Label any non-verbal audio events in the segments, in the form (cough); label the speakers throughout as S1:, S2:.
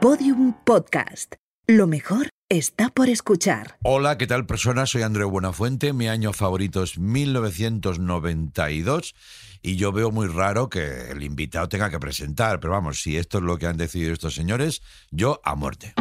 S1: Podium Podcast. Lo mejor está por escuchar.
S2: Hola, ¿qué tal personas? Soy Andreu Buenafuente, mi año favorito es 1992 y yo veo muy raro que el invitado tenga que presentar, pero vamos, si esto es lo que han decidido estos señores, yo a muerte.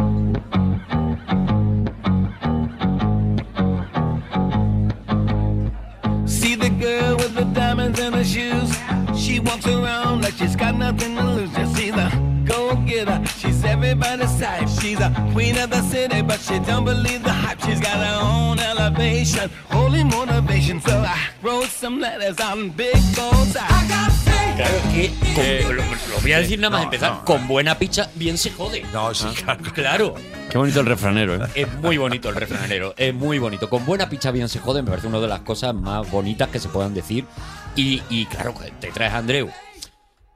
S3: See the girl with the diamonds in her shoes. She walks around like she's got nothing to lose. Just see the go get her. She's everybody's type. She's a queen of the city, but she don't believe the hype. She's got her own elevation, holy motivation. So I wrote some letters on big bold I got faith.
S4: Claro, que con-
S5: Eh,
S4: lo, lo voy a decir nada más
S2: no,
S4: empezar.
S2: no, no.
S4: con buena picha, bien se jode.
S2: No, sí, claro.
S4: Claro,
S5: Qué bonito el refranero, ¿eh?
S4: es muy bonito el refranero, es muy bonito. Con buena picha, bien se jode, me parece una de las cosas más bonitas que se puedan decir. Y, y claro, te traes a Andreu,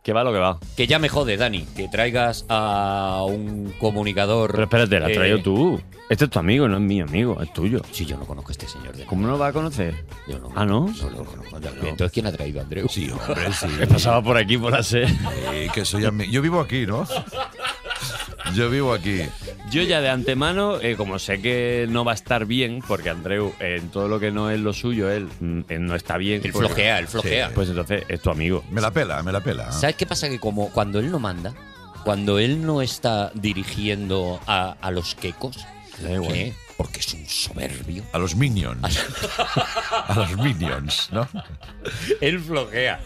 S5: Que va lo que va.
S4: que ya me jode, Dani, que traigas a un comunicador.
S5: Pero espérate, la has
S4: eh,
S5: traído tú. Este es tu amigo, no es mi amigo, es tuyo.
S4: Sí, yo no conozco a este señor. De
S5: ¿Cómo no lo va a conocer?
S4: Yo no,
S5: Ah, ¿no?
S4: lo conozco. Entonces, ¿quién ha traído a Andreu?
S2: Sí, hombre, sí.
S5: He pasado por aquí, por la sed.
S2: Eh, que soy ami- Yo vivo aquí, ¿no? Yo vivo aquí.
S5: (laughs) Yo ya de antemano, eh, como sé que no va a estar bien, porque Andreu, eh, en todo lo que no es lo suyo, él, mm, él no está bien.
S4: Él
S5: pues-
S4: flojea, él flojea.
S5: Pues entonces es tu amigo.
S2: Me la pela, me la pela. ¿eh?
S4: Ah. ¿Sabes qué pasa? Que como cuando él no manda, cuando él no está dirigiendo a, a los quecos, ¿eh? porque es un soberbio,
S2: A los minions. A los minions, ¿no?
S4: él flojea.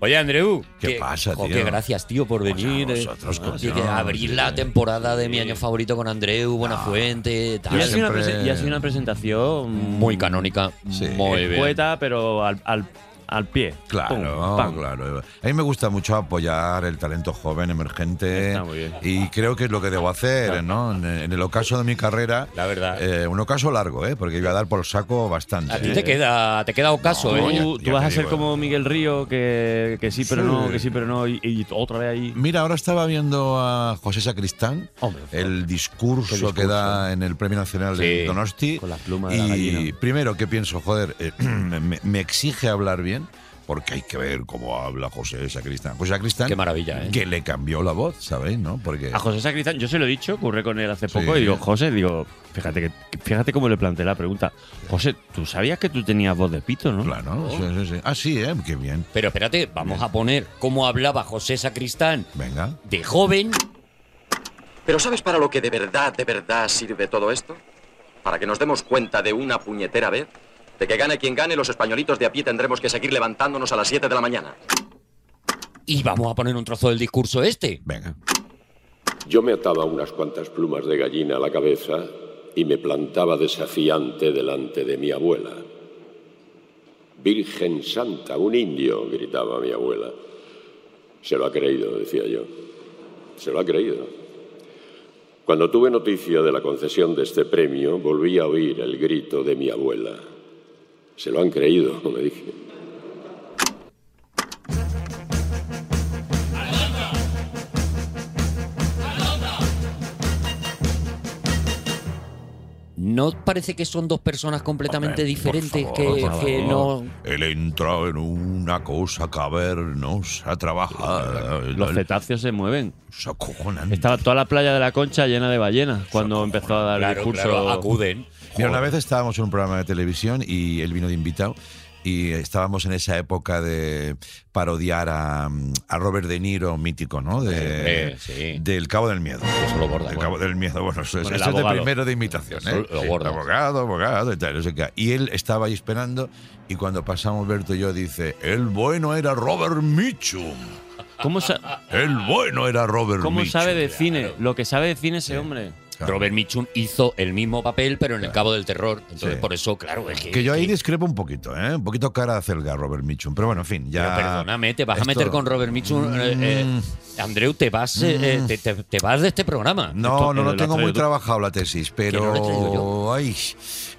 S4: Oye, Andreu.
S2: ¿Qué
S4: que-
S2: pasa,
S4: jo,
S2: tío?
S4: que gracias, tío, por
S2: Oye, a
S4: venir. eh.
S2: vosotros,
S4: Tío,
S2: coño,
S4: que abrir la
S2: sí.
S4: temporada de mi año favorito con Andreu, Buenafuente,
S5: Y ha,
S4: tal.
S5: sido una
S2: siempre-
S5: prese- y ha sido una presentación eh,
S4: Muy canónica,
S2: Sí,
S4: muy bien.
S5: poeta, pero al, al- al pie.
S2: Claro,
S5: Pum, pam.
S2: claro. A mí me gusta mucho apoyar el talento joven, emergente.
S5: Está muy bien.
S2: Y creo que es lo que debo hacer, ¿no? En, en el ocaso de mi carrera.
S4: La verdad.
S2: eh, un ocaso largo, ¿eh? Porque iba a dar por saco bastante.
S4: A ti te queda, te queda ocaso,
S2: No,
S4: ¿eh?
S2: ya-
S5: Tú,
S2: ya
S5: tú vas
S2: te
S5: a ser
S2: digo.
S5: como Miguel Río, que, que sí, pero
S2: Sí.
S5: no, que sí, pero no, y, y otra vez ahí.
S2: Mira, ahora estaba viendo a José Sacristán,
S5: Hombre,
S2: el discurso,
S5: Oh. discurso?
S2: que da en el Premio Nacional
S4: Sí,
S2: de Donosti.
S5: con la pluma de la
S2: y
S5: gallina.
S2: primero que pienso, joder, eh, (clears throat) me, me exige hablar bien, porque hay que ver cómo habla José Sacristán. José Sacristán,
S4: Qué maravilla, ¿eh?
S2: que le cambió la voz, ¿sabéis? ¿No? Porque
S5: A José Sacristán, yo se lo he dicho, curré con él hace
S2: Sí.
S5: poco, y digo, José, digo, fíjate que fíjate cómo le planteé la pregunta. José, tú sabías que tú tenías voz de pito, ¿no?
S2: Claro, sí, sí, sí. Ah, sí, ¿eh? Qué bien.
S4: Pero espérate, vamos a poner cómo hablaba José Sacristán
S2: Venga.
S4: de joven
S6: Pero ¿sabes para lo que de verdad, de verdad sirve todo esto? Para que nos demos cuenta de una puñetera vez de que gane quien gane, los españolitos de a pie tendremos que seguir levantándonos a las 7 de la mañana.
S4: y vamos a poner un trozo del discurso este.
S2: Venga.
S7: Yo me ataba unas cuantas plumas de gallina a la cabeza y me plantaba desafiante delante de mi abuela. Virgen Santa, un indio, gritaba mi abuela. Se lo ha creído, decía yo. Se lo ha creído. Cuando tuve noticia de la concesión de este premio, volví a oír el grito de mi abuela. Se lo han creído, (laughs) me dije.
S4: ¿No os parece que son dos personas completamente
S2: Hombre, por
S4: diferentes
S2: favor,
S4: que,
S2: por
S4: que
S2: favor.
S4: no...
S2: Él entra en una cosa cavernosa, trabaja.
S5: Los cetáceos se mueven.
S2: Es acojonante.
S5: Estaba toda la playa de la Concha llena de ballenas cuando empezó a dar el curso.
S4: acuden.
S2: Mira, una vez estábamos en un programa de televisión y él vino de invitado y estábamos en esa época de parodiar a, a Robert De Niro, mítico, ¿no? De,
S4: Eh, sí.
S2: Del Cabo del Miedo.
S4: Eso lo borda,
S2: Del
S4: bueno.
S2: Cabo del Miedo, bueno, eso, es-
S5: Con el
S2: esto es de
S5: abogado.
S2: primero de imitación,
S4: Eso
S2: ¿eh?
S4: lo borda.
S2: Abogado, abogado y tal, no sé qué. Y él estaba ahí esperando y cuando pasamos Berto y yo dice, el bueno era Robert Mitchum.
S5: ¿Cómo, sa-
S2: El bueno era Robert
S5: cómo
S2: Mitchum.
S5: sabe de cine? Lo que sabe de cine ese hombre.
S2: Claro.
S4: Robert Mitchum hizo el mismo papel, pero en el Cabo del Terror. Entonces,
S2: Sí.
S4: por eso, claro, es que...
S2: Que yo ahí
S4: es que-
S2: discrepo un poquito, ¿eh? Un poquito cara a celga Robert Mitchum. Pero bueno, en fin, ya.
S4: Pero perdóname, te vas a
S2: esto- Mm.
S4: meter con Robert Mitchum. eh, eh, Andreu, te vas, eh, eh, te, te- te vas de este programa.
S2: No,
S5: Esto-
S2: no
S5: eh,
S2: lo
S5: lo
S2: tengo
S5: has
S2: muy
S5: traído tú.
S2: trabajado la tesis,
S4: Que no lo he traído
S2: pero
S4: yo.
S2: ay,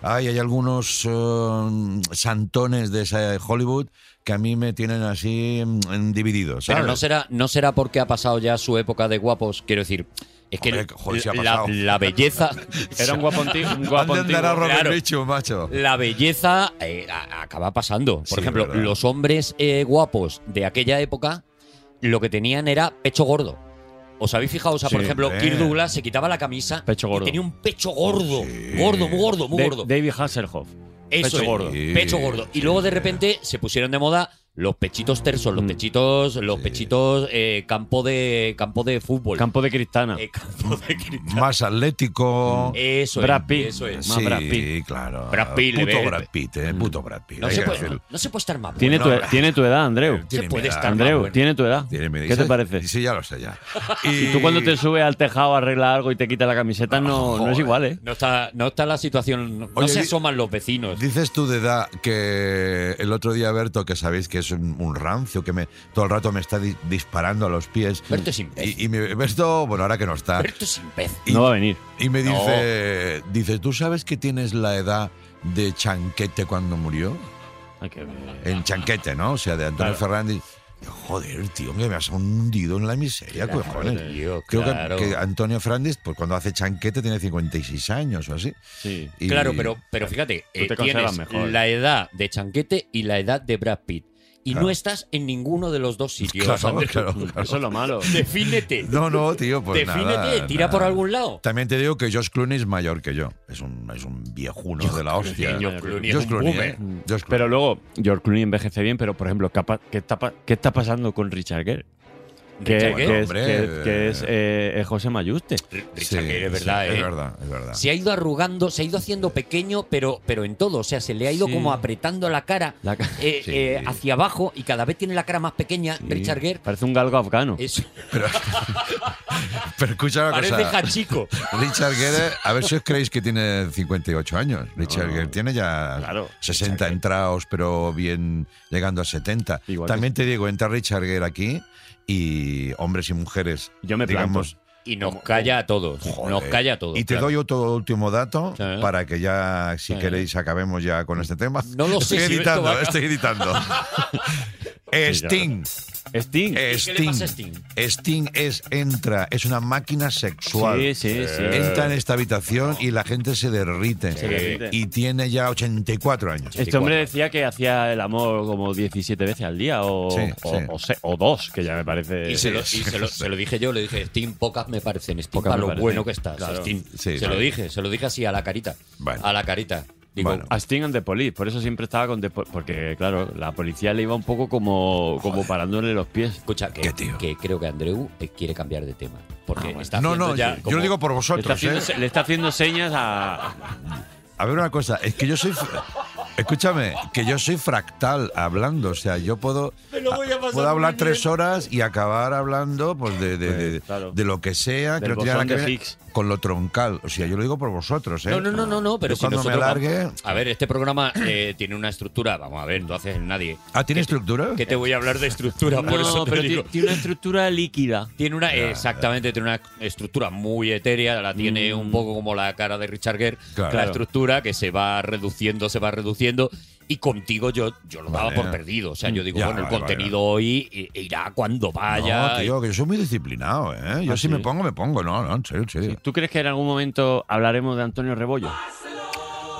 S2: ay, hay algunos eh, santones de esa Hollywood que a mí me tienen así mm, divididos.
S4: Pero
S2: ¿sabes?
S4: no será, no será porque ha pasado ya su época de guapos. Quiero decir, es que
S2: Hombre, joder, sí ha
S4: la,
S2: pasado. (laughs)
S4: la belleza...
S5: Era un guapo antiguo. Un guapo
S2: ¿Dónde andará
S5: antiguo.
S2: Robert
S4: claro.
S2: Mitchum, macho?
S4: La belleza eh, a- acaba pasando. Por
S2: Sí,
S4: ejemplo,
S2: verdad.
S4: los hombres eh, guapos de aquella época lo que tenían era pecho gordo. ¿Os habéis fijado? O sea, por
S2: Sí,
S4: ejemplo,
S2: eh.
S4: Kirk Douglas se quitaba la camisa
S5: Pecho gordo.
S4: y tenía un pecho gordo.
S2: Sí.
S4: Gordo, muy gordo, muy
S5: Da-
S4: gordo.
S5: David Hasselhoff.
S4: Eso
S5: pecho
S4: es,
S5: gordo.
S4: Pecho gordo. Y luego de repente se pusieron de moda los pechitos tersos, los
S5: Mm.
S4: pechitos, los pechitos eh, campo de campo de fútbol.
S5: Campo de Cristana.
S4: Eh, campo
S5: (laughs)
S4: de cristal.
S2: Más atlético.
S4: Eso
S5: Brad
S4: es.
S5: Pitt.
S4: Eso es.
S5: más Brad Pitt.
S2: claro.
S4: Brad eh, Pitt, le
S2: puto
S4: ve- Mm.
S2: Brad Pitt, eh, puto Brad Pitt.
S4: No
S2: Hay
S4: se,
S2: que
S4: puede,
S2: decirlo.
S4: no se puede estar más
S5: Tiene,
S4: bueno.
S2: eh,
S5: tu, tiene tu edad, Andreu.
S2: Él tiene
S4: se puede
S2: mi edad.
S4: estar
S5: Andreu,
S4: bueno.
S5: tiene tu edad.
S2: Tiene mi edad.
S5: ¿Qué te
S2: Sí,
S5: parece?
S2: Sí, ya lo sé ya.
S5: Y tú cuando te subes al tejado, arregla algo y te quita la camiseta, no, no es
S2: Joder.
S5: igual, ¿eh?
S4: No está, no está la situación. No
S2: Oye,
S4: se
S2: di-
S4: asoman los vecinos.
S2: Dices tú de edad que el otro día Berto, que sabéis que es un, un rancio, que me, todo el rato me está di- disparando a los pies.
S4: Berto es imbécil.
S2: y, y me- Berto, bueno, ahora que no está.
S4: Berto es imbécil.
S2: Y-
S5: No va a venir.
S2: Y me dice, dice, ¿tú sabes que tienes la edad de Chanquete cuando murió?
S5: Ay, qué bien.
S2: En Chanquete, ¿no? O sea, de Antonio
S5: Claro.
S2: Fernández. Digo, Joder, tío, que me has hundido en la miseria, cojones.
S4: tío,
S2: Creo que-
S4: claro.
S2: que, Antonio Fernández, pues cuando hace Chanquete tiene 56 años o así.
S5: Sí.
S2: Y-
S4: Claro, pero, pero fíjate, eh,
S5: te conservas
S4: tienes
S5: mejor.
S4: la edad de Chanquete y la edad de Brad Pitt. Y
S2: Claro.
S4: no estás en ninguno de los dos sitios.
S2: Claro,
S4: Andrés.
S2: claro, claro.
S5: Eso es lo malo.
S4: Defínete.
S2: No, no, tío, pues
S4: Defínete,
S2: nada,
S4: tira por
S2: nada.
S4: algún lado.
S2: También te digo que Josh Clooney es mayor que yo. Es un, es un viejuno de la hostia.
S4: George Clooney es
S2: Josh
S4: un
S2: Clooney,
S4: boomer.
S2: ¿eh? Josh Clooney.
S5: Pero luego, George Clooney envejece bien, pero por ejemplo, capa- ¿qué está, pa- qué está pasando con Richard Gere? Que,
S4: Richard ¿eh?
S5: que
S4: Gere.
S5: es,
S2: hombre,
S5: que- que es,
S2: eh,
S5: eh, eh, José Mayuste.
S4: Richard
S2: Sí,
S4: Gere, es
S2: sí,
S4: verdad, ¿eh?
S2: Es verdad, es verdad.
S4: Se ha ido arrugando, se ha ido haciendo pequeño, pero, pero en todo. O sea, se le ha ido
S5: Sí.
S4: como apretando la cara
S2: (laughs)
S5: La ca-
S4: eh,
S2: Sí.
S4: eh, hacia abajo y cada vez tiene la cara más pequeña. Richard Gere
S5: Parece un galgo afgano.
S4: es,
S2: Pero escucha una
S4: parece
S2: cosa.
S4: jachico.
S2: Richard Gere, a ver si os creéis que tiene 58 años. Richard Gere tiene ya
S5: Claro,
S2: 60 entrados, pero bien llegando a 70.
S5: Igual que-
S2: También te digo, entra Richard Gere aquí y hombres y mujeres,
S5: Yo me planto.
S2: digamos,
S4: Y nos calla a todos. Nos
S2: Joder.
S4: calla a todos.
S2: Y te
S4: claro.
S2: doy otro último dato
S4: Sí.
S2: para que ya, si
S4: Sí.
S2: queréis, acabemos ya con este tema.
S4: No lo
S2: estoy
S4: sé si
S2: editando,
S4: esto va a-
S2: estoy
S4: (laughs)
S2: editando. Sting.
S5: Sting.
S4: ¿Y qué le
S2: Sting.
S4: pasa a Sting?
S2: Sting es, entra, es una máquina sexual. Eh,
S5: Sí, sí, sí.
S2: Entra en esta habitación y la gente se derrite.
S4: Se derrite.
S2: Y tiene ya 84 años.
S5: Este hombre decía que hacía el amor como 17 veces al día o,
S2: Sí,
S5: o,
S2: sí.
S5: o se- o dos, que ya me parece.
S4: Y se, lo, y
S2: sí, (laughs)
S4: se, lo, se lo dije yo, le dije, Steam, pocas me parecen, Steam,
S5: Pocas
S4: para
S5: me
S4: lo
S5: parecen.
S4: bueno que estás.
S5: Claro.
S4: Steam.
S2: Sí,
S4: se
S2: claro.
S4: lo dije, se lo dije así a la carita.
S2: Vale.
S4: A la carita. Digo, "Ah,
S2: Bueno.
S5: A Sting and the Police, por eso siempre estaba con The Po- porque claro, la policía le iba un poco como, como parándole los pies.
S4: escucha, que,
S2: Qué tío. Ah,
S4: que creo que Andreu eh, quiere cambiar de tema. Porque está
S2: No,
S4: haciendo
S2: no,
S4: ya
S2: yo, yo
S4: como-
S2: lo digo por
S5: Le está,
S2: vosotros.
S5: haciendo,
S2: ¿eh?
S5: se- le está haciendo señas a.
S2: A ver una cosa, es que yo soy. Escúchame, que yo soy fractal hablando, o sea, yo puedo, ah,
S4: Me lo voy a pasar
S2: puedo hablar
S4: muy
S2: tres horas y acabar hablando pues de, de, de-
S5: Pues, claro.
S2: de lo que sea, que
S5: Del
S2: no tiene nada
S5: bosón
S2: que
S5: de
S2: ver
S5: Higgs.
S2: con lo troncal. O sea, yo lo digo por vosotros, ¿eh?
S4: No, no, no, no, no, pero
S2: Yo
S4: si
S2: cuando me
S4: nosotros vamos-
S2: largue.
S4: A ver, este programa eh, tiene una estructura, vamos a ver, entonces nadie.
S2: Ah, ¿tiene estructura? (laughs)
S4: Que te voy a hablar de estructura, por eso
S5: No,
S4: te
S5: pero
S4: digo.
S5: tiene, tiene una estructura líquida.
S4: Tiene una, exactamente, tiene una estructura muy etérea, la tiene un poco como la cara de Richard Gere,
S2: Mm. Claro.
S4: la estructura que se va reduciendo, se va reduciendo, y contigo yo, yo lo daba
S2: Vale.
S4: por perdido. O sea, yo digo,
S2: Ya,
S4: bueno, el
S2: vale,
S4: contenido hoy i- irá cuando vaya.
S2: No, tío, que yo soy muy disciplinado, ¿eh? Yo
S5: Ah,
S2: si
S5: sí.
S2: me pongo, me pongo. No, no, en serio, en serio.
S5: ¿Tú crees que en algún momento hablaremos de Antonio Rebollo?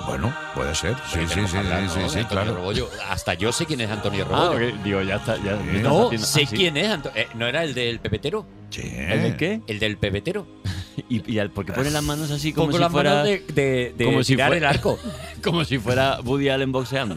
S2: Bueno, puede ser. Sí,
S4: Porque
S2: sí, sí,
S4: tenemos que hablar,
S2: sí,
S4: ¿no?
S2: sí,
S4: de
S2: sí,
S4: Antonio
S2: claro.
S4: Rebollo. Hasta yo sé quién es Antonio
S5: Ah,
S4: Rebollo.
S5: ok, digo, ya está. ya- me
S4: No,
S5: estás haciendo-
S4: sé
S5: ah, sí. ¿Eh?
S4: quién es Anto- eh, ¿No era el del pepetero?
S2: Sí.
S5: ¿El de qué?
S4: ¿El del pepetero?
S5: Y, y al- porque pone las manos así como
S4: Pongo
S5: si
S4: las manos
S5: fuera.
S4: de, de- de
S5: como si
S4: tirar
S5: fuera-
S2: (laughs)
S4: el arco.
S5: Como si fuera Woody Allen boxeando.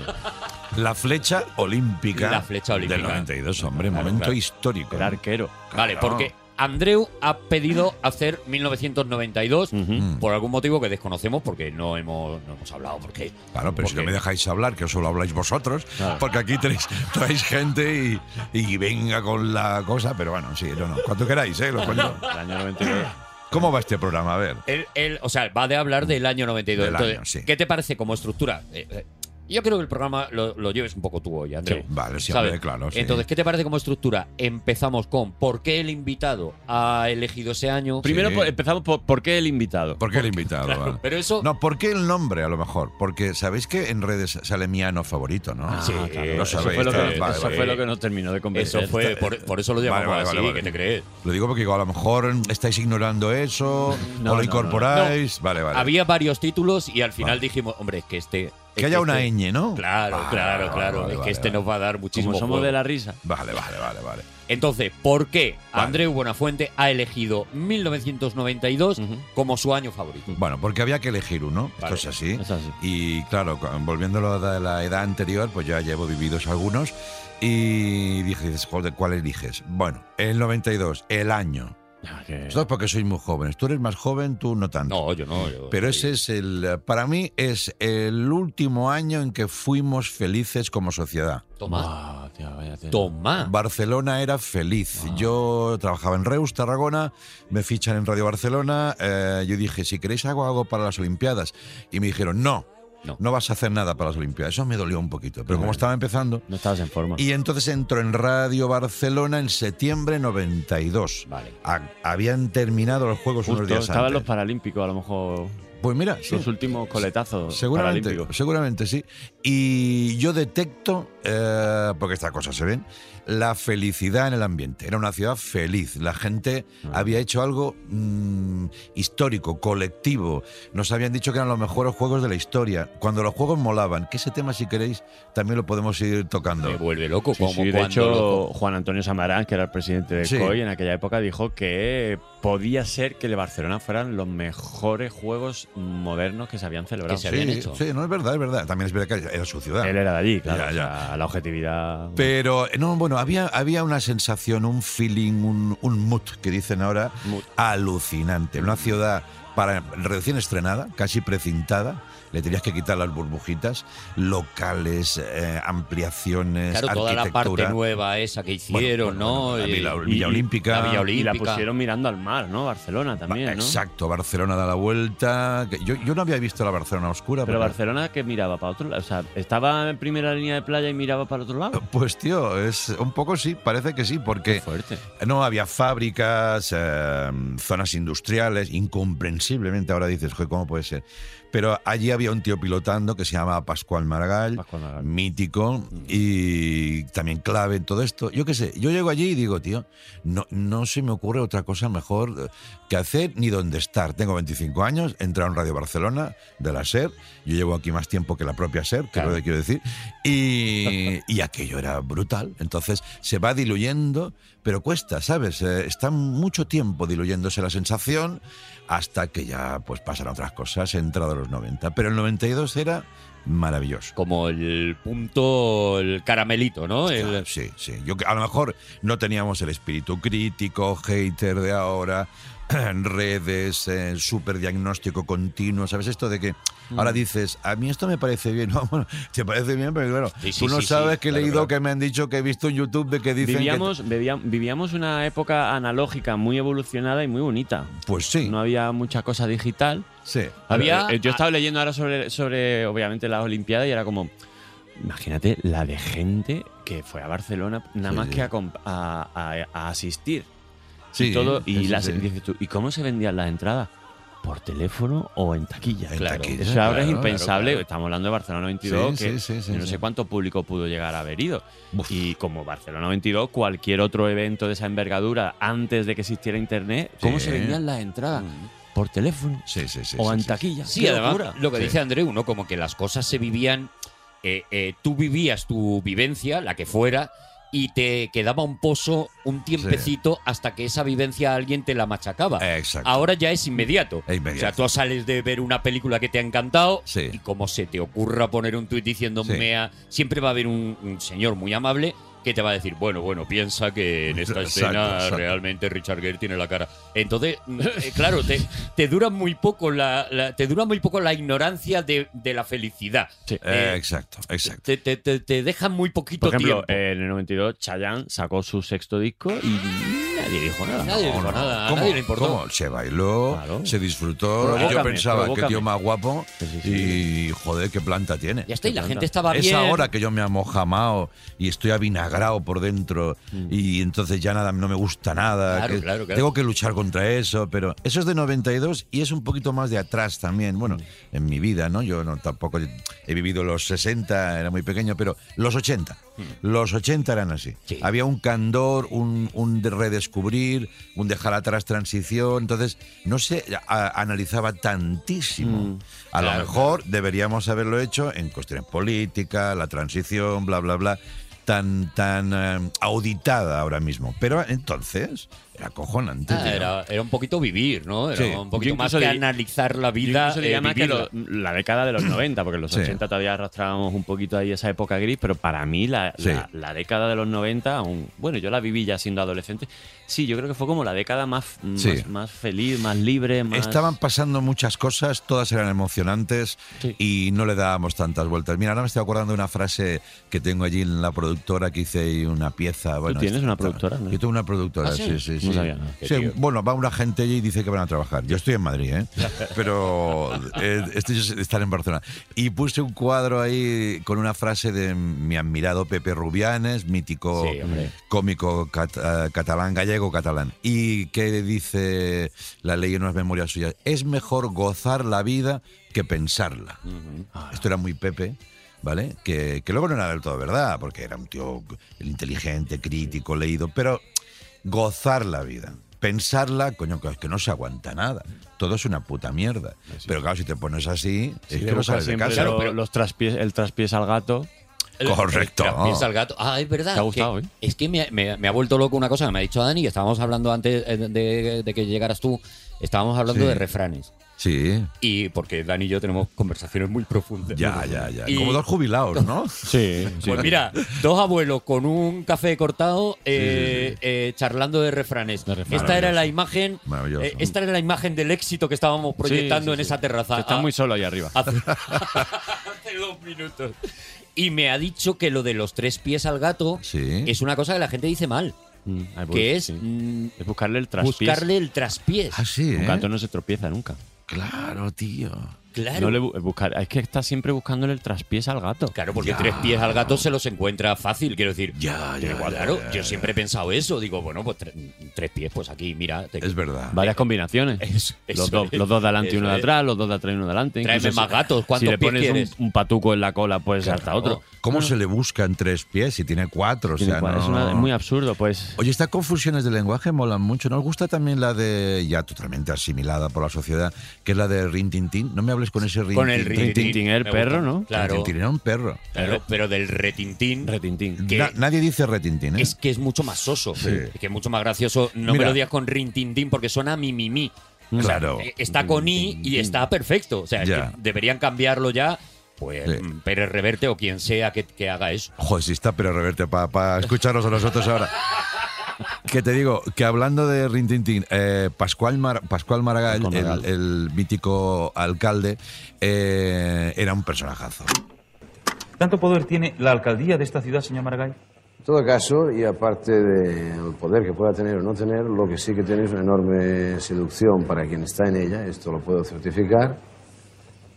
S2: La flecha olímpica.
S4: La flecha olímpica.
S2: Del 92, hombre,
S4: Claro,
S2: momento
S4: claro.
S2: histórico.
S5: El arquero.
S4: Vale,
S2: Claro.
S4: porque Andreu ha pedido hacer 1992
S2: Mm.
S5: Ujú.
S4: por algún motivo que desconocemos porque no hemos, no hemos hablado. Porque,
S2: Claro, pero si no
S4: porque-
S2: me dejáis hablar, que solo habláis vosotros, porque aquí tenéis, (laughs) traéis gente y, y venga con la cosa, pero bueno, sí, no, no, cuando queráis, ¿eh? Lo cuento.
S5: El año 92.
S2: ¿Cómo va este programa? A ver.
S4: Él, él, o sea, va de hablar del año 92.
S2: Del
S4: Entonces,
S2: año, sí.
S4: ¿qué te parece como estructura? Eh, eh, yo creo que el programa lo, lo lleves un poco tú hoy, Andreu.
S5: Sí,
S2: Vale, sí,
S4: ¿sabes?
S2: hombre, claro. sí.
S4: Entonces, ¿qué te parece como estructura? Empezamos con por qué el invitado ha elegido ese año.
S5: Primero po- empezamos por por qué el invitado.
S2: ¿Por qué el invitado? vale?
S4: Pero eso.
S2: No, ¿por qué el nombre a lo mejor? Porque sabéis que en redes sale mi ano favorito, ¿no?
S4: Ah, sí, claro.
S2: lo
S5: eso
S2: sabéis,
S5: fue lo que,
S2: claro, vale,
S5: eso
S2: vale.
S5: fue lo que nos terminó de convencer.
S4: Eso fue, por, por eso lo
S2: Vale,
S4: llamamos
S2: vale,
S4: así,
S2: vale, vale.
S4: ¿qué te crees?
S2: Lo digo porque digo, a lo mejor estáis ignorando eso,
S5: No,
S2: o
S5: no,
S2: lo incorporáis. Vale, vale.
S4: Había varios títulos y al final dijimos, hombre, es que este
S2: Que haya una ñ, ¿no?
S4: Claro,
S2: Vale,
S4: claro,
S2: vale,
S4: claro.
S2: vale,
S4: es que
S2: vale,
S4: este
S2: vale.
S4: nos va a dar muchísimo
S5: Como somos
S4: juego.
S5: de la risa.
S2: Vale, vale, vale, vale.
S4: Entonces, ¿por qué
S2: Vale.
S4: Andreu Buenafuente ha elegido 1992
S2: Mm.
S4: como su año favorito?
S2: Bueno, porque había que elegir uno, esto
S4: Vale,
S2: es así.
S5: es así.
S2: Y claro, con- volviéndolo a la- la edad anterior, pues ya llevo vividos algunos. Y dije, dices, joder, ¿cuál eliges? Bueno, el 92, el año. Esto es porque sois muy jóvenes. Tú eres más joven, tú no tanto.
S4: No, yo no. yo-
S2: Pero
S4: sí.
S2: ese es el. Para mí es el último año en que fuimos felices como sociedad.
S4: Toma,
S5: Ah, tío, vaya tela.
S4: toma.
S2: Barcelona era feliz.
S5: Ah.
S2: Yo trabajaba en Reus, Tarragona, me fichan en Radio Barcelona. eh, yo dije, si queréis hago algo para las Olimpiadas. Y me dijeron, no, no,
S4: No.
S2: vas a hacer nada para las Olimpiadas. Eso me dolió un poquito. Pero como
S5: Vale.
S2: estaba empezando.
S5: No estabas en forma.
S2: Y entonces entró en Radio Barcelona en septiembre 92.
S4: Vale.
S2: Ha- habían terminado los Juegos
S5: Justo,
S2: unos días
S5: estaban los
S2: antes.
S5: paralímpicos, a lo mejor.
S2: Pues mira, sí.
S5: Los últimos coletazos
S2: Seguramente,
S5: paralímpicos.
S2: seguramente sí. Y yo detecto, eh, porque estas cosas se ven, la felicidad en el ambiente. Era una ciudad feliz. La gente había hecho algo mm, histórico, colectivo. Nos habían dicho que eran los mejores juegos de la historia. Cuando los juegos molaban, que ese tema, si queréis, también lo podemos ir tocando.
S4: Me vuelve loco.
S5: Sí,
S4: como
S5: sí, de
S4: cuando
S5: hecho,
S4: loco.
S5: Juan Antonio Samarán, que era el presidente del
S2: Sí.
S5: COI en aquella época, dijo que podía ser que el Barcelona fueran los mejores juegos modernos que se habían celebrado.
S4: se
S2: Sí,
S4: habían hecho.
S2: sí, no es verdad, es verdad. También es verdad que era su ciudad.
S5: Él era de allí, claro.
S2: Ya,
S5: o
S2: ya.
S5: sea, la objetividad.
S2: Pero, no, bueno, había, había una sensación, un feeling, un, un mood que dicen ahora,
S4: Mood.
S2: alucinante. Una ciudad para recién estrenada, casi precintada. Le tenías que quitar las burbujitas, locales, eh, ampliaciones,
S4: Claro, toda la parte
S2: arquitectura.
S4: nueva esa que
S2: Bueno,
S4: hicieron,
S2: bueno, bueno,
S4: ¿no?
S2: la
S4: Y-
S2: Villa, Villa
S5: y-
S2: Olímpica.
S4: la Villa
S5: y la
S4: Olímpica.
S5: pusieron mirando al mar, ¿no? Barcelona
S2: Ba-
S5: también, ¿no?
S2: Exacto, Barcelona da la vuelta. que Yo, yo no había visto la Barcelona oscura.
S5: Pero
S2: porque-
S5: Barcelona que miraba para otro lado. O sea, estaba en primera línea de playa y miraba para otro lado.
S2: (laughs) Pues tío, es un poco sí, parece que sí, porque
S5: Fuerte.
S2: No, había fábricas, eh, zonas industriales, incomprensiblemente. Ahora dices, "Joder, ¿cómo puede ser? Pero allí había un tío pilotando que se llamaba Pascual Maragall,
S5: Pascual Maragall.
S2: mítico y también clave en todo esto. Yo qué sé, yo llego allí y digo, tío, no, no se me ocurre otra cosa mejor eh, que hacer ni dónde estar. Tengo 25 años, he entrado en Radio Barcelona de la SER, yo llevo aquí más tiempo que la propia SER, que es lo que quiero decir, y, y aquello era brutal. Entonces se va diluyendo, pero cuesta, ¿sabes? Eh, está mucho tiempo diluyéndose la sensación hasta que ya pues pasan otras cosas, he entrado a los 90. Pero el 92 era maravilloso.
S4: Como el punto, el caramelito, ¿no? El-
S2: Sí, sí. Yo, que- a lo mejor no teníamos el espíritu crítico, hater de ahora, (clears throat) redes, eh, superdiagnóstico continuo. ¿Sabes esto de que ahora dices, a mí esto me parece bien? (laughs) No, bueno, te parece bien, pero claro,
S4: Sí, sí,
S2: tú no
S4: sí, sí,
S2: sabes que he
S4: claro,
S2: leído
S4: claro.
S2: que me han dicho que he visto en YouTube de que dicen que-
S5: Vivíamos, bebía- vivíamos una época analógica muy evolucionada y muy bonita.
S2: Pues sí,
S5: No había mucha cosa digital.
S2: sí.
S4: Había-
S5: Eh, Yo estaba leyendo ahora sobre, sobre, obviamente, las Olimpiadas y era como. Imagínate la de gente que fue a Barcelona nada
S2: Sí,
S5: más
S2: sí.
S5: que a, comp- a- a- a asistir.
S2: Sí,
S5: y todo, y,
S2: sí,
S5: las-
S2: sí.
S5: y dices tú, ¿y cómo se vendían las entradas? ¿Por teléfono o en taquilla?
S2: En taquilla,
S5: Eso ahora es
S2: claro,
S5: impensable.
S2: claro, claro.
S5: Estamos hablando de Barcelona 22,
S2: Sí, sí,
S5: que
S2: sí, sí,
S5: yo no
S2: sí.
S5: sé cuánto público pudo llegar a haber ido.
S2: Buf.
S5: Y como Barcelona 22, cualquier otro evento de esa envergadura antes de que existiera internet, ¿cómo
S2: Sí. Mm.
S5: se vendían las entradas? ¿Por teléfono?
S2: Sí, sí, sí,
S5: o
S2: sí,
S5: en
S2: sí.
S5: taquilla.
S4: Sí,
S5: ¡Qué
S4: además,
S5: locura!
S4: lo que
S2: Sí.
S4: dice Andreu, ¿no? Como que las cosas se vivían, eh, eh, tú vivías tu vivencia, la que fuera, y te quedaba un pozo, un tiempecito, hasta que esa vivencia alguien te la machacaba.
S2: Exacto.
S4: Ahora ya es inmediato.
S2: Es inmediato.
S4: O sea, tú sales de ver una película que te ha encantado
S2: Sí.
S4: y como se te ocurra poner un tuit diciendo
S2: Sí.
S4: mea, siempre va a haber un, un señor muy amable que te va a decir, bueno, bueno, piensa que en esta
S2: Exacto,
S4: escena
S2: exacto.
S4: realmente Richard Gere tiene la cara. Entonces, mm, eh, claro, te, te dura muy poco la, la- te dura muy poco la ignorancia de, de la felicidad.
S5: Sí.
S2: Eh,
S4: Eh,
S2: exacto, exacto.
S4: te, te, te- te deja muy poquito
S5: Por ejemplo, eh,
S4: tiempo.
S5: en el 92, Chayanne sacó su sexto disco y nadie dijo nada.
S4: nadie dijo
S2: No, no.
S4: nada, a
S2: ¿Cómo?
S4: nadie le importó.
S2: ¿Cómo? Se bailó,
S5: Claro.
S2: se disfrutó. y yo
S5: Provócame,
S2: pensaba que
S5: provócame.
S2: tío más guapo.
S5: Sí, sí, sí.
S2: Y joder, qué planta tiene.
S4: Ya está, y la
S5: Qué
S4: gente estaba bien.
S2: Es ahora que yo me amojamao y estoy avinagrado por dentro y entonces ya nada no me gusta nada.
S4: Mm. Claro,
S2: que
S4: claro, claro.
S2: Tengo que luchar contra eso, pero eso es de 92 y es un poquito más de atrás también. Bueno,
S4: Mm.
S2: en mi vida, ¿no? Yo no tampoco he vivido los 60, era muy pequeño, pero los 80. Los 80 eran así.
S4: Mm. Sí.
S2: Había un candor, un, un de- redescubrir, un dejar atrás transición. Entonces, no se a- analizaba tantísimo. a
S4: Claro,
S2: lo mejor deberíamos haberlo hecho en cuestiones políticas, la transición, bla, bla, bla. Tan, tan eh, auditada ahora mismo. Pero entonces era cojonante.
S4: Ah,
S2: tío.
S4: era, era un poquito vivir, ¿no? Era
S2: Sí.
S4: un poquito
S8: Yo
S4: más
S8: incluso
S4: que
S8: di-
S4: analizar la vida.
S8: Incluso
S4: eh,
S8: diría más que
S4: vivirla.
S8: lo- Mm, la década de los 90, porque en los
S2: Mm. Sí.
S8: 80 todavía arrastrábamos un poquito ahí esa época gris, pero para mí la,
S2: Sí.
S8: la- la década de los 90, aún- bueno, yo la viví ya siendo adolescente, sí, yo creo que fue como la década más, más,
S2: Sí.
S8: más feliz, más libre, más...
S2: Estaban pasando muchas cosas, todas eran emocionantes
S8: Sí.
S2: y no le dábamos tantas vueltas. Mira, ahora me estoy acordando de una frase que tengo allí en la productora que hice ahí una pieza. Bueno,
S8: tienes una
S2: esta-
S8: productora, no?
S2: Yo tengo una productora,
S4: ¿Ah, sí?
S2: sí, sí, sí.
S8: No sabía nada.
S2: Sí, bueno, va una gente allí y dice que van a trabajar. Yo estoy en Madrid,
S8: (laughs)
S2: ¿eh? pero eh, estos están en Barcelona. Y puse un cuadro ahí con una frase de mi admirado Pepe Rubianes, mítico
S4: Sí, hombre.
S2: cómico cat- eh, catalán, gallego catalán. Y que dice la ley en unas memorias suyas, es mejor gozar la vida que pensarla. Ah. Esto era muy Pepe. ¿Vale? Que, que luego no era del todo verdad, porque era un tío inteligente, crítico, leído, pero gozar la vida. Pensarla, coño, que, que no se aguanta nada. Todo es una puta mierda. Pero claro, si te pones así, es
S8: Sí,
S2: que
S8: le
S2: no
S8: busca
S2: sales de
S8: siempre
S2: casa.
S8: lo- los traspiés, el traspiés al gato.
S4: El-
S2: Correcto.
S4: el traspiés al gato. Ah, es verdad.
S8: Te ha gustado,
S4: que-
S8: ¿eh?
S4: Es que me, me- me ha vuelto loco una cosa que me ha dicho Dani, que estábamos hablando antes eh, de, de que llegaras tú, estábamos hablando
S2: Sí.
S4: de refranes.
S2: Sí,
S4: Y porque Dani y yo tenemos conversaciones muy profundas.
S2: ya,
S4: (laughs)
S2: ya, ya.
S4: Y-
S2: Como dos jubilados, ¿no?
S8: Sí,
S4: Pues mira, dos abuelos con un café cortado eh, eh, charlando de refranes. Esta era la imagen.
S2: Maravilloso.
S4: eh, esta era la imagen del éxito que estábamos
S8: sí,
S4: proyectando en
S8: sí.
S4: esa terraza.
S8: Está
S4: Ah,
S8: muy solo ahí arriba.
S4: hace, (laughs) hace dos minutos. Y me ha dicho que lo de los tres pies al gato
S2: Sí. Pues
S4: es una cosa que la gente dice mal,
S8: Mm, ahí voy,
S4: que es
S8: sí.
S4: mm,
S8: Es buscarle el traspiés.
S4: buscarle el traspiés.
S2: Ah, sí,
S8: Un
S2: ¿eh?
S8: gato no se tropieza nunca.
S2: Claro, tío.
S4: Claro.
S8: No le bu- buscar, es que está siempre buscándole el traspiés al gato.
S4: Claro, porque tres pies al gato se los encuentra fácil, quiero decir.
S2: Ya, ya,
S4: Igual,
S2: ya,
S4: claro,
S2: ya,
S4: yo siempre he pensado eso. Digo, bueno, pues tre- tres pies, pues aquí, mira. te-
S2: Es verdad.
S8: Varias combinaciones.
S4: (laughs) Eso- eso
S8: los, dos,
S4: es.
S8: los dos de adelante y uno de
S4: Eso es.
S8: atrás, los dos de atrás y uno de adelante.
S4: Tráeme
S8: Incluso
S4: más
S8: si-
S4: gatos,
S8: Si
S4: ¿cuántos
S8: le
S4: pies
S8: pones un-
S4: quieres?
S8: Un, patuco en la cola, pues
S4: Claro.
S8: salta otro.
S2: ¿Cómo se le buscan tres pies si tiene cuatro? O sea,
S8: Es,
S2: no-
S8: una- es muy absurdo, pues.
S2: Oye, estas confusiones de lenguaje molan mucho. ¿Nos gusta también la de, ya totalmente asimilada por la sociedad, que es la de Rin Tin Tin? No me hables con ese Rin
S4: Con el
S2: Tin
S4: rin
S2: Tin.
S8: rin- tin, tin, el
S4: me
S8: perro,
S4: gusta.
S8: ¿no?
S4: Claro,
S2: Rin Tin Tin era un perro.
S4: claro, pero del retintín
S8: Retintín.
S4: Que-
S2: Na- nadie dice retintín, ¿eh?
S4: es que es mucho más soso, que es mucho más gracioso. No
S2: Mira.
S4: me lo digas con rintintín porque suena a mi mi mi. O sea,
S2: Claro.
S4: eh, está con i y está perfecto. O sea, es
S2: Ya.
S4: que deberían cambiarlo ya. Pues
S2: Sí.
S4: mm, Pérez Reverte o quien sea que, que haga eso.
S2: Joder, si está pero reverte para escucharnos a nosotros ahora. Que te digo, que hablando de Rin Tin Tin, eh, Pascual, Mar- Pascual Maragall,
S8: Pascual Maragall.
S2: El, el mítico alcalde, eh, era un personajazo.
S9: ¿Tanto poder tiene la alcaldía de esta ciudad, señor Maragall?
S10: En todo caso, y aparte del poder que pueda tener o no tener, lo que sí que tiene es una enorme seducción para quien está en ella, esto lo puedo certificar,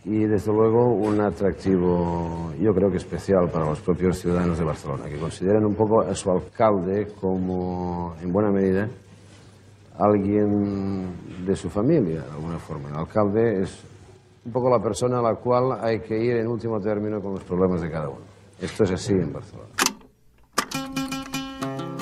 S10: y desde luego un atractivo, yo creo que especial para los propios ciudadanos de Barcelona, que consideran un poco a su alcalde como, en buena medida, alguien de su familia, de alguna forma. El alcalde es un poco la persona a la cual hay que ir en último término con los problemas de cada uno. Esto es así en Barcelona.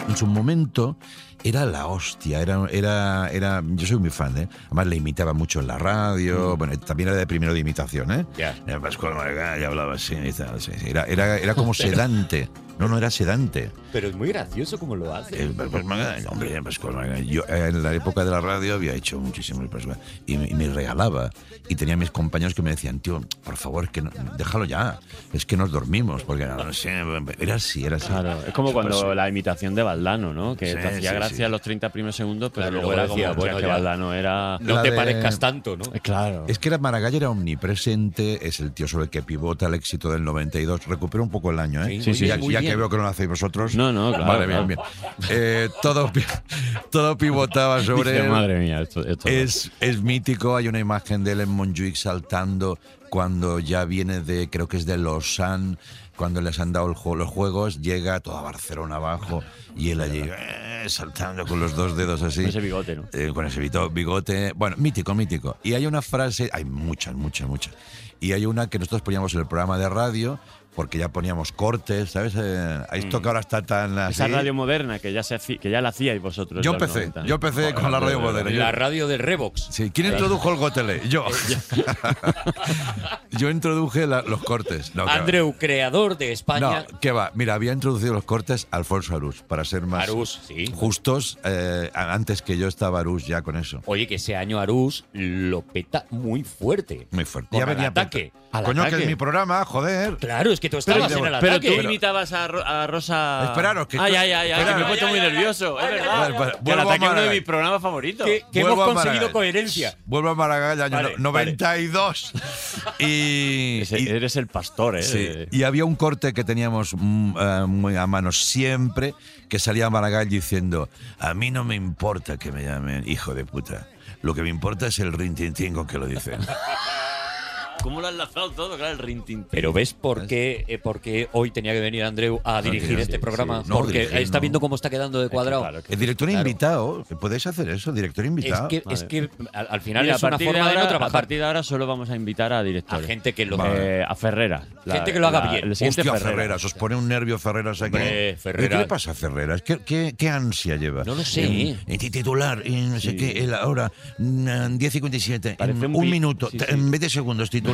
S2: en su momento era la hostia, era, era, era, yo soy muy fan, ¿eh? además le imitaba mucho en la radio, bueno, también era de primero de imitación, ¿eh?
S4: Ya.
S2: Eh, Pascual Maragall hablaba así, y tal, sí, sí. Era, era, era como sedante, no, no era sedante.
S4: Pero es muy gracioso como lo hace.
S2: Eh, Pascual Maragall, hombre, Pascual Maragall. Yo eh, en la época de la radio había hecho muchísimo el Pascual y, me- y me regalaba. Y tenía mis compañeros que me decían, tío, por favor, que no- déjalo ya, es que nos dormimos, porque no, no sé, era así, era así.
S8: Claro, es como cuando la imitación de Baldano, ¿no? Que
S2: Sí,
S8: te hacía
S2: sí,
S8: gracia
S2: sí.
S8: los 30 primeros segundos, pero
S4: Claro,
S8: luego
S4: luego
S8: era como
S4: decía,
S8: "Hostia,
S4: bueno,
S8: que
S4: ya".
S8: Baldano era.
S4: No
S2: la
S4: te
S2: de-
S4: parezco tanto, ¿no?
S8: Eh, Claro.
S2: Es que la Maragall era omnipresente, es el tío sobre el que pivota el éxito del 92. Recupera un poco el año, ¿eh?
S4: Sí, sí,
S2: ya
S4: sí, muy
S2: ya que
S4: bien.
S2: veo que no lo hacéis vosotros.
S8: No, no, claro,
S2: Vale,
S8: claro.
S2: bien, bien. Eh, todo, pi- (laughs) todo pivotaba sobre
S8: Dice,
S2: él.
S8: madre mía, esto, esto-
S2: Es, es mítico, hay una imagen de él en Montjuic saltando cuando ya viene de, creo que es de Lausanne, cuando les han dado el ju- los juegos, llega toda Barcelona abajo y él allí eh, saltando con los dos dedos así.
S8: Ese bigote, ¿no?
S2: Eh, con ese bito- bigote. Bueno, mítico, mítico. Y hay una frase, hay muchas, muchas, muchas. Y hay una que nosotros poníamos en el programa de radio porque ya poníamos cortes, ¿sabes? Eh, esto que ahora está tan así.
S5: Esa radio moderna que ya, se haci- que ya la hacíais vosotros.
S2: Yo
S5: ya en los
S2: empecé,
S5: 90.
S2: yo empecé con la radio moderna. Yo-
S4: La radio del Revox.
S2: Sí, ¿quién introdujo el gotele? Yo.
S4: Eh,
S2: (laughs) Yo introduje la- los cortes. No, que va.
S4: Andreu, creador de España.
S2: No, que va. Mira, había introducido los cortes Alfonso Arús, para ser más
S4: Arús, sí.
S2: justos. eh, a- antes que yo estaba Arús ya con eso.
S4: Oye, que ese año Arús lo peta muy fuerte.
S2: Muy fuerte.
S4: Con al
S2: pe-
S4: ataque. Al
S2: Coño, que
S4: ataque.
S2: es mi programa, joder.
S4: Claro, es que tú
S5: Pero,
S4: estabas en el
S5: pero
S4: ataque.
S5: tú imitabas a, Ro- a Rosa.
S2: Esperaros, que-
S5: Ay, ay, ay, ay, que me he
S2: esperaros.
S5: puesto muy nervioso. Es
S2: ay, ay.
S5: verdad. Que el
S2: Vuelvo a
S5: ataque es uno de
S2: Málaga.
S5: mis programas favoritos.
S4: que, que hemos
S2: Vuelvo a
S4: conseguido
S2: Maragall.
S4: coherencia.
S2: Vuelvo a Maragall, año
S4: Vale,
S2: no- 92. Y,
S5: Ese-
S2: y-
S5: eres el pastor, ¿eh?
S2: Sí,
S5: De-
S2: y había un corte que teníamos mm, eh, muy a mano siempre, que salía Maragall diciendo, a mí no me importa que me llamen hijo de puta, lo que me importa es el rintintín con que lo
S4: (laughs)
S2: dicen.
S5: ¿Cómo lo has lanzado todo? Claro, el rintintín.
S4: Pero ves por qué, eh, por qué hoy tenía que venir Andreu a dirigir
S2: sí,
S4: este
S2: sí,
S4: programa.
S2: sí. No,
S4: Porque
S2: dirigir,
S4: está
S2: no.
S4: viendo cómo está quedando de cuadrado.
S5: claro,
S2: El director
S4: Claro.
S2: invitado, ¿podéis hacer eso? Director
S4: Es
S2: invitado.
S4: que, es
S5: Vale.
S4: que al, al final
S5: Mira,
S4: es una forma de,
S5: ahora,
S4: no
S5: A
S4: trabajar.
S5: partir de ahora solo vamos a invitar a
S4: A
S5: directores.
S4: gente que lo
S5: Eh, a Ferrera.
S4: Gente que lo haga bien.
S5: El siguiente
S2: Hostia, Ferreras.
S5: Ferrera.
S2: os pone un nervio Ferreras aquí.
S4: Hombre,
S2: ¿Y ¿Qué
S4: Ferreras.
S2: le pasa a Ferreras? ¿Qué, qué, qué ansia lleva?
S4: No lo sé.
S2: En, en titular, en no sé qué, en la hora mm, 10.57, en
S5: Parece
S2: un,
S5: un pi-
S2: minuto,
S5: sí,
S2: te-
S5: sí.
S2: en 20 segundos, titular.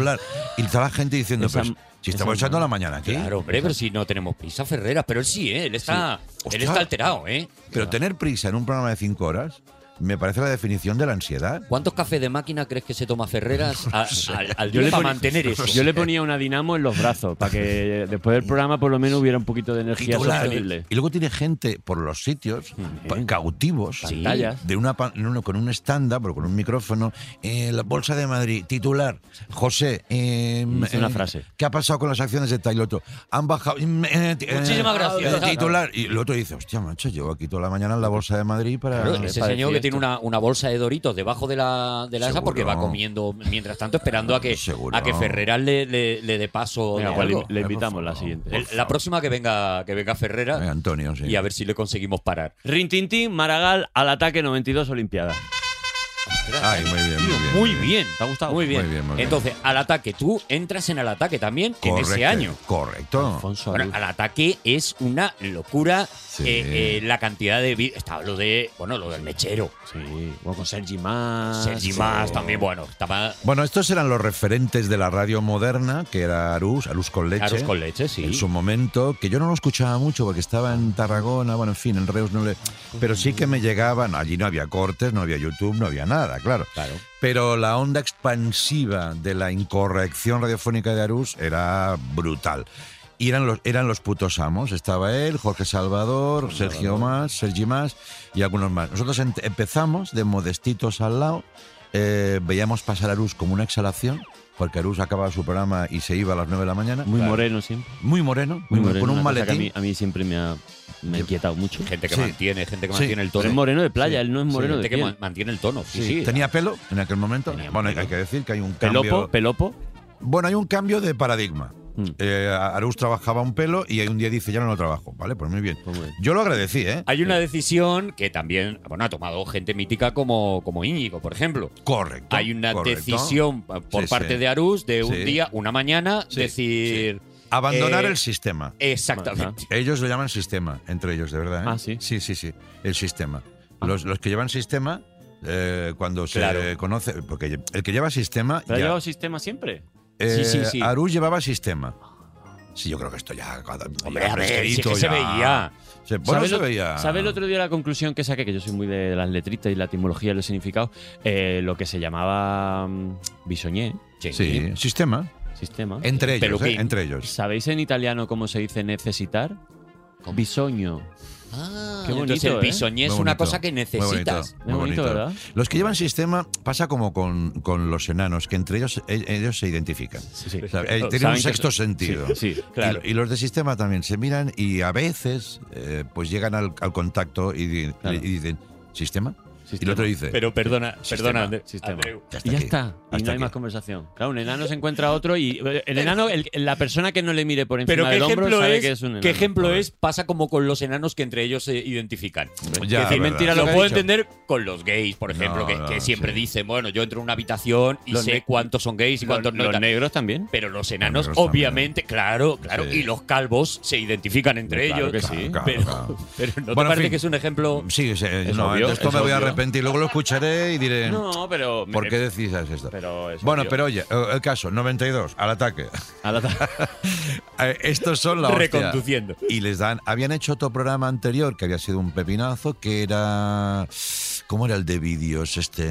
S2: y está la gente diciendo,
S5: Esa-
S2: pues, si
S5: esa
S2: estamos echando la mañana aquí.
S4: Claro, hombre, pero si no tenemos prisa, Ferreras. Pero él sí, ¿eh? Él está, él
S2: Hostia.
S4: está alterado, ¿eh?
S2: Pero tener prisa en un programa de 5 horas me parece la definición de la ansiedad.
S4: ¿Cuántos cafés de máquina crees que se
S2: (laughs)
S4: toma Ferreras a- al, al día para
S5: ponía-
S4: mantener eso?
S5: Yo le ponía una dinamo en los brazos para
S2: (laughs)
S5: que después del programa por lo menos hubiera un poquito de energía
S2: Titular.
S5: sostenible.
S2: Y luego tiene gente por los sitios, pa- cautivos,
S4: Sí.
S5: Pantallas.
S2: de una pa- en uno con un estándar, pero con un micrófono. eh, la Bolsa de Madrid, titular. José. eh,
S5: Dice una
S2: eh,
S5: frase.
S2: ¿Qué ha pasado con las acciones de Tailoto? Han bajado. mm, eh, t- eh,
S4: Muchísimas gracias.
S2: eh, titular. Y el otro dice, hostia, macho, llevo aquí toda la mañana en la Bolsa de Madrid para.
S4: Claro,
S5: me
S4: ese
S5: parecía
S4: señor que tiene
S5: esto.
S4: una, una bolsa de doritos debajo de la, de la esa
S2: Seguro.
S4: porque va comiendo mientras tanto esperando a que,
S2: Seguro.
S4: a que Ferreras le, le- le dé paso.
S5: Venga,
S4: de
S5: pues le-
S4: algo.
S5: le invitamos
S2: favor.
S5: la siguiente.
S4: El- la próxima que venga, que venga Ferreras
S2: Venga, Antonio, sí.
S4: y a ver si le conseguimos parar.
S5: Rintintín, Maragall, al ataque 92 Olimpiadas.
S2: Ay, muy bien, muy
S4: Tío,
S2: bien.
S4: muy bien. ¿Te ha gustado? Muy bien.
S2: Muy bien, muy bien.
S4: Entonces, al ataque, tú entras en el ataque también en ese
S2: Correcto,
S4: año.
S2: Correcto.
S5: Alfonso
S4: Bueno,
S5: Arús.
S4: al ataque es una locura
S2: Sí.
S4: eh, eh, la cantidad de... vi- Estaba lo de... Bueno, lo del mechero.
S5: Sí, bueno, con Sergi
S2: Ah,
S5: Más.
S4: Sergi
S5: sí.
S4: Más también, bueno, estaba...
S2: Bueno, estos eran los referentes de la radio moderna, que era Arús, Arús con leche.
S4: Arús con leche, sí.
S2: En su momento, que yo no lo escuchaba mucho porque estaba en Tarragona, bueno, en fin, en Reus no le. Pero sí que me llegaban, allí no había cortes, no había YouTube, no había nada, claro.
S4: Claro.
S2: Pero la onda expansiva de la incorrección radiofónica de Arús era brutal. Y eran los, eran los putos amos. Estaba él, Jorge Salvador, Sergio Más, Sergi Más y algunos más. Nosotros ent- empezamos de modestitos al lado. eh, veíamos pasar a Arús como una exhalación, porque Arús acababa su programa y se iba a las 9 de la mañana.
S5: Muy moreno siempre.
S2: Muy moreno, muy moreno, con un
S5: una cosa que
S2: maletín.
S5: A mí, ah, a mí siempre me ha, me ha inquietado mucho.
S4: Gente que
S2: Sí.
S4: mantiene, gente que
S2: Sí.
S4: mantiene el
S5: Pero
S4: tono.
S5: es moreno de playa, él no es moreno
S4: gente
S5: de
S4: que
S5: piel.
S4: ma- mantiene el tono, sí,
S2: Sí,
S4: sí.
S2: Tenía pelo en aquel momento.
S4: Tenía
S2: bueno, hay
S4: pelo.
S2: que decir que hay un cambio.
S5: Pelopo, pelopo.
S2: Bueno, hay un cambio de paradigma.
S5: Mm.
S2: Eh, Arús trabajaba un pelo y un día dice, ya no lo trabajo. Vale, pues muy bien.
S5: Pues muy bien.
S2: Yo lo agradecí, ¿eh?
S4: Hay una decisión que también, bueno, ha tomado gente mítica como, como Íñigo, por ejemplo.
S2: Correcto.
S4: Hay una
S2: correcto.
S4: decisión pa- por
S2: Sí,
S4: parte
S2: sí.
S4: de Arús de un
S2: Sí.
S4: día, una mañana,
S2: Sí,
S4: decir...
S2: Abandonar
S4: eh,
S2: el sistema.
S4: Exactamente.
S2: Ellos lo llaman sistema, entre ellos, de verdad. ¿eh?
S5: Ah, ¿sí?
S2: Sí, sí, sí. El sistema. Los, los que llevan sistema, eh, cuando se
S4: Claro.
S2: conoce. Porque el que lleva sistema.
S5: ¿Pero ha
S2: ya-
S5: llevado sistema siempre?
S2: Eh,
S4: Sí, sí, sí.
S2: Arús llevaba sistema. Sí, yo creo que esto ya. cada-
S4: Hombre,
S2: ya
S4: a ver, si es
S2: fresquito,
S4: que se
S2: ya.
S4: veía.
S2: Se, bueno,
S5: ¿Sabe
S2: se
S5: lo-
S2: veía.
S5: ¿Sabe el otro día la conclusión que saqué? Que yo soy muy de las letritas y la etimología y los significados. Eh, lo que se llamaba mm, bisoñé,
S2: Sí, sistema.
S5: sistema.
S2: Entre ellos,
S4: Peluquín.
S2: eh, entre ellos.
S5: ¿Sabéis en italiano cómo se dice necesitar? Bisoño.
S4: Ah,
S5: Qué
S4: entonces
S5: bonito,
S4: el
S5: ¿eh?
S4: bisoñé es
S2: Muy
S4: una
S2: bonito,
S4: cosa que
S2: muy
S4: necesitas.
S5: Muy bonito, ¿verdad?
S2: Los que llevan sistema pasa como con, con los enanos, que entre ellos e- ellos se identifican.
S5: Sí.
S2: O sea, eh,
S5: Saben
S2: tienen un
S5: que-
S2: sexto
S5: sí,
S2: sentido.
S5: Sí, claro.
S2: Y, y los de sistema también se miran y a veces eh, pues llegan al, al contacto y, di-
S5: Claro.
S2: y dicen, ¿sistema? Y el otro dice.
S4: Pero perdona,
S2: Sistema,
S4: perdona, Ander-
S5: sistema.
S4: Andreu.
S2: Ya está
S5: Y ya
S2: aquí.
S5: está. Y
S2: Hasta
S5: no hay
S2: aquí.
S5: más conversación. Claro, un enano se encuentra a otro y eh, el enano, el- la persona que no le mire por encima
S4: Pero qué
S5: del hombro
S4: ejemplo
S5: sabe
S4: es,
S5: que es un enano.
S4: qué ejemplo
S5: Joder.
S4: es pasa como con los enanos que entre ellos se identifican.
S2: Ya,
S4: Es decir,
S2: verdad.
S4: mentira,
S5: Lo
S4: lo
S5: que ha
S4: puedo
S5: dicho.
S4: entender con los gays, por ejemplo,
S2: No,
S4: que,
S2: no,
S4: que siempre
S2: sí.
S4: dicen, bueno, yo entro en una habitación y
S5: Los
S4: sé
S5: ne-
S4: cuántos son gays y
S5: Los,
S4: cuántos no. y
S5: los
S4: tal.
S5: negros también.
S4: Pero los enanos,
S2: negros también.
S4: obviamente, claro, claro.
S2: Sí.
S4: Y los calvos se identifican entre
S5: Claro
S4: ellos.
S5: que sí.
S2: Claro,
S4: Pero,
S2: claro.
S4: (laughs) pero ¿no te
S2: Bueno, en
S4: parece
S2: fin.
S4: que es un ejemplo?
S2: Sí, sí,
S5: Es
S2: no,
S5: obvio,
S2: de esto
S5: es
S2: me voy a
S5: obvio.
S2: arrepentir. Luego lo escucharé y diré.
S5: No, pero.
S2: ¿Por qué decís esto?
S5: Pero es
S2: bueno,
S5: obvio.
S2: pero oye, eh, el caso, 92, al ataque. (laughs)
S5: Al ata-
S2: Eh, Estos son la hostia.
S4: Reconduciendo.
S2: Y les dan. Habían hecho otro programa anterior que había sido un pepinazo, que era. ¿Cómo era el de vídeos? Este.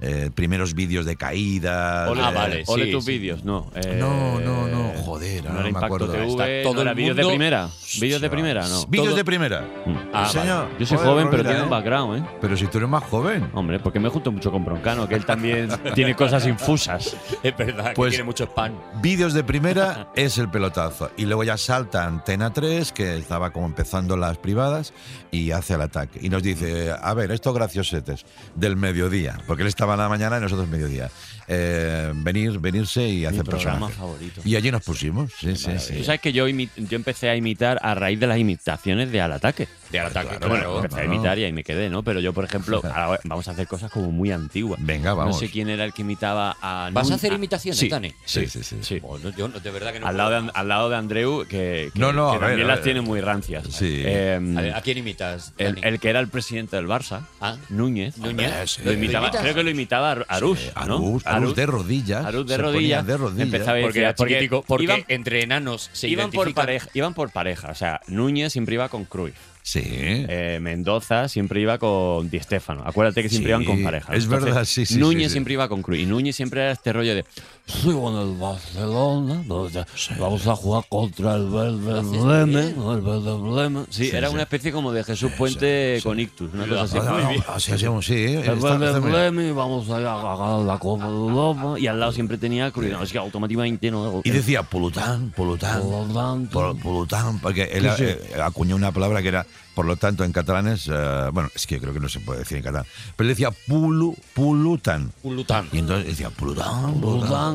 S2: eh, primeros vídeos de caída.
S5: Ole,
S4: Ah, vale,
S5: ole
S4: sí,
S5: tus
S4: sí.
S5: vídeos, no. eh,
S2: No, no, no, joder, ahora
S5: No era
S2: no me
S5: Impacto
S2: acuerdo.
S5: TV,
S4: Está
S5: todo
S4: todo
S5: no era
S4: el
S5: vídeos de
S4: mundo-
S5: primera. Vídeos de primera, no.
S2: Vídeos
S4: Todo-
S2: de primera.
S4: Ah,
S2: Sí,
S4: vale.
S2: señor.
S5: Yo soy
S2: Joder,
S5: joven, pero
S2: Rovira,
S5: tiene
S2: ¿eh?
S5: un background, ¿eh?
S2: Pero si tú eres más joven.
S5: Hombre, porque me junto mucho con Broncano, que él también (laughs) tiene cosas infusas.
S4: Es verdad,
S2: Pues-
S4: que tiene mucho spam.
S2: Vídeos de primera (laughs) es el pelotazo. Y luego ya salta Antena 3, que estaba como empezando las privadas, y hace el ataque. Y nos dice, a ver, estos graciosetes del mediodía, porque él estaba en la mañana y nosotros mediodía. Eh, venir, venirse y hacer personajes.
S5: favorito.
S2: Y allí nos pusimos. Sí, sí, sí.
S5: Tú sabes que yo, imi- yo empecé a imitar a raíz de las imitaciones de Al Ataque.
S4: De al ataque,
S2: Claro,
S4: claro.
S2: bueno,
S5: empecé a
S2: no.
S5: imitar y ahí me quedé, ¿no? Pero yo, por ejemplo, ahora vamos a hacer cosas como muy antiguas.
S2: Venga, vamos.
S5: No sé quién era el que imitaba a.
S4: ¿Vas
S5: Nun-
S4: a hacer
S5: a-
S4: imitaciones,
S5: Sí. Pues
S4: Dani?
S2: Sí, sí, sí.
S5: Sí.
S4: Bueno, yo no- ah, de verdad que no.
S5: Al lado, de, And- al lado de Andreu, que, que-
S2: No, no,
S5: que
S2: a ver,
S5: también
S2: a
S5: las
S2: ver.
S5: tiene muy rancias.
S2: Sí.
S5: Eh,
S4: A ver, ¿a quién imitas?
S5: el,
S4: Dani?
S5: el que era el presidente del Barça,
S4: Ah.
S5: Núñez.
S4: Núñez.
S2: sí.
S5: Lo imitaba-
S4: imitas?
S5: creo que lo imitaba a Arús.
S2: Eh,
S5: ¿no?
S2: Arús, Arús de rodillas.
S5: Arús de
S2: se ponía
S5: rodillas,
S2: de rodillas.
S5: empezaba a-
S4: porque era
S5: porque
S4: chiquitico, porque
S5: iban-
S4: entre enanos se
S5: iban por
S4: identifican.
S5: pareja, iban por pareja, o sea, Núñez siempre iba con Cruyff,
S2: Sí.
S5: eh, Mendoza siempre iba con Di Stéfano. Acuérdate que siempre
S2: Sí,
S5: iban con pareja.
S2: es verdad, sí, sí,
S5: Núñez
S2: sí, sí.
S5: siempre iba con Cruyff y Núñez siempre era este rollo de soy con el Barcelona, vamos a- vamos a jugar contra el Verde el Verdebleme". Sí,
S2: Sí,
S5: era
S2: sí.
S5: una especie como de Jesús Puente
S2: sí, sí.
S5: con ictus, una cosa
S2: Ah,
S5: así.
S2: ah, ah, sí, hacíamos, sí, eh,
S5: El
S2: está- está muy bien.
S5: Verdebleme, vamos a a ganar la Copa de Europa y al lado siempre tenía a Cruyff, No, es que automáticamente no.
S2: Y decía polután, polután,
S5: Por lo tanto.
S2: por- polután, porque él eh, acuñó una palabra que era, por lo tanto, en catalán es, eh, bueno, es que yo creo que no se puede decir en catalán, pero él decía pulu, pulutan.
S4: Un lután.
S2: Y entonces decía polután, polután,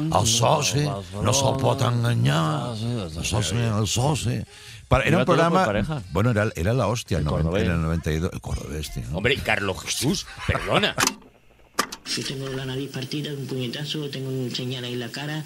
S5: Polután,
S2: el soci,
S5: Barcelona,
S2: no se pot enganyar,
S5: Ah, sí, sí,
S2: el soci, el soci. Para- era
S5: Iba
S2: un
S5: todo por
S2: programa,
S5: pareja.
S2: bueno, era, era la hostia, el
S5: El
S2: 90,
S5: cordobés.
S2: era el 92, el cordobés, tío.
S4: Hombre, y Carlos Jesús, perdona.
S3: Si tengo la nariz partida, un puñetazo, tengo un señal ahí en la cara,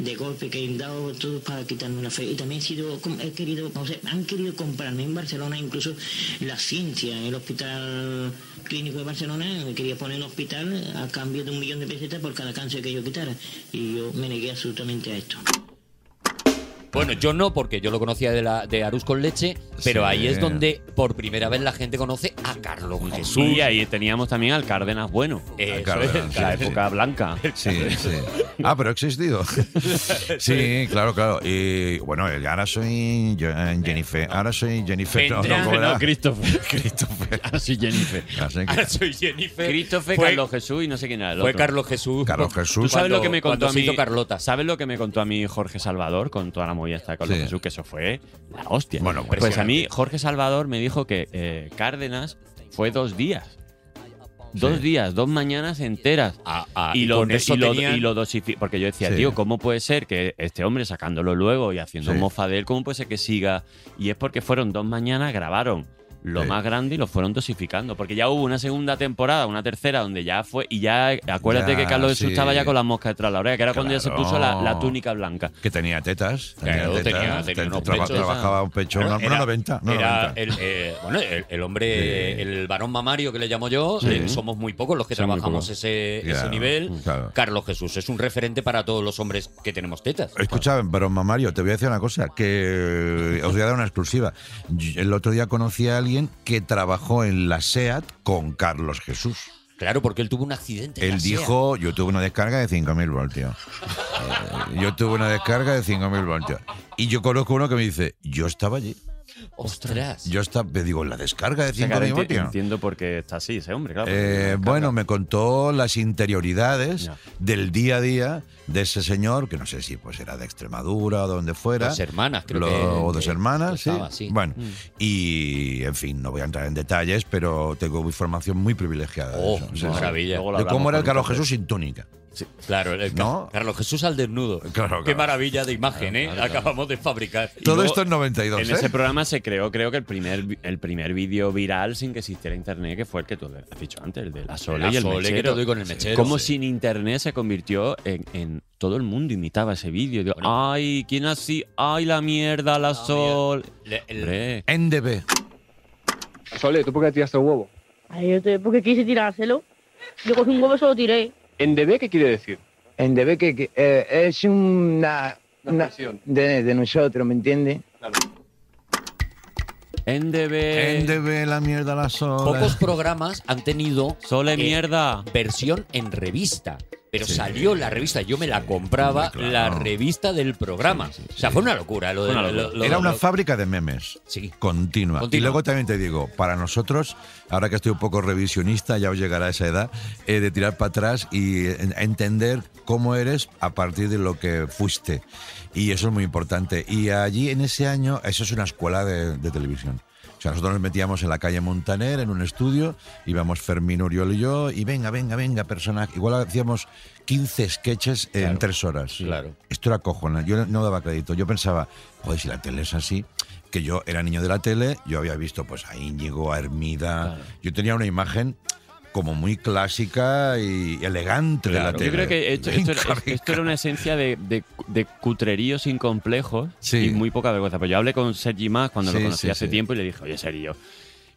S3: de golpe que han dado, todo para quitarme la fe. Y también he sido, com- he querido, o sea, han querido comprarme en Barcelona incluso la ciencia, el hospital clínico de Barcelona, me quería poner el hospital a cambio de un millón de pesetas por cada cáncer que yo quitara. Y yo me negué absolutamente a esto.
S4: Bueno, yo no, porque yo lo conocía de, la, de Arús con leche, pero
S2: Sí.
S4: ahí es donde por primera vez la gente conoce a Carlos Jesús.
S5: Y ahí teníamos también al Cárdenas Bueno.
S4: Eso es,
S2: Cárdenas,
S5: la
S2: sí, sí.
S5: época blanca.
S2: Sí, sí. Ah, pero ha
S4: (laughs)
S2: existido. Sí, claro, claro. Y bueno, el- ahora soy yo- eh, Jennifer. Ahora soy Jennifer. No,
S4: Vendrá-
S2: no, ¿cómo era?
S5: Christopher. (laughs) Christopher. Así Jennifer.
S2: Ah, sí,
S4: Ahora (laughs)
S2: que-
S4: soy Jennifer.
S5: Christopher,
S4: Fue-
S5: Carlos Jesús y no sé quién era el
S4: Fue
S5: otro.
S4: Carlos Jesús.
S2: Carlos Jesús.
S5: ¿Tú sabes
S4: Cuando-
S5: lo que me contó
S4: cuando
S5: a
S4: se
S5: mí?
S4: hizo Carlota.
S5: ¿Sabes lo que me contó a mí Jorge Salvador con toda la movida esta de Carlos
S2: Sí.
S5: Jesús? Que eso fue la hostia.
S2: Bueno,
S5: pues a mí Jorge Salvador me dijo que eh, Cárdenas fue dos días. Dos días, dos mañanas enteras.
S4: Ah, ah,
S5: y, lo,
S4: con eso
S5: y lo-
S4: tenían-
S5: y lo dosifi- Porque yo decía,
S2: Sí.
S5: tío, ¿cómo puede ser que este hombre sacándolo luego y haciendo
S2: Sí.
S5: mofa de él, ¿cómo puede ser que siga? Y es porque fueron dos mañanas, grabaron lo
S2: Sí.
S5: más grande y lo fueron dosificando. Porque ya hubo una segunda temporada, una tercera, donde ya fue. Y ya, acuérdate
S2: Ya,
S5: que Carlos Jesús
S2: sí.
S5: estaba ya con las moscas detrás de la oreja, que era cuando ya se
S2: Claro.
S5: puso la, la túnica blanca.
S2: Que tenía tetas. Tenía
S4: Claro,
S2: tetas,
S4: tenía- tenía
S2: te-
S4: unos
S2: traba-
S4: pechos.
S2: Trabajaba un pecho.
S4: Claro,
S2: No, no
S4: era-
S2: 90. No
S4: era
S2: 90.
S4: el, eh, bueno, el, el hombre,
S2: Sí.
S4: el varón mamario que le llamo yo, eh, somos muy pocos los que
S5: Son muy
S4: trabajamos
S5: pocos.
S4: ese, ese
S2: Claro,
S4: nivel.
S2: claro.
S4: Carlos Jesús es un referente para todos los hombres que tenemos tetas.
S2: Escucha, pero Mario, te voy a decir una cosa, que eh, os voy a dar una exclusiva. Yo- El otro día conocí a alguien que trabajó en la SEAT con Carlos Jesús.
S4: Claro, porque él tuvo un accidente. en
S2: Él
S4: la SEA.
S2: dijo, yo tuve una descarga de 5.000 voltios. Eh, yo tuve una descarga de 5.000 voltios. Y yo conozco uno que me dice, yo estaba allí.
S4: Ostras.
S2: Yo está, digo, la descarga de 5
S5: Claro, enti-
S2: kilovatios.
S5: Entiendo por qué está así ese hombre, claro.
S2: Eh, bueno, me contó las interioridades del día a día de ese señor, que no sé si pues era de Extremadura o de donde fuera.
S4: Dos hermanas, creo
S2: Lo-
S4: que-
S2: O dos
S4: que-
S2: hermanas,
S4: que
S2: sí.
S4: estaba, sí.
S2: Bueno,
S4: Mm.
S2: y en fin, no voy a entrar en detalles, pero tengo información muy privilegiada. de
S4: Oh,
S2: eso.
S4: maravilla. Luego lo
S2: De cómo
S4: hablamos
S2: era el
S4: con
S2: Carlos
S4: Carlos.
S2: Jesús sin túnica.
S4: Claro, el Ca-
S2: ¿No?
S4: Carlos Jesús al desnudo.
S2: Claro,
S4: Qué
S2: claro.
S4: maravilla de imagen, ¿eh? Acabamos de fabricar.
S2: Todo esto en 92,
S5: En
S2: ¿eh?
S5: ese programa se creó, creo que el primer, vi- el primer vídeo viral sin que existiera internet, que fue el que tú has dicho antes, el de la Sole
S4: La
S5: y el
S4: Sole, que
S5: mechero.
S4: te doy con el mechero,
S5: Como
S4: sí.
S5: sin internet se convirtió en, en- todo el mundo imitaba ese vídeo. Digo, Ay, ¿quién así? Ay, la mierda, la Sol.
S4: Le- el-
S5: Hombre.
S2: NDB.
S11: Sole, ¿tú por qué tiraste un huevo?
S12: Ay, yo te- porque quise tirárselo. Yo cogí un huevo y se lo tiré.
S11: ¿NDB qué quiere decir?
S13: NDB que, que, eh, es una...
S11: Una
S13: una-
S11: expresión.
S13: de, de nosotros, ¿me entiendes?
S5: NDB.
S2: NDB, la mierda, la sola.
S4: Pocos programas han tenido. eh,
S5: Sole mierda.
S4: Versión en revista. Pero salió la revista, yo me la compraba,
S2: hombre,
S4: la
S2: claro.
S4: revista del programa. o sea, fue una locura lo de.
S2: Una
S4: lo-
S2: locura.
S4: lo-
S2: Era una
S4: lo-
S2: fábrica de memes. Continua.
S4: Continua.
S2: Y luego también te digo, para nosotros, ahora que estoy un poco revisionista, ya os llegará esa edad, eh, de tirar para atrás y eh, entender cómo eres a partir de lo que fuiste. Y eso es muy importante. Y allí en ese año, eso es una escuela de, de televisión. O sea, nosotros nos metíamos en la calle Montaner, en un estudio, íbamos Fermín Uriol y yo, y venga, venga, venga, personaje. Igual hacíamos 15 sketches en tres horas. Claro. Esto era cojona. Yo no daba crédito. Yo pensaba, joder, si la tele es así, que yo era niño de la tele, yo había visto pues a Íñigo, a Hermida. Yo tenía una imagen como muy clásica y elegante de la
S5: Claro.
S2: tele.
S5: Yo creo que esto, esto era-
S2: Venga,
S5: esto era una esencia de, de, de cutrerío sin complejos
S2: Sí.
S5: y muy poca vergüenza. Pues yo hablé con Sergi Más cuando
S2: Sí,
S5: lo conocí
S2: sí,
S5: hace
S2: sí.
S5: tiempo y le dije, oye, Sergio.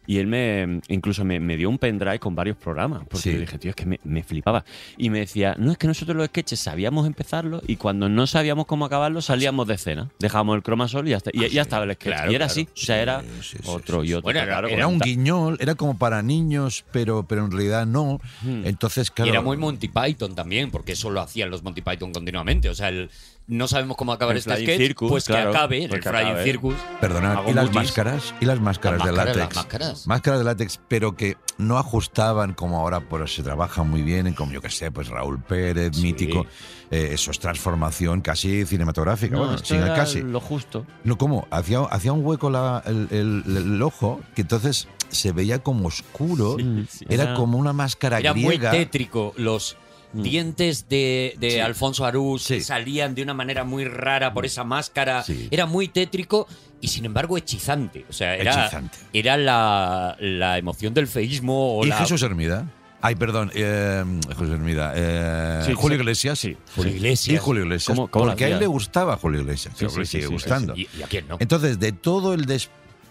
S5: Y él me incluso me, me dio un pendrive con varios programas, porque
S2: Sí.
S5: yo dije, tío, es que me, me flipaba. Y me decía, no, es que nosotros los sketches sabíamos empezarlos y cuando no sabíamos cómo acabarlos salíamos de escena. Dejábamos el croma sol y ya, está- y, ya estaba el sketch.
S2: Ah, Claro,
S5: y era
S2: claro.
S5: así, o sea, era otro y otro.
S2: Bueno, era,
S5: Claro,
S2: era
S5: con
S2: un
S5: ta-
S2: guiñol, era como para niños, pero, pero en realidad no.
S5: Hmm.
S2: Entonces,
S4: Y
S2: claro.
S4: era muy Monty Python también, porque eso lo hacían los Monty Python continuamente. O sea, el- no sabemos cómo acabar
S5: El
S4: este
S5: Flying
S4: sketch,
S5: Circus,
S4: pues
S5: claro,
S4: que acabe en el
S5: pues que
S4: Flying
S5: acabe.
S4: Circus.
S2: Perdonad,
S4: Hago
S2: ¿y las
S4: mutis.
S2: máscaras? ¿Y las máscaras
S4: Las
S2: de
S4: máscaras,
S2: látex?
S4: las máscaras.
S2: de látex, pero que no ajustaban como ahora pues, se trabaja muy bien, como yo que sé, pues Raúl Pérez, mítico. Eh, eso es transformación casi cinematográfica.
S5: No,
S2: bueno,
S5: esto
S2: sin el
S5: era
S2: casi.
S5: Lo justo.
S2: No, ¿cómo? Hacía, hacía un hueco la- el, el- el ojo que entonces se veía como oscuro. Era
S4: Era-
S2: como una máscara
S4: Era muy
S2: griega. Mm.
S4: tétrico. Los dientes de, de Alfonso Arús salían de una manera muy rara
S2: Mm.
S4: por esa máscara. Era muy tétrico y sin embargo hechizante. O sea, era,
S2: Hechizante.
S4: era la, la emoción del feísmo. O
S2: ¿Y
S4: la-
S2: Jesús Hermida? Ay, perdón, eh, Jesús Hermida. eh,
S4: Sí,
S2: Julio
S4: sí.
S2: Iglesias. Sí.
S4: Julio Iglesias.
S2: Y Julio Iglesias.
S4: ¿Cómo- cómo lo
S2: porque a él
S4: hacía?
S2: le gustaba Julio Iglesias.
S4: Sí,
S2: creo que
S4: sí,
S2: le
S4: sí,
S2: sigue
S4: sí, sí.
S2: gustando.
S4: ¿Y- y a quién no?
S2: Entonces, de todo el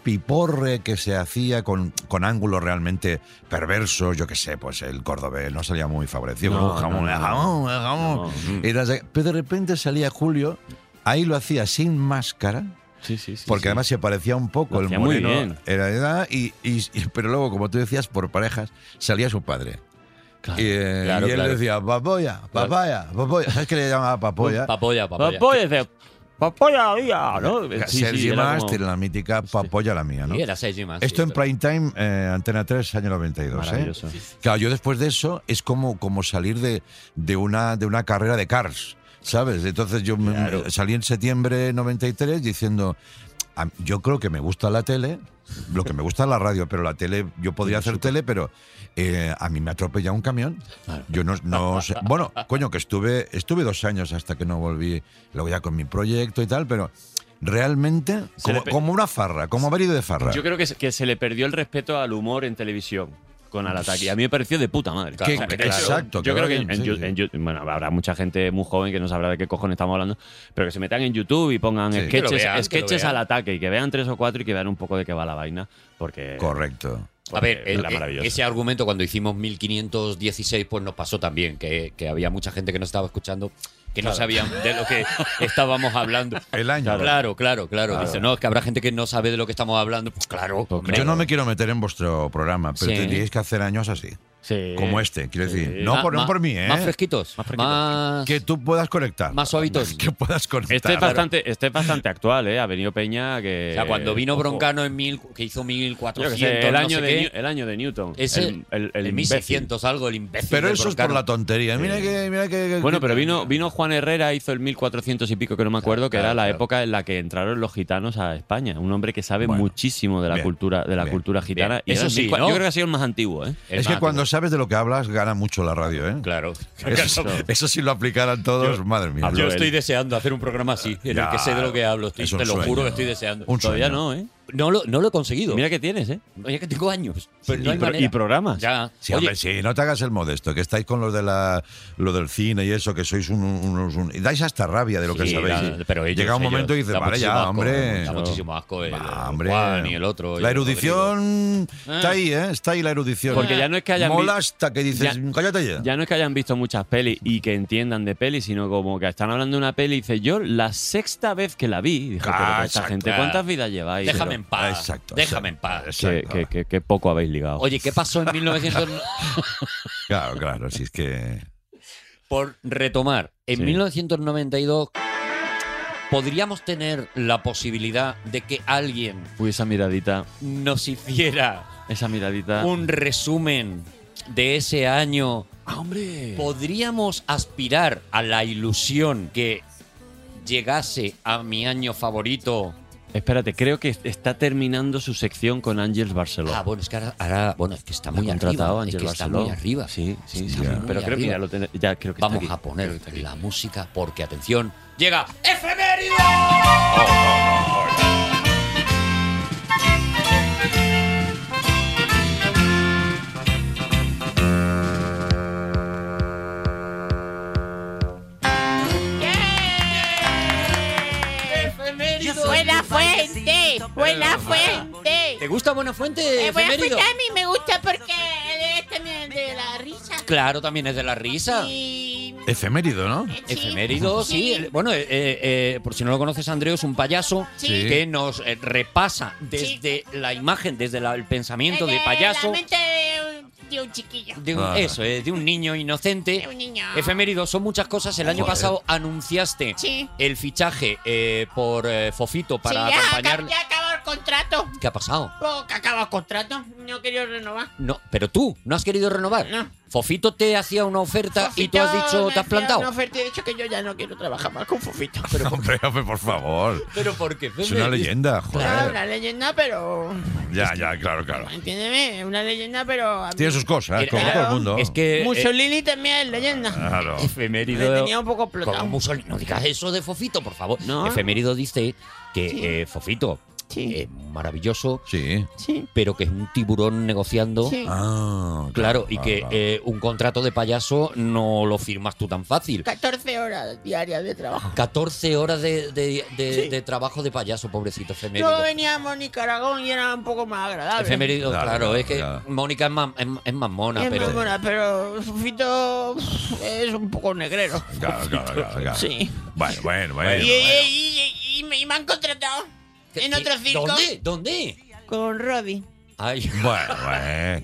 S2: despiporre que se hacía con, con ángulos realmente perversos, yo qué sé, pues el cordobés no salía muy favorecido.
S5: No,
S2: Un jamón,
S5: no, no.
S2: jamón, jamón. Era de- pero de repente salía Julio, ahí lo hacía sin máscara. porque
S5: sí.
S2: además se parecía un poco
S5: Lo
S2: el
S5: hacía muy
S2: moreno
S5: bien.
S2: era de edad y, y- y- pero luego como tú decías por parejas salía su padre y, eh,
S4: claro,
S2: y él
S4: claro.
S2: decía papoya papaya papoya sabes que le llamaba papoya
S4: Papoya, papoya.
S5: de papoya, oiga, ¿no? Sí, sí,
S2: Sergi
S5: era
S2: Mas
S5: como-
S2: tiene la mítica papoya la mía ¿no?
S4: Sí, era Sergi
S5: Ah,
S4: Mas, sí,
S2: esto en prime time eh, Antena 3 año 92 ¿eh?
S5: Maravilloso. Sí, sí.
S2: claro yo después de eso es como, como salir de, de una, de una carrera de cars ¿sabes? entonces yo me- me- salí en septiembre 93 diciendo a- yo creo que me gusta la tele, lo que me gusta es la radio, pero la tele, yo podría hacer tele, pero eh, a mí me atropella un camión. Yo no, no
S5: (laughs)
S2: sé. Bueno, coño, que estuve, estuve dos años hasta que no volví, luego ya con mi proyecto y tal, pero realmente
S5: Se le
S2: como,
S5: pe-
S2: como una farra, como haber ido de farra.
S5: Yo creo que se, que se le perdió el respeto al humor en televisión con al ataque. Y a mí me pareció de puta madre.
S2: Que-
S5: de
S2: claro. Exacto,
S5: Yo
S2: que
S5: creo que
S2: vayan,
S5: en
S2: sí,
S5: Yu-
S2: sí.
S5: en Yu- bueno, habrá mucha gente muy joven que no sabrá de qué cojones estamos hablando, pero que se metan en YouTube y pongan
S2: Sí. Que lo
S5: sketches,
S2: vean, que lo
S5: sketches
S2: vean.
S5: al ataque y que vean tres o cuatro y que vean un poco de qué va la vaina, porque
S2: Correcto.
S4: A ver,
S5: Porque
S4: eh,
S5: era
S4: eh,
S5: maravilloso.
S4: ese argumento cuando hicimos 1516, pues nos pasó también, que, que había mucha gente que nos estaba escuchando que no sabían de
S2: (laughs)
S4: lo que estábamos hablando.
S2: El año.
S4: Eh, Claro, claro, claro.
S2: Claro.
S4: Dice, no, es que habrá gente que no sabe de lo que estamos hablando. Pues claro. hombre.
S2: Yo no me quiero meter en vuestro programa, pero
S4: Sí.
S2: tendríais que hacer años así.
S4: Sí.
S2: Como este, quiero decir.
S4: Sí.
S2: No,
S4: Ma-
S2: por, no
S4: ma-
S2: por mí, ¿eh?
S4: Más fresquitos. Más
S2: Que tú puedas conectar. Más (laughs)
S4: suavitos.
S2: Que puedas conectar.
S5: Este es bastante, este es bastante actual, ¿eh? Ha venido Peña que.
S4: O sea, cuando vino
S5: Ojo.
S4: Broncano en mil, que hizo
S5: Yo
S4: 1400,
S5: que sé, el,
S4: no
S5: año
S4: sé
S5: de,
S4: qué,
S5: New- el año de Newton.
S4: Ese,
S5: el, el, el
S4: el
S5: imbécil.
S4: 1600 algo, el imbécil.
S2: Pero
S4: de
S2: eso es por
S4: Broncano.
S2: la tontería. Mira que. Mira que, que-
S5: Bueno, pero vino, vino Juan Herrera, hizo el 1400 y pico, que no me acuerdo, que era la época en la que entraron los gitanos a España. Un hombre que sabe muchísimo de la
S2: Bien,
S5: cultura de la
S2: bien,
S5: cultura gitana.
S2: bien.
S5: Y
S2: Eso
S5: era el
S2: sí,
S5: 1400.
S2: ¿no?
S5: Yo creo que ha sido el más antiguo, ¿eh?
S2: Es que cuando sabes de lo que hablas, gana mucho la radio, ¿eh?
S4: Claro.
S2: (laughs)
S4: (laughs)
S2: Eso, eso si lo aplicaran todos, madre mía.
S4: Yo estoy deseando hacer un programa así, en el
S2: Ya,
S4: que sé de lo que hablo. estoy-
S2: es un
S4: te lo
S2: sueño.
S4: juro que estoy deseando.
S2: Un
S5: Todavía
S2: sueño.
S5: no, ¿eh?
S4: No lo, no lo he conseguido.
S5: Mira que tienes, ¿eh?
S4: Oye, que tengo años. Pero no
S5: y,
S4: hay
S5: pro-
S4: manera.
S5: y programas.
S4: Ya.
S2: Sí,
S4: Oye,
S2: hombre, sí, no te hagas el modesto, que estáis con lo, de la, lo del cine y eso, que sois un- unos... un- y dais hasta rabia de lo que
S4: Sí,
S2: sabéis.
S4: da- pero ellos-
S2: Llega un
S4: ellos,
S2: momento y dices,
S4: da
S2: vale
S4: muchísimo
S2: ya,
S4: asco, eh,
S2: hombre.
S4: Da muchísimo asco el,
S2: Ah, hombre.
S4: Juan y el otro. y
S2: la
S4: el
S2: erudición
S4: Rodrigo.
S2: está ahí, ¿eh? Está ahí la erudición.
S5: Porque ya no es que hayan
S2: Mola
S5: vi-
S2: hasta que dices,
S5: Ya-
S2: cállate ya.
S5: Ya no es que hayan visto muchas pelis y que entiendan de pelis, sino como que están hablando de una peli y dice, yo la sexta vez que la vi, dije,
S2: Ah,
S5: pero esta
S2: exacto.
S5: gente, ¿cuántas vidas lleváis?
S4: Déjame
S5: Pero-
S4: en paz.
S2: Exacto,
S4: Déjame en paz.
S5: Que, que- que- que poco habéis ligado.
S4: Oye, ¿qué pasó en
S2: (laughs)
S4: 1900?
S2: Claro, claro, si es que...
S4: Por retomar, en
S5: Sí.
S4: 1992 podríamos tener la posibilidad de que alguien
S5: Uy, esa miradita,
S4: nos hiciera
S5: esa
S2: Ah.
S5: miradita.
S4: un resumen de ese año.
S5: ¡Ah, hombre!
S4: Podríamos aspirar a la ilusión que llegase a mi año favorito.
S5: Espérate, creo que está terminando su sección con Ángels Barcelona.
S4: Ah, bueno, es que ahora, ahora- bueno, es que está
S5: La ha
S4: muy
S5: contratado
S4: arriba. Es
S5: Ángel
S4: que está
S5: Barceló.
S4: muy arriba.
S5: Sí, sí, sí.
S4: Está muy
S5: Pero creo que
S4: arriba.
S5: ya lo ten- ya creo que está
S4: Vamos
S5: aquí.
S4: a poner la música porque atención, llega
S3: Buena fuente, buena fuente.
S4: ¿Te gusta Buena Fuente?
S3: Eh, buena
S4: efemérido?
S3: fuente a mí me gusta porque es también de la risa.
S4: Claro, también es de la risa.
S3: Y
S2: Efemérido, ¿no?
S4: Efemérido, sí. El- Bueno, eh, eh, eh, por si no lo conoces, Andreu es un payaso
S3: Sí.
S4: que nos eh, repasa desde la imagen, desde la- el pensamiento de
S3: eh,
S4: payaso.
S3: La mente de un, de un chiquillo.
S4: De un,
S2: Ah.
S4: Eso, eh, de un niño inocente.
S3: De un niño.
S4: Efemérido, son muchas cosas. El año
S2: Joder.
S4: pasado anunciaste
S3: Sí.
S4: el fichaje eh, por eh, Fofito para
S3: sí, ya,
S4: acompañarle.
S3: acab- ya acabó el contrato.
S4: ¿Qué ha pasado?
S3: Porque acaba el contrato. No quería renovar.
S4: No, pero tú no has querido renovar.
S3: No.
S4: Fofito te hacía una oferta y tú has
S3: Fofito
S4: dicho,
S3: me
S4: te has
S3: hacía
S4: plantado.
S3: Una oferta y he dicho que yo ya no quiero trabajar más con Fofito.
S2: Hombre, hombre, por favor.
S4: Pero porque
S2: Es una leyenda,
S3: Claro,
S2: joder.
S3: Ah, una leyenda, pero.
S2: Ya, ya, claro, claro.
S3: Entiéndeme, una leyenda, pero. a mí-
S2: Tiene sus cosas,
S4: Era-
S2: como
S4: era-
S2: todo el mundo.
S4: Es que eh,
S3: Mussolini también es leyenda.
S2: Claro.
S3: Le
S4: efemérido.
S3: tenía un poco explotado.
S4: Como Mussolini, no digas eso de Fofito, por favor.
S3: No.
S4: Efemérido dice que
S3: Sí.
S4: eh, Fofito
S3: Sí.
S4: es maravilloso,
S2: Sí.
S3: Sí.
S4: pero que es un tiburón negociando.
S3: Sí.
S2: Ah,
S4: Claro, y que
S2: claro.
S4: eh, un contrato de payaso no lo firmas tú tan fácil.
S3: 14 horas diarias de trabajo.
S4: 14 horas de, de- de-
S3: Sí.
S4: de trabajo de payaso, pobrecito efemérido.
S3: Yo veníamos a Nicaragón y era un poco más agradable.
S4: Efemérido,
S2: Claro,
S4: claro,
S2: claro,
S4: es que
S2: claro.
S4: Mónica es, mam- es- es mamona,
S3: es
S4: pero.
S3: más buena, pero Fofito es un poco negrero.
S2: Claro, claro, claro, claro.
S3: Sí.
S2: Bueno, bueno,
S3: Y,
S2: bueno.
S3: y- y- y me, y me han contratado
S4: ¿Qué-
S3: en
S4: qué-
S3: otro circo
S4: ¿Dónde? ¿Dónde?
S3: con Roddy.
S4: Ay,
S2: Bueno,
S4: (laughs)
S2: bueno.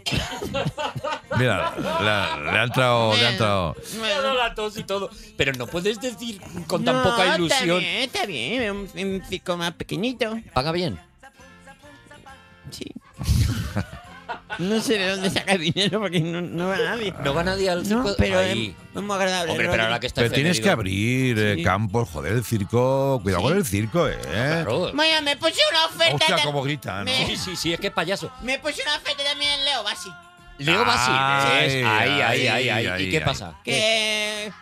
S2: Mira, le- le ha entrado, le ha entrado.
S4: me ha dado la tos y todo. Pero no puedes decir con tan
S3: No,
S4: poca ilusión.
S3: Está bien, está bien. Un, un circo más pequeñito.
S4: Paga bien.
S3: Sí.
S4: (laughs)
S3: No sé de dónde saca el dinero porque no, no va nadie.
S4: No va nadie al circo.
S3: No, pero es,
S4: pues, Ahí.
S3: es muy agradable.
S4: Hombre, pero
S3: Roddy.
S4: ahora que está
S2: Pero tienes que
S4: efemérido-
S2: abrir eh,
S3: Sí.
S2: campos, joder, el circo. Cuidado
S3: Sí.
S2: con el circo, eh.
S4: Claro.
S3: Bueno, me puse una oferta.
S2: Hostia,
S3: de-
S2: cómo grita, ¿no?
S3: Me-
S4: Sí, sí, sí, es que es payaso.
S3: Me puse una oferta también en Leo Basi.
S4: Leo Bassi.
S2: Ay,
S4: es- Ahí, ahí,
S2: ay,
S4: ahí, ahí.
S2: ay,
S4: ¿Y qué
S2: ay.
S4: pasa? ¿Qué?
S3: Que.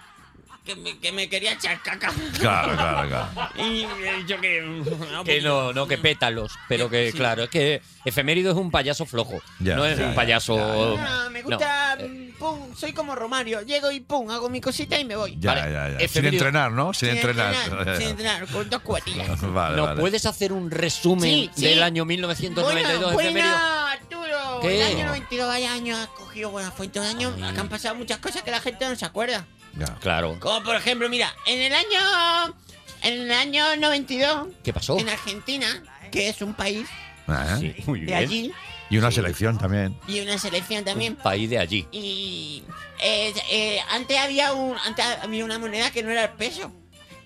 S3: Que me, que me quería echar caca.
S2: Claro, claro, claro.
S3: Y eh, yo que. no, pues,
S4: Que no, no, que pétalos. Pero que,
S3: Sí.
S4: claro, es que Efemérido es un payaso flojo.
S2: Ya,
S4: no es
S2: ya,
S4: un payaso.
S3: no, me gusta.
S4: eh.
S3: mm, Pum, soy como Romario. Llego y pum, hago mi cosita y me voy.
S2: Ya,
S4: Vale,
S2: ya, ya. Sin
S4: efemérido.
S2: entrenar, ¿no? Sin, entrenar. (laughs)
S3: Sin entrenar, con dos cuatillas.
S2: Vale,
S4: ¿No
S2: vale.
S4: puedes hacer un resumen
S3: Sí, sí.
S4: del año
S3: bueno,
S4: 1992
S3: bueno,
S4: efemérido?
S3: Arturo.
S4: ¿Qué? Ah,
S3: El año 92, vaya año, has cogido buena fuente de año. Acá han pasado muchas cosas que la gente no se acuerda.
S4: Claro.
S3: Como por ejemplo, mira, en el año. En el año 92.
S4: ¿Qué pasó?
S3: En Argentina, que es un país
S2: Ah, ¿eh?
S4: muy
S3: de allí.
S2: Y una selección también.
S3: Y una selección también.
S4: País de allí.
S3: Y. eh, eh, antes, había un, antes había una moneda que no era el peso.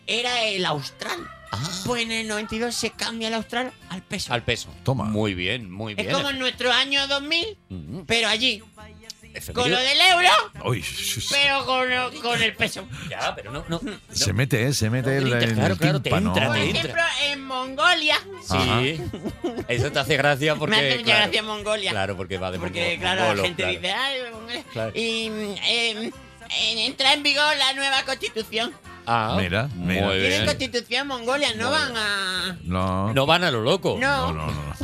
S3: Era el austral.
S4: Ah.
S3: Pues en el 92 se cambia el austral al peso.
S4: Al peso. Toma. Muy bien, muy bien. Mm,
S3: Es como en nuestro año 2000, pero allí.
S4: Efemérides.
S3: Con lo del euro,
S2: Uy, sh- sh-
S3: pero con, lo- con el peso.
S4: Ya, pero no, no.
S2: se mete, ¿eh? se mete el, el
S4: claro, claro, te
S2: tímpano.
S4: entra,
S3: Por
S4: Ah, te entra.
S3: ejemplo, en Mongolia.
S2: Ajá.
S4: Sí. Eso te hace gracia porque.
S3: (laughs) Me hace mucha
S4: claro,
S3: gracia Mongolia.
S4: Claro, porque va de
S3: Porque,
S4: mongo-
S3: claro,
S4: mongolo,
S3: la gente
S4: claro.
S3: dice, "Ay, Mongolia".
S4: Claro.
S3: Y mm, eh, en- entra en vigor la nueva constitución.
S4: Ah,
S2: Mira, mira.
S4: Muy
S3: Tienen
S4: bien.
S3: constitución mongolia, no van a.
S2: No.
S4: No van a lo loco. (laughs)
S3: No.
S2: No, no, no.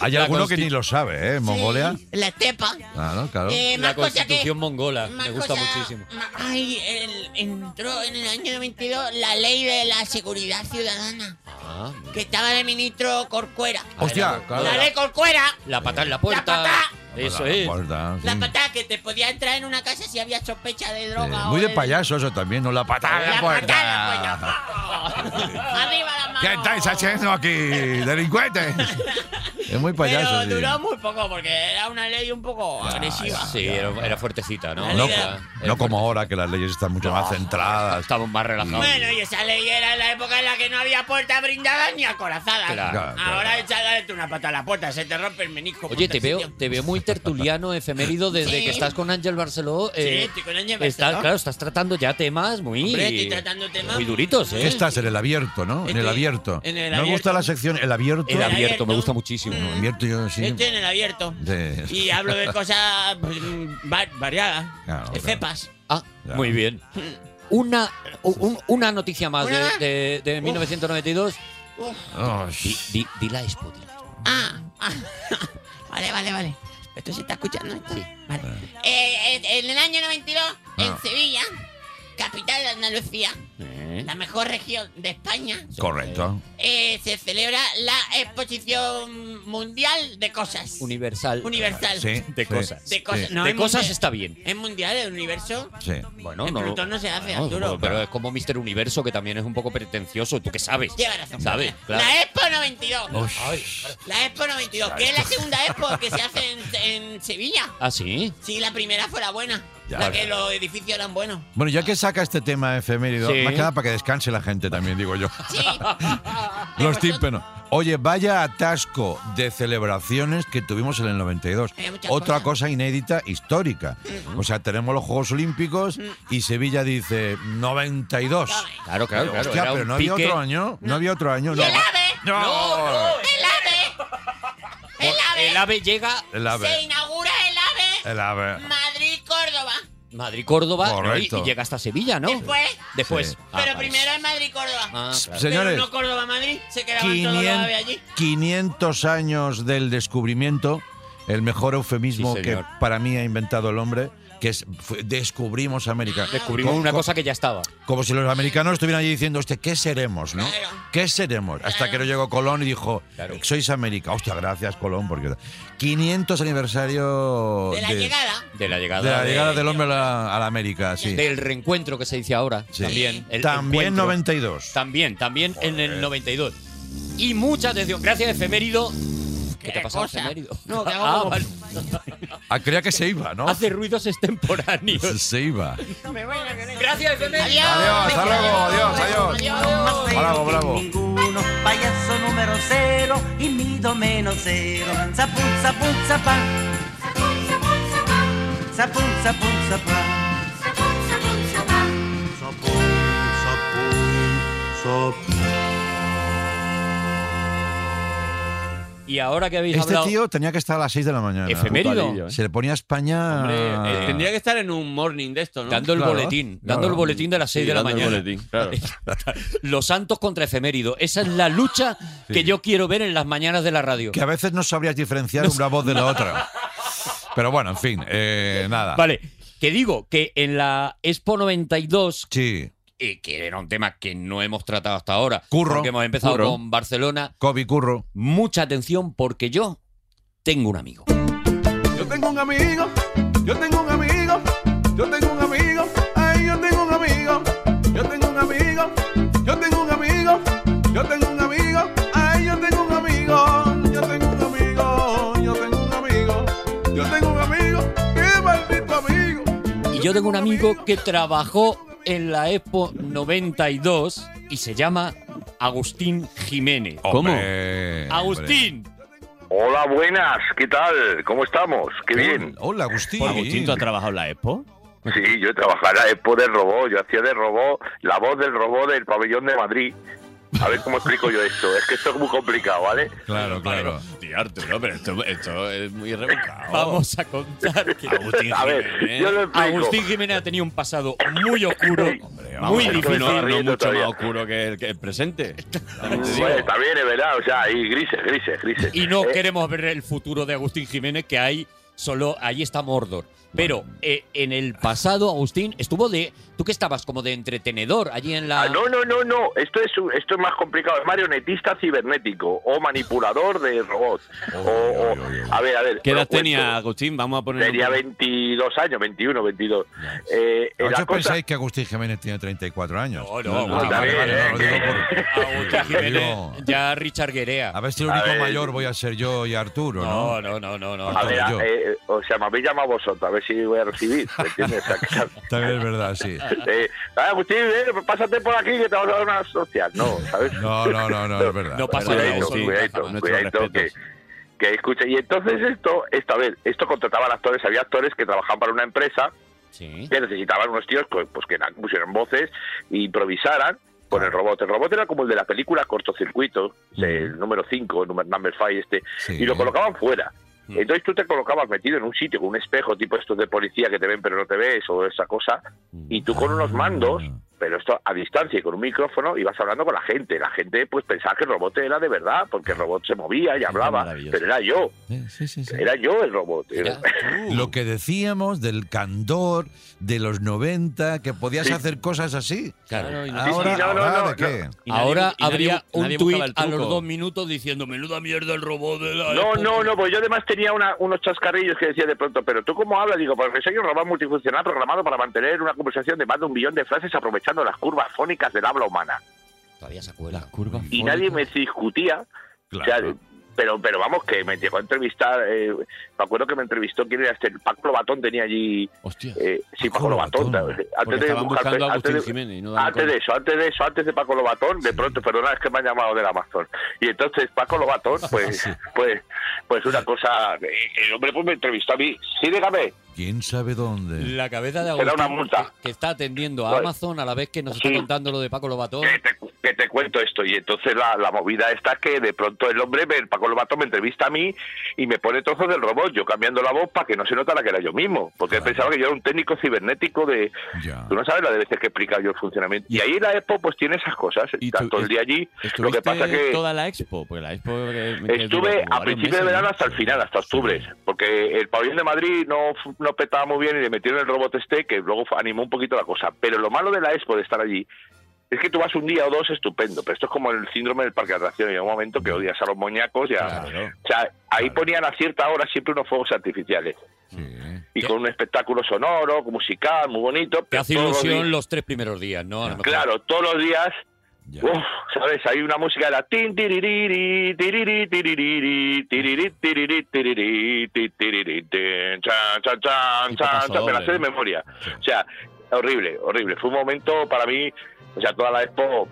S2: Hay alguno que ni lo sabe, ¿eh? Mongolia.
S3: La estepa.
S2: Claro, claro.
S3: Eh, más
S4: la
S3: cosa que-
S4: constitución mongola.
S3: más
S4: Me gusta
S3: cosa-
S4: muchísimo.
S3: ma- Ay, el- entró en el año 92 la ley de la seguridad ciudadana,
S4: Ah,
S3: que estaba de ministro Corcuera.
S2: Hostia, claro.
S3: La ley Corcuera,
S4: La patada en la puerta. Eso es.
S2: Guarda, sí.
S3: la patada que te podía entrar en una casa si había sospecha de
S2: Eh,
S3: droga. o
S2: muy de
S3: de-
S2: payaso eh, eso también, no la patada en la
S3: La pues,
S2: puerta. (laughs)
S3: Arriba la mano.
S2: ¿Qué estáis haciendo aquí, delincuentes? Es muy payaso.
S3: Pero
S2: sí. Ah,
S3: duró muy poco porque era una ley un poco agresiva.
S4: Sí, era, era fuertecita, ¿no?
S2: No, no como ahora que las leyes están mucho más centradas.
S4: Estamos más relajados.
S3: Bueno, y esa ley era en la época en la que no había puertas brindadas ni acorazadas.
S4: Claro,
S3: Ahora echa dale una pata a la puerta, se te rompe el menisco.
S4: Oye, te
S3: puta
S4: veo,
S3: sitio.
S4: te veo muy tertuliano, efemérido, desde
S3: Sí.
S4: que estás con Ángel Barceló.
S3: Sí, estoy con Ángel
S4: estás-
S3: Barceló.
S4: eh, Claro, estás tratando ya temas muy...
S3: Hombre, estoy tratando temas
S4: Muy duritos, ¿eh?
S2: ¿Qué estás? En el abierto, ¿no? En el abierto.
S3: en el
S2: Me gusta la sección El abierto.
S4: El abierto, me gusta muchísimo.
S2: El abierto yo sí.
S3: Estoy en el abierto.
S2: De-
S3: Este Y hablo de cosas mm, va- variadas.
S2: Claro,
S3: de
S2: claro.
S3: cepas.
S4: Ah, muy bien. Una, un- una noticia más de, de- de 1992.
S3: Uf.
S4: Di, di- dila a Sputnik.
S3: Ah, ah, (laughs) vale, vale, vale. ¿Esto se está escuchando? esto? Vale.
S4: Ah.
S3: Eh, eh, en el año 92,
S2: Ah.
S3: en Sevilla, capital de Andalucía, la mejor región de España,
S2: Correcto.
S3: eh, se celebra la exposición mundial de cosas.
S4: Universal.
S3: Universal.
S4: Sí, de
S3: Sí.
S4: cosas.
S3: De cosas.
S4: Sí.
S3: No,
S4: De
S3: es
S4: cosas
S3: mundial.
S4: está bien.
S3: ¿Es mundial el universo?
S2: Sí.
S4: Bueno,
S3: En
S4: no.
S3: Plutón no se hace, Arturo.
S4: no, pero es como Mister Universo, que también es un poco pretencioso. ¿Tú qué sabes?
S3: Lleva razón.
S4: ¿Sabes? Claro.
S3: La Expo 92.
S4: Ush.
S3: La Expo 92, que es la segunda Expo que se hace en, en Sevilla.
S4: ¿Ah, sí?
S3: Sí, la primera fue la buena.
S2: Ya.
S3: La que los edificios eran buenos.
S2: Bueno, ya que saca este tema efemérido,
S4: Sí.
S2: más que nada para que descanse la gente también, digo
S4: (laughs)
S2: yo.
S3: (laughs) Sí.
S2: Los tímpanos. Oye, vaya atasco de celebraciones que tuvimos en el 92.
S3: Había Eh, muchas
S2: Otra cosa inédita, histórica.
S3: Mm.
S2: O sea, tenemos los Juegos Olímpicos y Sevilla dice 92.
S4: Claro, claro, claro.
S2: Hostia,
S4: Era
S2: pero
S4: un
S2: no había
S4: pique.
S2: otro año. No había otro año.
S3: ¿Y
S2: No.
S3: el AVE?
S2: No.
S3: ¡El AVE! ¡El AVE!
S4: El AVE llega.
S2: El AVE.
S3: Se inaugura el AVE
S2: El AVE.
S3: Madrid-Córdoba.
S4: Madrid-Córdoba ¿no? y,
S2: Correcto.
S4: y llega hasta Sevilla, ¿no?
S3: Después.
S4: Después.
S2: Sí.
S4: Ah,
S3: pero
S4: vale.
S3: primero es Madrid-Córdoba.
S4: Ah, claro.
S2: Señores.
S3: Pero no Córdoba-Madrid. Se quedaban todos los AVE
S2: 500,
S3: allí.
S2: 500 años del descubrimiento, el mejor eufemismo
S4: Sí,
S2: que
S4: señor.
S2: para mí ha inventado el hombre, que es fue- descubrimos América.
S4: Descubrimos
S2: Como-
S4: una cosa que ya estaba.
S2: Como si los americanos estuvieran allí diciendo, este, ¿qué seremos, no? ¿Qué seremos? Hasta que no llegó Colón y dijo, sois América. Hostia, gracias Colón, porque 500 aniversario
S3: De la llegada.
S4: De la llegada.
S2: de la
S4: de-
S2: llegada del hombre a la, a la América, sí.
S4: Del reencuentro que se dice ahora.
S2: Sí.
S4: También. el
S2: También
S4: encuentro.
S2: 92.
S4: También, también en el 92. Y mucha atención. Gracias, efemérido. ¿Qué te ha pasado,
S3: cosa?
S4: efemérido?
S3: No, que hago
S4: (laughs) Ah,
S3: como-
S4: vale.
S2: Ah, creía que se iba, ¿no?
S4: Hace ruidos extemporáneos.
S2: Se
S3: (laughs)
S2: iba.
S3: Me voy a querer.
S4: Gracias, efemérido.
S2: Adiós, hasta luego, adiós, adiós.
S14: Más cero
S2: Bravo,
S14: que
S2: bravo.
S14: Ninguno, payaso número cero y mido menos cero. Zapun, zapun, zapán. Zapun, zapun, zapán. Zapun, zapun, zapán. Zapun, zapun, zapán.
S4: Y ahora que habéis
S2: Este
S4: hablado.
S2: tío tenía que estar a las 6 de la mañana.
S4: Efemérido. Puntualillo, ¿eh?
S2: Se le ponía a España.
S5: Hombre, eh, tendría que estar en un morning de esto, ¿no?
S4: Dando el boletín, dando el boletín de las 6
S5: Sí,
S4: de la
S5: dando
S4: mañana.
S5: el boletín, (laughs) claro.
S4: Los Santos contra Efemérido. Esa es la lucha que yo quiero ver en las mañanas de la radio.
S2: Que a veces no sabrías diferenciar una voz
S4: (laughs)
S2: de la otra. Pero bueno, en fin, eh,
S5: Ah.
S2: nada.
S4: Vale, que digo que en la Expo 92,
S2: Sí.
S4: eh, que era un tema que no hemos tratado hasta ahora,
S2: Curro.
S4: porque hemos empezado
S2: Curro.
S4: con Barcelona,
S2: Kobe Curro.
S4: mucha atención porque yo tengo un amigo.
S6: Yo tengo un amigo, yo tengo un amigo, yo tengo un amigo, ay, yo tengo
S4: yo tengo un amigo que trabajó en la Expo 92 y se llama Agustín Jiménez.
S5: ¿Cómo?
S4: Agustín.
S6: Hola, buenas, ¿qué tal? ¿Cómo estamos? Qué bien.
S2: Hola, Agustín.
S5: Agustín, ¿tú has trabajado en la Expo?
S6: Sí, yo trabajaba en la expo del robot, yo hacía de robot, la voz del robot del pabellón de Madrid. A ver cómo explico yo esto, es que esto es muy complicado, ¿vale?
S2: Claro, claro.
S5: Tío, Arturo, pero esto, esto
S4: (laughs)
S5: es muy rebuscado.
S4: Vamos a contar
S5: (laughs) Ah,
S4: que
S6: (laughs)
S4: ¿eh?
S6: A ver, yo lo explico.
S4: Agustín Jiménez ha tenido un pasado muy
S6: (laughs)
S4: oscuro,
S5: Vamos,
S4: muy
S5: esto
S4: difícil.
S5: No, no mucho más oscuro que el, que el presente. También te digo.
S6: Bueno, está bien, es verdad, o sea, y grises, grises,
S5: Ah.
S6: grises.
S4: Y no
S6: (laughs) Eh,
S4: queremos ver el futuro de Agustín Jiménez, que ahí solo ahí está Mordor. Pero eh, en el pasado, Agustín, estuvo de. Tú que estabas como de entretenedor allí en la.
S6: Ah, no, no, no, no. Esto es, un- esto es más complicado. Es marionetista cibernético o manipulador de robot. o, o- A ver, a ver.
S5: ¿Qué
S6: os
S5: edad
S6: cuento.
S5: tenía Agustín? Vamos a poner.
S6: Tenía 22 años, 21, 22. Eh, eh, la
S2: ¿Vosotros
S6: cosa-
S2: pensáis que Agustín Jiménez tiene 34 años?
S4: No, no, Agustín
S2: vale, vale,
S4: Jiménez,
S2: no, lo digo
S6: (laughs)
S4: Agustín
S2: por-
S4: Jiménez,
S2: digo,
S4: ya Richard Guerea.
S2: A ver si el único mayor voy a ser yo y Arturo, ¿no?
S4: No, no, no, no.
S6: A ver,
S2: yo.
S6: eh, eh, o sea, me habéis llamado vosotros, a ver si voy a recibir. ¿me entiendes? (laughs) O sea,
S2: También es verdad, sí.
S6: eh, ah, Agustín, eh, pásate por aquí que te vamos a dar unas hostias. No, ¿sabes?
S2: No, no, no, no, es verdad.
S6: No
S2: pasa
S6: cuidadito,
S2: nada, sí,
S6: cuidadito,
S2: pasa nada.
S6: cuidadito, que, que escuche. Y entonces esto, esta vez, esto contrataban actores, había actores que trabajaban para una empresa que necesitaban unos tíos que, pues, que na- pusieran voces e improvisaran con el robot. El robot era como el de la película Cortocircuito, el número 5, number 5 este, y lo colocaban fuera. Entonces tú te colocabas metido en un sitio con un espejo tipo estos de policía que te ven pero no te ves o esa cosa,
S5: Mm.
S6: y tú con unos mandos, pero esto a distancia y con un micrófono, ibas hablando con la gente. La gente pues pensaba que el robot era de verdad, porque el robot se movía y hablaba, pero era yo,
S5: Eh,
S2: Sí, sí, sí.
S6: era yo el robot.
S2: Lo que decíamos del candor de los 90, que podías
S6: Sí.
S2: hacer cosas así.
S4: Claro, y no-
S2: ahora,
S4: Sí, sí, no, no,
S2: ahora
S4: no,
S2: ¿de qué?
S4: Y nadie- Ahora
S6: y nadie-
S4: habría
S6: nadie
S4: un tuit
S6: buscaba el
S4: a los
S6: truco.
S4: dos minutos diciendo: Menuda mierda el robot de la.
S6: No,
S4: época".
S6: no, no, pues yo además tenía una- unos chascarrillos que decía de pronto, pero tú cómo hablas, digo, porque soy un robot multifuncional programado para mantener una conversación de más de un billón de frases aprovechando las curvas fónicas del habla humana.
S4: Todavía se acuerda.
S6: Y nadie me discutía. O sea, pero, pero vamos, que me llegó a entrevistar, eh, me acuerdo que me entrevistó quién era este, el Paco Lobatón tenía allí... eh, sí, Paco Lobatón. eh,
S5: Porque estaban
S6: buscar-
S5: buscando a
S6: antes
S5: Agustín
S6: de-
S5: Jiménez. y no daban
S6: antes
S5: con-
S6: de eso, antes de eso, antes de Paco Lobatón, de pronto, perdona, es que me han llamado del Amazon. Y entonces Paco Lobatón,
S5: (laughs)
S6: pues, pues, pues una cosa, eh, el hombre pues me entrevistó a mí. Sí, dígame.
S2: ¿Quién sabe dónde?
S4: La cabeza de
S6: Será
S4: Agustín
S6: una multa.
S4: que está atendiendo a
S6: Vale.
S4: Amazon a la vez que nos está contando lo de Paco Lobatón.
S6: que te cuento esto. Y entonces la, la movida esta es que de pronto el hombre, me- el Paco Lobato, me entrevista a mí y me pone trozos del robot, yo cambiando la voz para que no se notara que era yo mismo. Porque él pensaba que yo era un técnico cibernético de... Tú no sabes la de veces que he explicado yo el funcionamiento. Y ahí la Expo pues tiene esas cosas. Está todo el día allí. Lo que pasa
S5: ¿Estuviste
S6: que...
S5: toda la expo? Porque la expo. eh, que- que duró
S6: Estuve
S5: como
S6: a
S5: varios
S6: principio de
S4: ¿eh?
S5: meses,
S6: verano
S5: ¿no?
S6: hasta el final, hasta octubre, porque el pabellón de Madrid no, fu- no petaba muy bien y le metieron el robot este que luego fu- animó un poquito la cosa. Pero lo malo de la expo de estar allí es que tú vas un día o dos estupendo, pero esto es como el síndrome del parque de atracciones. Hay un momento que odias a los moñacos, ya. O sea, ahí ponían a cierta hora siempre unos fuegos artificiales. Y con un espectáculo sonoro, musical, muy bonito.
S4: Te
S6: pero
S4: hace
S6: todos los días-
S4: ilusión los tres primeros días, ¿no? A lo mejor.
S6: Claro, todos los días. uf, ¿sabes? Hay una música de la tin tiririri, tiriri, tiriri, tiriri, tiriri, tiriri, ti, tiriri, tin, chan, chan,
S15: paso
S6: chan, chan, chan, me la
S15: doble,
S6: sé de
S15: ¿no?
S6: memoria. O sea, horrible, horrible. Fue un momento para mí, o sea, toda la expo.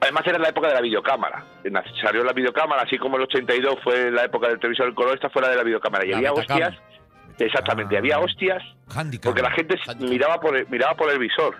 S6: Además era la época de la videocámara. Nac- Salió la videocámara, así como el 82 fue la época del televisor del color, esta fue la de la videocámara. Y
S2: La
S6: había
S2: Betacam.
S6: hostias. Exactamente, había
S2: Ah,
S6: hostias. Porque la gente se- miraba por el, miraba por el visor.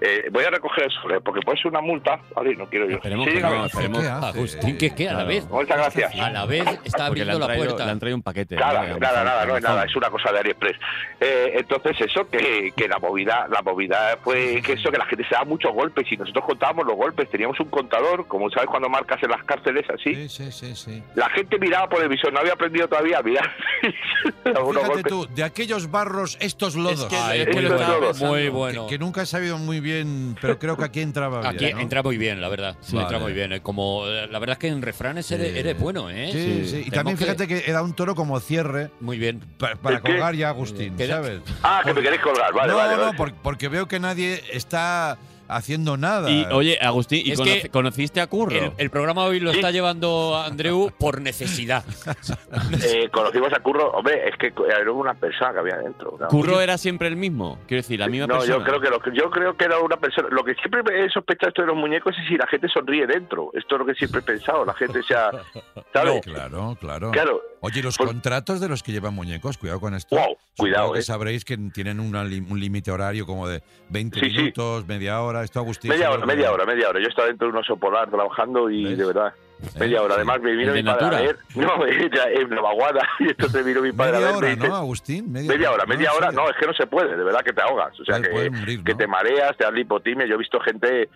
S6: Eh, voy a recoger el sobre, porque puede ser una multa. Vale, no quiero yo.
S5: Esperemos
S6: Sí,
S5: que
S6: dígame.
S5: no, esperemos.
S4: Agustín, que qué? A la
S5: Claro.
S4: vez.
S6: Muchas gracias.
S4: A la vez está
S5: Porque le
S4: abriendo
S5: han
S4: la
S5: traído-
S4: puerta.
S5: Le han traído un paquete.
S6: Nada,
S5: ¿no?
S6: nada, nada, no es
S5: Amazon.
S6: nada, es una cosa de AliExpress. Eh, entonces eso, que, que la movida, la movida fue que eso, que la gente se da muchos golpes y nosotros contábamos los golpes, teníamos un contador, como sabes cuando marcas en las cárceles así.
S2: Sí, sí, sí.
S6: La gente miraba por el visor, no había aprendido todavía
S2: (laughs)
S6: a mirar. Algunos
S2: Fíjate
S6: golpes.
S2: tú, de aquellos barros, estos lodos.
S6: que- Ah, es que lo estaba pensando. Muy
S4: bueno.
S2: Que, que nunca he sabido muy bien, pero creo que aquí entraba bien.
S4: Aquí
S2: ¿no?
S4: entra muy bien, la verdad.
S2: Sí.
S4: Entra
S2: Vale.
S4: muy bien. eh, Como eh, la verdad es que en refranes eres,
S2: Sí.
S4: eres bueno, ¿eh?
S2: Sí, sí. Y también
S4: Tenemos que-
S2: fíjate que... era un toro como cierre.
S4: Muy bien.
S2: para
S4: Es que-
S2: colgar ya, Agustín,
S4: Queda-
S2: ¿sabes?
S6: Ah, que me queréis colgar, vale,
S2: no,
S6: vale.
S2: no,
S6: vale.
S2: por- Porque, veo que nadie está haciendo nada.
S5: Y oye, Agustín, ¿y
S4: Es
S5: conoce-
S4: que-
S5: conociste a Curro?
S4: El, el programa hoy lo está llevando Andreu por
S6: (laughs)
S4: necesidad.
S6: Eh, conocimos a Curro, hombre, es que era una persona que había dentro. claro.
S5: ¿Curro era siempre el mismo? Quiero decir, la misma
S6: No,
S5: persona.
S6: yo creo que lo que- yo creo que era una persona. Lo que siempre he sospechado esto de los muñecos es si la gente sonríe dentro. Esto es lo que siempre he pensado. La gente sea, ¿sabes?
S2: Claro, claro.
S6: Claro.
S2: Oye, ¿y los contratos de los que llevan muñecos, cuidado con esto.
S6: Wow,
S2: Supongo
S6: cuidado,
S2: que
S6: eh.
S2: sabréis que tienen una li- un límite horario como de 20
S6: Sí, sí.
S2: minutos, media hora. Esto, Agustín.
S6: media
S2: seguro
S6: hora,
S2: que-
S6: media hora, media hora. Yo estaba dentro de un oso polar trabajando y de verdad.
S2: ¿Eh?
S6: Media hora. Además, me vino
S2: ¿El
S6: mi
S2: de
S6: padre a ver. (laughs)
S2: Natura?
S6: No, era en Navaguada. (laughs) Y entonces vino mi padre
S2: Media
S6: a ver. me
S2: hora,
S6: dice,
S2: ¿no, Agustín? Media,
S6: Media hora, media hora, no, es que no se puede, de verdad que te ahogas. O
S2: eh,
S6: sea, que, que te mareas, te das lipotimia. Yo he visto gente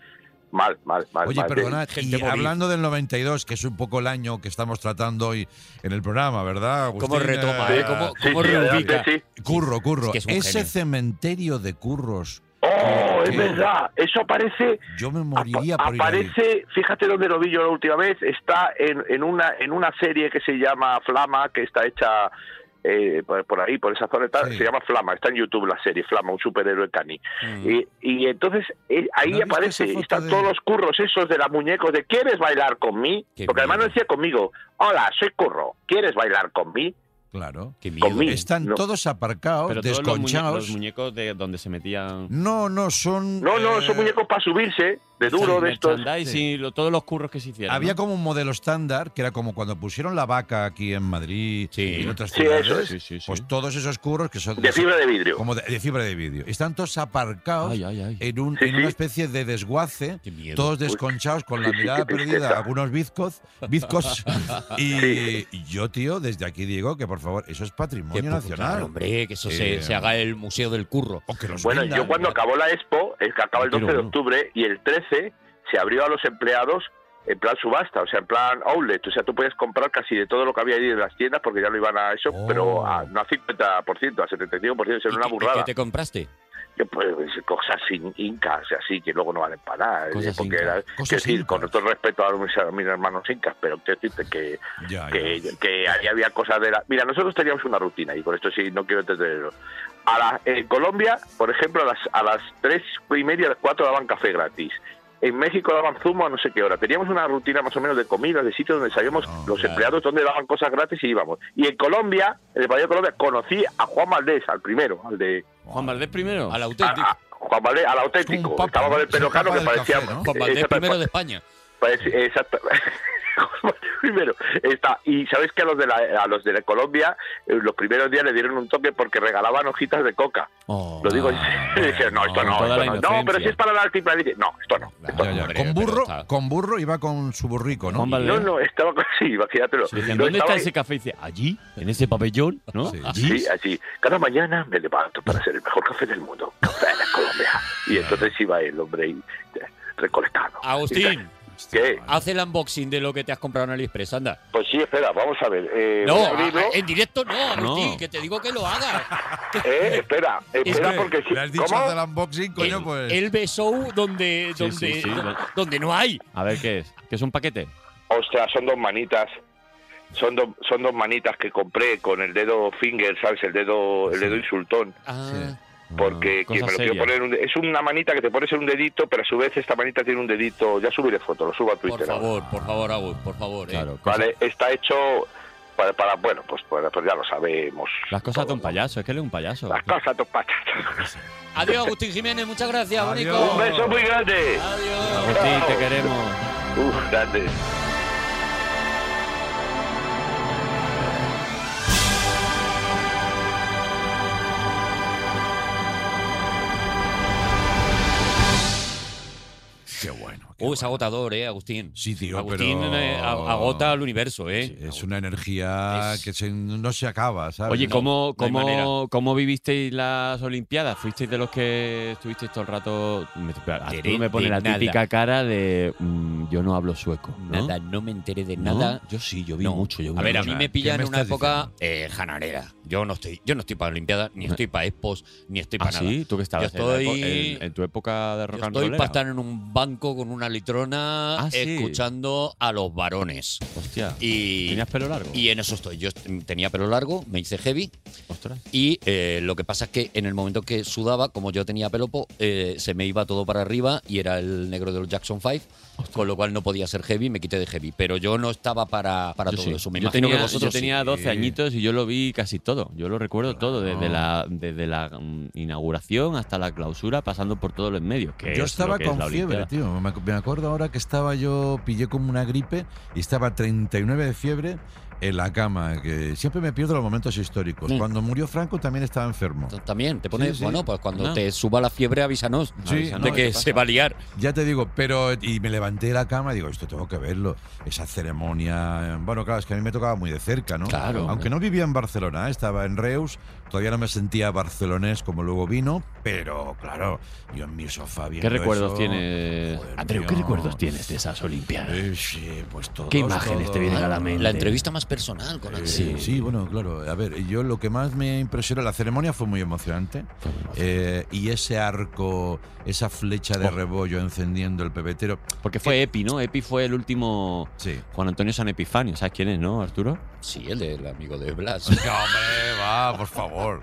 S6: mal, mal, mal.
S2: Oye,
S6: mal.
S2: perdona,
S6: Gente
S2: y
S6: morir.
S2: hablando del 92, que es un poco el año que estamos tratando hoy en el programa, ¿verdad? Agustín?
S4: ¿Cómo retoma, eh? ¿Cómo- Sí, cómo sí, reubica? adelante,
S2: Curro, curro.
S4: Es que es un
S2: Ese
S4: genio.
S2: cementerio de curros.
S6: ¡Oh,
S2: que-
S6: es verdad! Eso aparece.
S2: Yo me moriría por ir ahí.
S6: Aparece, fíjate dónde lo vi yo la última vez, está en, en, una, en una serie que se llama Flama, que está hecha eh, por, por ahí, por esa zona, y tal, se llama Flama, está en YouTube la serie, Flama, un superhéroe caní.
S5: Mm.
S2: Mm.
S6: Y, y entonces eh, ahí aparece, y están todos los curros esos de la muñecos de ¿quieres bailar conmigo? Porque además no decía conmigo, hola, soy curro, ¿quieres bailar conmigo?
S2: Claro.
S6: miedo. Conmigo.
S2: Están
S6: No.
S2: todos aparcados,
S5: Pero todos los, muñe- los
S2: desconchados.
S5: muñecos de donde se metían.
S2: no, no, son. eh,
S6: No, no, son muñecos para subirse, de duro, de estos.
S5: merchandising, lo- todos los curros que se hicieron.
S2: Había
S5: ¿no?
S2: como un modelo estándar que era como cuando pusieron la vaca aquí en Madrid y en otras
S6: Sí,
S2: ciudades.
S6: eso es.
S2: Pues todos esos curros que son
S6: De fibra de vidrio.
S2: Como de, de fibra de vidrio. Están todos aparcados en, un- en una especie de desguace, todos desconchados
S6: (laughs)
S2: con la
S6: Sí, sí,
S2: mirada
S6: qué
S2: perdida,
S6: tristeza.
S2: algunos bizcos,
S6: (laughs)
S2: bizcos. y yo, tío, desde aquí digo que por favor, eso es patrimonio nacional.
S4: Claro, hombre, que eso se,
S2: Eh,
S4: se haga el Museo del Curro.
S6: Bueno, yo cuando acabó la expo, es que acaba el 12 de octubre, y el 13 se abrió a los empleados en plan subasta, o sea, en plan outlet. O sea, tú puedes comprar casi de todo lo que había ahí en las tiendas porque ya lo iban a eso, pero a, no a 50%, a 75%, eso era una burrada.
S4: Oh. ¿Qué te compraste?
S6: Que, pues, cosas in- incas, así, que luego no valen para nada. ¿eh?
S4: Cosas
S6: porque
S4: incas.
S6: era-
S4: Cosas
S6: que sí, con todo el respeto a mis, a mis hermanos incas, pero quiero decirte que,
S2: Ya,
S6: que, que ahí había cosas de la. Mira, nosotros teníamos una rutina, y con esto sí, no quiero entenderlo. A la- en Colombia, por ejemplo, a las, a las tres y media, a las cuatro daban café gratis. En México daban zumo a no sé qué hora. Teníamos una rutina más o menos de comidas, de sitios donde sabíamos los empleados dónde daban cosas gratis y íbamos. Y en Colombia, en el país de Colombia, conocí a Juan Valdés, al primero, al de,
S5: Juan Valdés primero. Al
S6: a- a- Juan Valdés, al auténtico. Estaba con el pelo cano que parecía.
S4: Juan Valdés
S6: Exacto,
S4: primero de España.
S6: parece- Pues, exacto. (laughs) Juan Valdés primero. Está. Y sabéis que a los de, la, a los de la Colombia, eh, los primeros días le dieron un toque porque regalaban hojitas de coca. Lo digo.
S5: Ah. Oh.
S6: y (laughs) dijeron, no, esto
S2: con
S6: no.
S2: toda
S6: esto
S2: la
S6: no. No, pero
S2: inocencia.
S6: si es para la altiplanicie. No, esto no. esto no.
S2: con burro, con burro iba con su burrico, ¿no?
S6: No, no, estaba con. (laughs) Sí, imagínatelo.
S5: Dicen,
S6: No,
S5: ¿Dónde está
S6: estaba ahí-
S5: ese café? Y Dice, allí, en ese pabellón, ¿no? Allí.
S6: Sí, así. Cada mañana me levanto para hacer el mejor café del mundo. (laughs) Café de Colombia. Y entonces iba el hombre y, eh, recolectando.
S4: Agustín,
S6: ¿Qué?
S4: haz el unboxing de lo que te has comprado en AliExpress, anda.
S6: Pues sí, espera, vamos a ver. eh,
S4: no,
S6: voy a abrirlo.
S4: a- en directo no, Agustín,
S6: No.
S4: que te digo que lo hagas.
S6: Eh, espera, espera,
S4: que-
S6: porque si.
S4: le has dicho
S6: ¿Cómo?
S4: haz el
S2: unboxing,
S4: coño,
S2: pues.
S4: El B-Show donde,
S5: Sí,
S4: donde,
S5: sí, sí,
S4: do-
S5: lo-
S4: donde no hay.
S5: A ver qué es. ¿Qué es un paquete?
S6: Ostras, son dos manitas. Son, dos son dos manitas que compré con el dedo finger, ¿sabes? El dedo, el dedo insultón.
S5: Ah,
S4: Ah,
S6: Ah, Porque quien
S5: cosa
S6: me lo quiero
S5: seria.
S6: poner un de- es una manita que te pones en un dedito, pero a su vez esta manita tiene un dedito. Ya subiré foto, lo subo a Twitter.
S4: Por favor, por favor, Agus, por favor. eh.
S6: Vale, está hecho para, para- bueno, pues, para- pues ya lo sabemos.
S5: Las cosas de un payaso, es que él es un payaso. Las
S6: cosas de un payaso.
S4: Adiós, Agustín Jiménez, muchas gracias,
S5: Adiós.
S4: bonito.
S5: Un beso
S6: muy grande.
S5: Ah. Agustín, te queremos.
S6: Uf, grande.
S2: Qué bueno.
S4: Uh, es agotador, ¿eh, Agustín?
S2: Sí, tío,
S4: Agustín
S2: pero-
S4: eh, ag- agota al universo, ¿eh?
S2: Es una energía que se- no se acaba, ¿sabes?
S5: Oye, ¿cómo,
S2: No hay manera.
S5: cómo, ¿cómo vivisteis las Olimpiadas? ¿Fuisteis de los que estuvisteis todo el rato? Me, Arturo me pone
S4: de
S5: la
S4: nada.
S5: típica cara de mm, yo no hablo sueco. ¿no?
S4: Nada, no me enteré de
S5: ¿No?
S4: nada.
S5: Yo sí, yo vi
S4: No.
S5: mucho. yo vi
S4: a ver, a
S5: mucho.
S4: mí me pilla en una época eh, janarera. Yo no estoy, yo no estoy para Olimpiadas, ni estoy para Expos, ni estoy
S5: ¿Ah,
S4: para nada.
S5: sí? ¿Tú que estabas
S4: Yo estoy,
S5: en, la epo- en- en tu época de rock
S4: yo
S5: and
S4: estoy
S5: rollera?
S4: para estar en un banco con una litrona
S5: Ah, sí.
S4: escuchando a los varones.
S5: Hostia.
S4: Y,
S5: ¿Tenías pelo largo?
S4: Y en eso estoy. Yo est- tenía pelo largo, me hice heavy.
S5: Ostras.
S4: Y eh, lo que pasa es que en el momento que sudaba, como yo tenía pelopo, eh, se me iba todo para arriba y era el negro de los Jackson 5. Con lo cual no podía ser heavy, me quité de heavy. Pero yo no estaba para, para
S5: Yo
S4: todo
S5: sí.
S4: eso. Me
S5: yo
S4: imagino
S5: tenía,
S4: que vosotros
S5: yo tenía
S4: sí.
S5: 12 añitos y yo lo vi casi todo. Yo lo recuerdo todo, desde
S4: Ah.
S5: la, desde la mm, inauguración hasta la clausura, pasando por todos los medios. que
S2: Yo
S5: es lo
S2: estaba
S5: que es
S2: con
S5: la
S2: fiebre,
S5: Olimpiada.
S2: tío. Me ac- me acuerdo ahora que estaba yo, pillé como una gripe y estaba a 39 de fiebre en la cama, que siempre me pierdo los momentos históricos.
S4: Mm.
S2: Cuando murió Franco también estaba enfermo.
S4: También, te pones,
S2: Sí, sí.
S4: bueno, pues cuando
S2: No.
S4: te suba la fiebre, avísanos
S2: Sí,
S4: de
S2: no, ¿qué
S4: que
S2: pasa?
S4: se va a liar.
S2: Ya te digo, pero y me levanté de la cama y digo, esto tengo que verlo, esa ceremonia. Bueno, claro, es que a mí me tocaba muy de cerca, ¿no?
S4: Claro.
S2: Aunque no vivía en Barcelona, ¿eh? estaba en Reus, todavía no me sentía barcelonés como luego vino, pero claro, yo en mi sofá viendo
S5: ¿Qué recuerdos
S2: eso,
S5: tienes, Andreu? ¿Qué
S2: mío.
S5: recuerdos tienes de esas Olimpiadas?
S2: Eh, sí, pues todos,
S5: ¿Qué imágenes te
S2: todos.
S5: vienen a la mente?
S4: La entrevista más personal con
S2: Eh,
S4: Andrés.
S2: Sí. bueno, claro. A ver, yo lo que más me impresionó, la ceremonia fue muy emocionante. Eh, y ese arco, esa flecha
S5: Oh.
S2: de rebollo encendiendo el pebetero.
S5: Porque fue Epi, ¿no? Epi fue el último Juan Antonio San Epifanio. ¿Sabes quién es, no, Arturo?
S4: Sí, el, el amigo de Blas.
S2: No, hombre, va, por favor.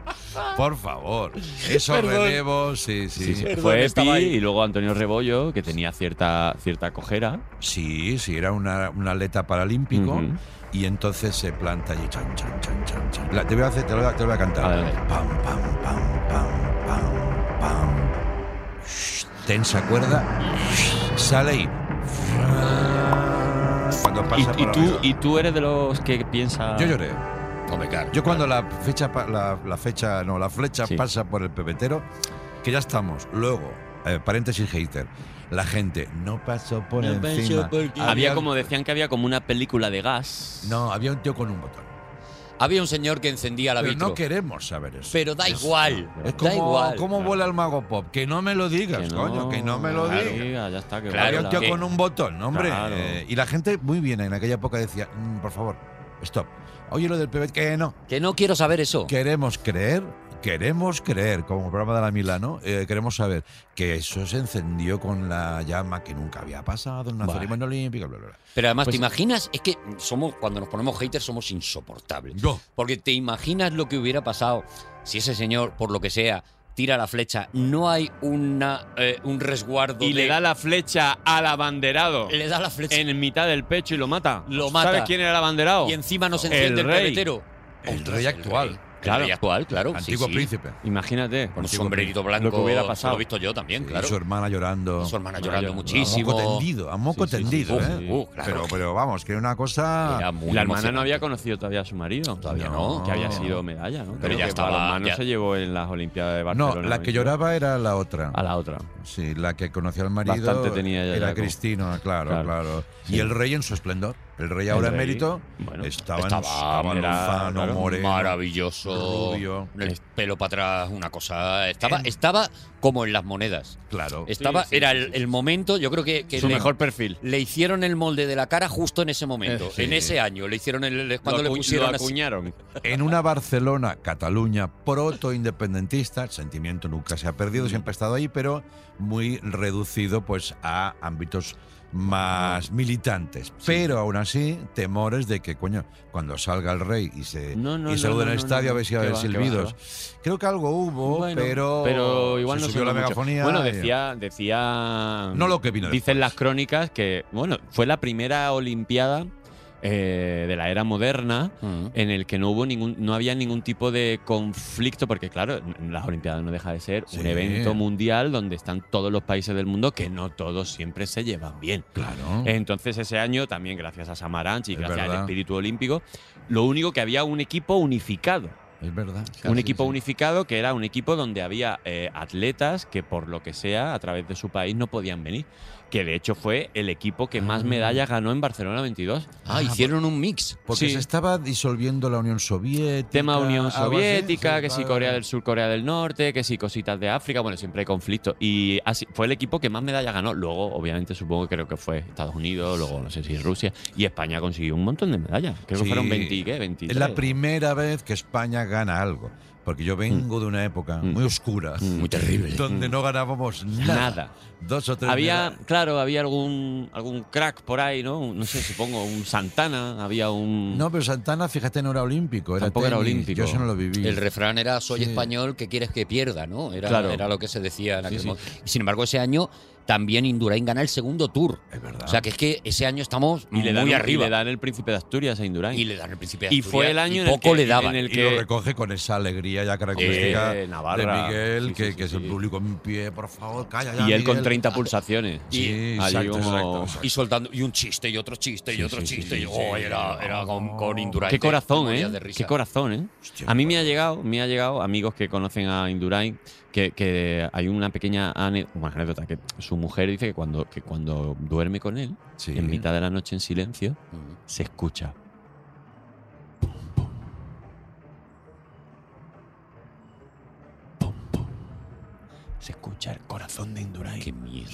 S2: Por favor. Esos
S5: Perdón.
S2: relevos, sí, sí.
S5: Sí, sí. fue Epi y luego Antonio Rebollo, que tenía cierta, cierta cojera.
S2: Sí, sí, era una, un atleta paralímpico.
S5: Ujú.
S2: Y entonces se planta allí. Chan, chan, chan, chan, chan. La- te, voy a hacer- te lo voy a- te lo voy a cantar. Pam, pam, pam, pam, pam, pam. Shh, Tensa cuerda. Shh, Sale y. Cuando
S5: Y,
S2: pasa
S5: y
S2: por
S5: tú,
S2: arriba.
S5: y tú eres de los que piensa.
S2: Yo lloré. Yo cuando la fecha, pa- la, la fecha, no, la flecha pasa por el pepetero, que ya estamos. Luego, eh, paréntesis hater, la gente no pasó por encima.
S5: Había como decían que había como una película de gas.
S2: No, había un tío con un botón.
S4: Había un señor que encendía la
S2: Pero
S4: vitro.
S2: no queremos saber eso.
S4: Pero da igual.
S2: Es
S4: da
S2: como,
S4: igual.
S2: ¿cómo vuela el mago pop? Que no me lo digas, coño, que no me lo
S5: Claro,
S2: digas.
S5: diga, ya está, que
S2: Había un
S5: vuela.
S2: tío con un botón, hombre.
S5: Claro.
S2: Eh, y la gente, muy bien, en aquella época decía, "Mm, por favor, stop. Oye, lo del PBT, que no.
S4: Que no quiero saber eso.
S2: Queremos creer, queremos creer, como el programa de la Milano, eh, queremos saber que eso se encendió con la llama que nunca había pasado en una
S4: Vale.
S2: ceremonia olímpica, bla, bla, bla.
S4: Pero además,
S2: Pues-
S4: ¿te imaginas? Es que somos, cuando nos ponemos haters somos insoportables. Porque te imaginas lo que hubiera pasado si ese señor, por lo que sea, tira la flecha. No hay una, eh, un resguardo.
S5: Y le da la flecha al abanderado.
S4: Le da la flecha.
S5: En mitad del pecho y lo mata.
S4: Lo mata.
S5: ¿Sabes quién era el abanderado?
S4: Y encima nos enciende el,
S5: rey.
S4: pebetero.
S2: El rey actual.
S4: Claro. actual, claro.
S2: Antiguo
S4: sí, sí.
S2: príncipe.
S5: Imagínate. pues
S4: Con un sombrerito blanco.
S5: Lo que hubiera
S4: Lo he
S5: pasado.
S4: visto yo también,
S2: Y
S4: claro.
S2: su hermana llorando.
S4: Su hermana llorando
S2: A moco
S4: muchísimo.
S2: tendido, a moco
S5: Sí, sí, sí,
S2: tendido,
S5: sí,
S2: ¿eh?
S5: sí. Uh, claro.
S2: pero, pero vamos, que era una cosa.
S5: Era muy la hermana no había conocido todavía a su marido. Todavía
S2: no.
S5: Que había sido medalla, ¿no?
S2: Pero
S5: Creo
S2: ya
S5: que
S2: estaba-
S5: balonmano
S2: ya-
S5: se llevó en las Olimpiadas de
S2: No,
S5: Barcelona.
S2: la que
S5: ¿no?
S2: lloraba era la otra. A
S5: la otra.
S2: Sí, la que conoció al marido.
S5: Bastante tenía ella ya
S2: Era
S5: como-
S2: Cristina, claro, claro.
S5: Claro.
S2: Y el rey en su esplendor. El rey ahora
S5: El rey,
S2: emérito estaba, en-
S4: Estaba,
S2: estaba
S4: era,
S2: Lozano,
S4: claro,
S2: Moreno,
S4: maravilloso,
S2: Rubio.
S4: el pelo para atrás, una cosa. Estaba, estaba como en las monedas.
S2: Claro.
S4: Estaba,
S5: Sí, sí,
S4: era
S5: sí,
S4: el,
S5: sí,
S4: el momento, yo creo que, que
S5: Su
S4: le,
S5: mejor perfil.
S4: le hicieron el molde de la cara justo en ese momento,
S5: Eh, sí.
S4: en ese año. Le hicieron el, el- cuando le
S5: Lo acu-
S4: pusieron
S5: lo
S4: así.
S5: acuñaron.
S2: En una Barcelona, Cataluña, proto-independentista, el sentimiento nunca se ha
S5: Mm.
S2: perdido, siempre ha estado ahí, pero muy reducido pues a ámbitos más militantes. Pero aún así, temores de que, coño, cuando salga el rey y se,
S5: No, no,
S2: y se
S5: no,
S2: lo den
S5: no,
S2: al
S5: no,
S2: estadio
S5: no,
S2: a ver si
S5: qué
S2: va a haber
S5: va, qué va,
S2: silbidos.
S5: qué
S2: Creo que algo hubo, pero,
S5: pero igual
S2: se
S5: no
S2: subió la
S5: sonó mucho.
S2: megafonía.
S5: Bueno,
S2: y-
S5: decía, decía.
S2: No lo que vino
S5: Dicen las crónicas que, bueno, fue la primera Olimpiada. eh, de la era moderna
S4: Mm.
S5: en el que no hubo ningún no había ningún tipo de conflicto porque claro n- las olimpiadas no deja de ser
S2: Sí.
S5: un evento mundial donde están todos los países del mundo que no todos siempre se llevan bien
S2: Claro.
S5: entonces ese año también gracias a Samaranch y gracias
S2: verdad.
S5: al espíritu olímpico lo único que había un equipo unificado
S2: Es verdad.
S5: un equipo unificado que era un equipo donde había eh, atletas que por lo que sea a través de su país no podían venir. Que de hecho fue el equipo que más medallas ganó en Barcelona 22.
S4: Ah, hicieron un mix.
S2: Porque
S5: Sí.
S2: se estaba disolviendo la Unión Soviética.
S5: Tema Unión
S2: algo así,
S5: Soviética,
S2: sí,
S5: que si
S2: vale,
S5: Corea
S2: vale.
S5: del Sur, Corea del Norte, que si cositas de África, bueno, siempre hay conflictos. Y así, fue el equipo que más medallas ganó. Luego, obviamente, supongo que creo que fue Estados Unidos, luego no sé si Rusia. Y España consiguió un montón de medallas. Creo que
S2: Sí.
S5: fueron 20, ¿qué? 23.
S2: Es la primera vez que España gana algo. Porque yo vengo de una época muy oscura.
S4: Muy terrible.
S2: Donde
S5: Mm.
S2: no ganábamos nada.
S5: Nada.
S2: Dos o tres.
S5: Había,
S2: medallas.
S5: claro, había algún, algún crack por ahí, ¿no? Un- No sé, supongo, un Santana, había un...
S2: No, pero Santana, fíjate, no era olímpico. Era
S5: Mm. Tampoco era
S2: tenis.
S5: olímpico.
S2: Yo eso no lo viví.
S5: El
S4: refrán era soy
S2: Sí.
S4: español, que quieres que pierda? ¿no? Era,
S5: Claro.
S4: era lo que se decía en aquel
S5: sí.
S4: momento. Y sin embargo, ese año también Indurain gana el segundo tour. O sea, que es que ese año estamos
S5: Y le, dan,
S4: muy
S5: un-
S4: arriba.
S5: y le dan el príncipe de Asturias a Indurain.
S4: Y le dan el príncipe de
S5: Y fue
S4: Asturias,
S5: el año
S4: y
S5: en, el
S4: poco
S5: que,
S4: le daban.
S5: en el
S4: Y
S5: que-
S2: lo recoge con esa alegría ya característica
S5: Eh,
S2: de
S5: Navarra.
S2: Miguel,
S5: Sí,
S2: que,
S5: sí, sí,
S2: que es el
S5: sí.
S2: público en pie, por favor, calla ya.
S5: Y él con
S2: Miguel.
S5: 30 pulsaciones.
S2: Sí,
S5: Allí
S2: exacto,
S5: como-
S2: exacto, exacto.
S4: Y soltando, y un chiste, y otro chiste, y
S5: Sí,
S4: otro
S5: sí, sí,
S4: chiste.
S5: sí,
S4: y,
S5: sí.
S4: oh, era, era con, con Indurain.
S5: Qué
S4: te- te
S5: corazón,
S4: morías de
S5: ¿eh?
S4: risa.
S5: Qué corazón, ¿eh?
S2: Hostia,
S5: A mí me ha llegado, me ha llegado amigos que conocen a Indurain, que, que hay una pequeña ane- bueno, anécdota que su mujer dice que cuando, que cuando duerme con él,
S2: Sí.
S5: en mitad de la noche en silencio, se escucha. Se escucha el corazón de Indurain. Qué (laughs) miedo.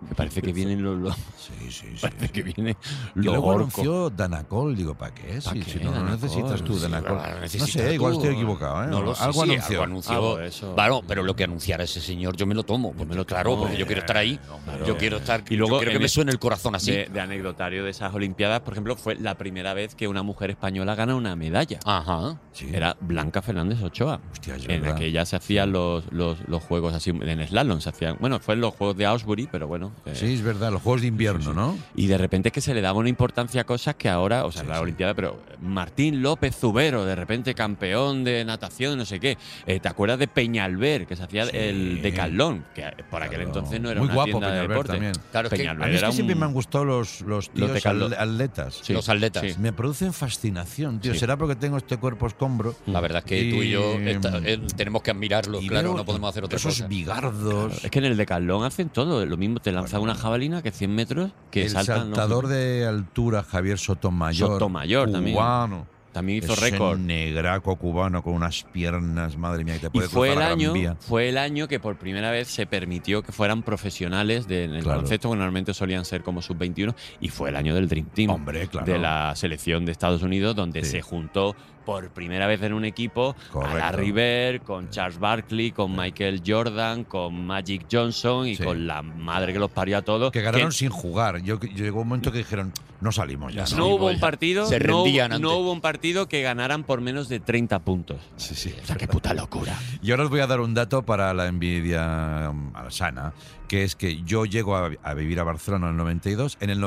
S5: Me parece que vienen los, los-
S2: Sí, sí, sí.
S5: (laughs) parece que viene
S2: Y
S5: lo
S2: luego
S5: orco.
S2: anunció Danacol, digo, ¿para qué?
S5: ¿Pa
S2: Si,
S5: qué,
S2: si no, no
S5: Danacol?
S2: necesitas tú
S5: Sí,
S2: Danacol.
S5: claro,
S2: no
S5: necesitas
S2: sé, igual
S5: tú.
S2: estoy equivocado, ¿eh?
S4: No lo sé,
S2: algo,
S4: sí,
S2: anunció.
S4: algo anunció.
S5: Algo, eso.
S4: Bueno, pero lo que anunciara ese señor, yo me lo tomo. porque, claro, porque yo quiero estar ahí. yo quiero estar.
S5: Y luego
S4: yo quiero que
S5: en
S4: me
S5: el-
S4: suene el corazón así.
S5: De, de anecdotario de esas Olimpiadas, por ejemplo, fue la primera vez que una mujer española gana una medalla.
S4: Ajá.
S5: Era Blanca Fernández Ochoa.
S2: es
S5: en
S2: verdad.
S5: la que ya se hacían los, los, los juegos así, en slalom se hacían. Bueno, fue en los juegos de Ausbury, pero bueno. eh,
S2: Sí, es verdad, los Juegos de Invierno, ¿no?
S5: Y de repente es que se le daba una importancia a cosas que ahora, o sea, la Olimpiada, pero Martín López Zubero, de repente campeón de natación, no sé qué. Eh, ¿Te acuerdas de Peñalver, que se hacía el decalón? Que por aquel entonces no era
S2: Muy
S5: una
S2: guapo
S5: tienda de
S2: Peñalver
S5: deporte.
S2: también.
S5: Peñalver
S2: a mí es que
S5: era
S2: siempre
S5: un-
S2: me han gustado los, los tíos
S5: de calor.
S2: al- atletas.
S5: Sí. Los atletas. Sí.
S2: Me producen fascinación, tío.
S5: Sí.
S2: ¿Será porque tengo este cuerpo escombro?
S4: La verdad es que tú y yo esta- eh, tenemos que admirarlo,
S2: mm, y
S4: claro,
S2: veo
S4: no podemos hacer otra
S2: esos
S4: cosa.
S2: bigardos.
S5: Claro, es que en el decalón hacen todo. Lo mismo te lanza una jabalina que 100 metros que
S2: el
S5: saltan los-
S2: saltador de altura Javier Sotomayor.
S5: Sotomayor también.
S2: Cubano.
S5: También hizo
S2: Ese
S5: récord.
S2: negraco cubano con unas piernas, madre mía, que te
S5: Y
S2: puede
S5: fue
S2: cruzar
S5: el
S2: la Gran
S5: año,
S2: Vía.
S5: fue el año que por primera vez se permitió que fueran profesionales de- en el
S2: Claro.
S5: concepto, que normalmente solían ser como sub 21, y fue el año del Dream Team,
S2: Hombre, claro.
S5: de la selección de Estados Unidos, donde
S2: Sí.
S5: se juntó por primera vez en un equipo
S2: Correcto. Eh.
S5: a Larry Bird, con Charles Barkley, con Michael Jordan, con Magic Johnson y con la madre que los parió a todos.
S2: Que ganaron sin jugar. Yo, yo- llegó un momento que dijeron, no salimos ya.
S5: No, hubo un partido,
S2: Se
S5: no,
S2: rendían
S5: hubo-
S2: antes.
S5: no hubo un partido que ganaran por menos de 30 puntos.
S2: Sí, sí.
S5: O sea, qué puta locura.
S2: Y ahora os voy a dar un dato para la envidia mm, a la sana, que es que yo llego a, a vivir a Barcelona en el 92, en el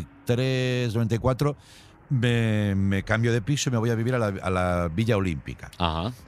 S2: 93, 94 me, me cambio de piso y me voy a vivir a la, a la Villa Olímpica,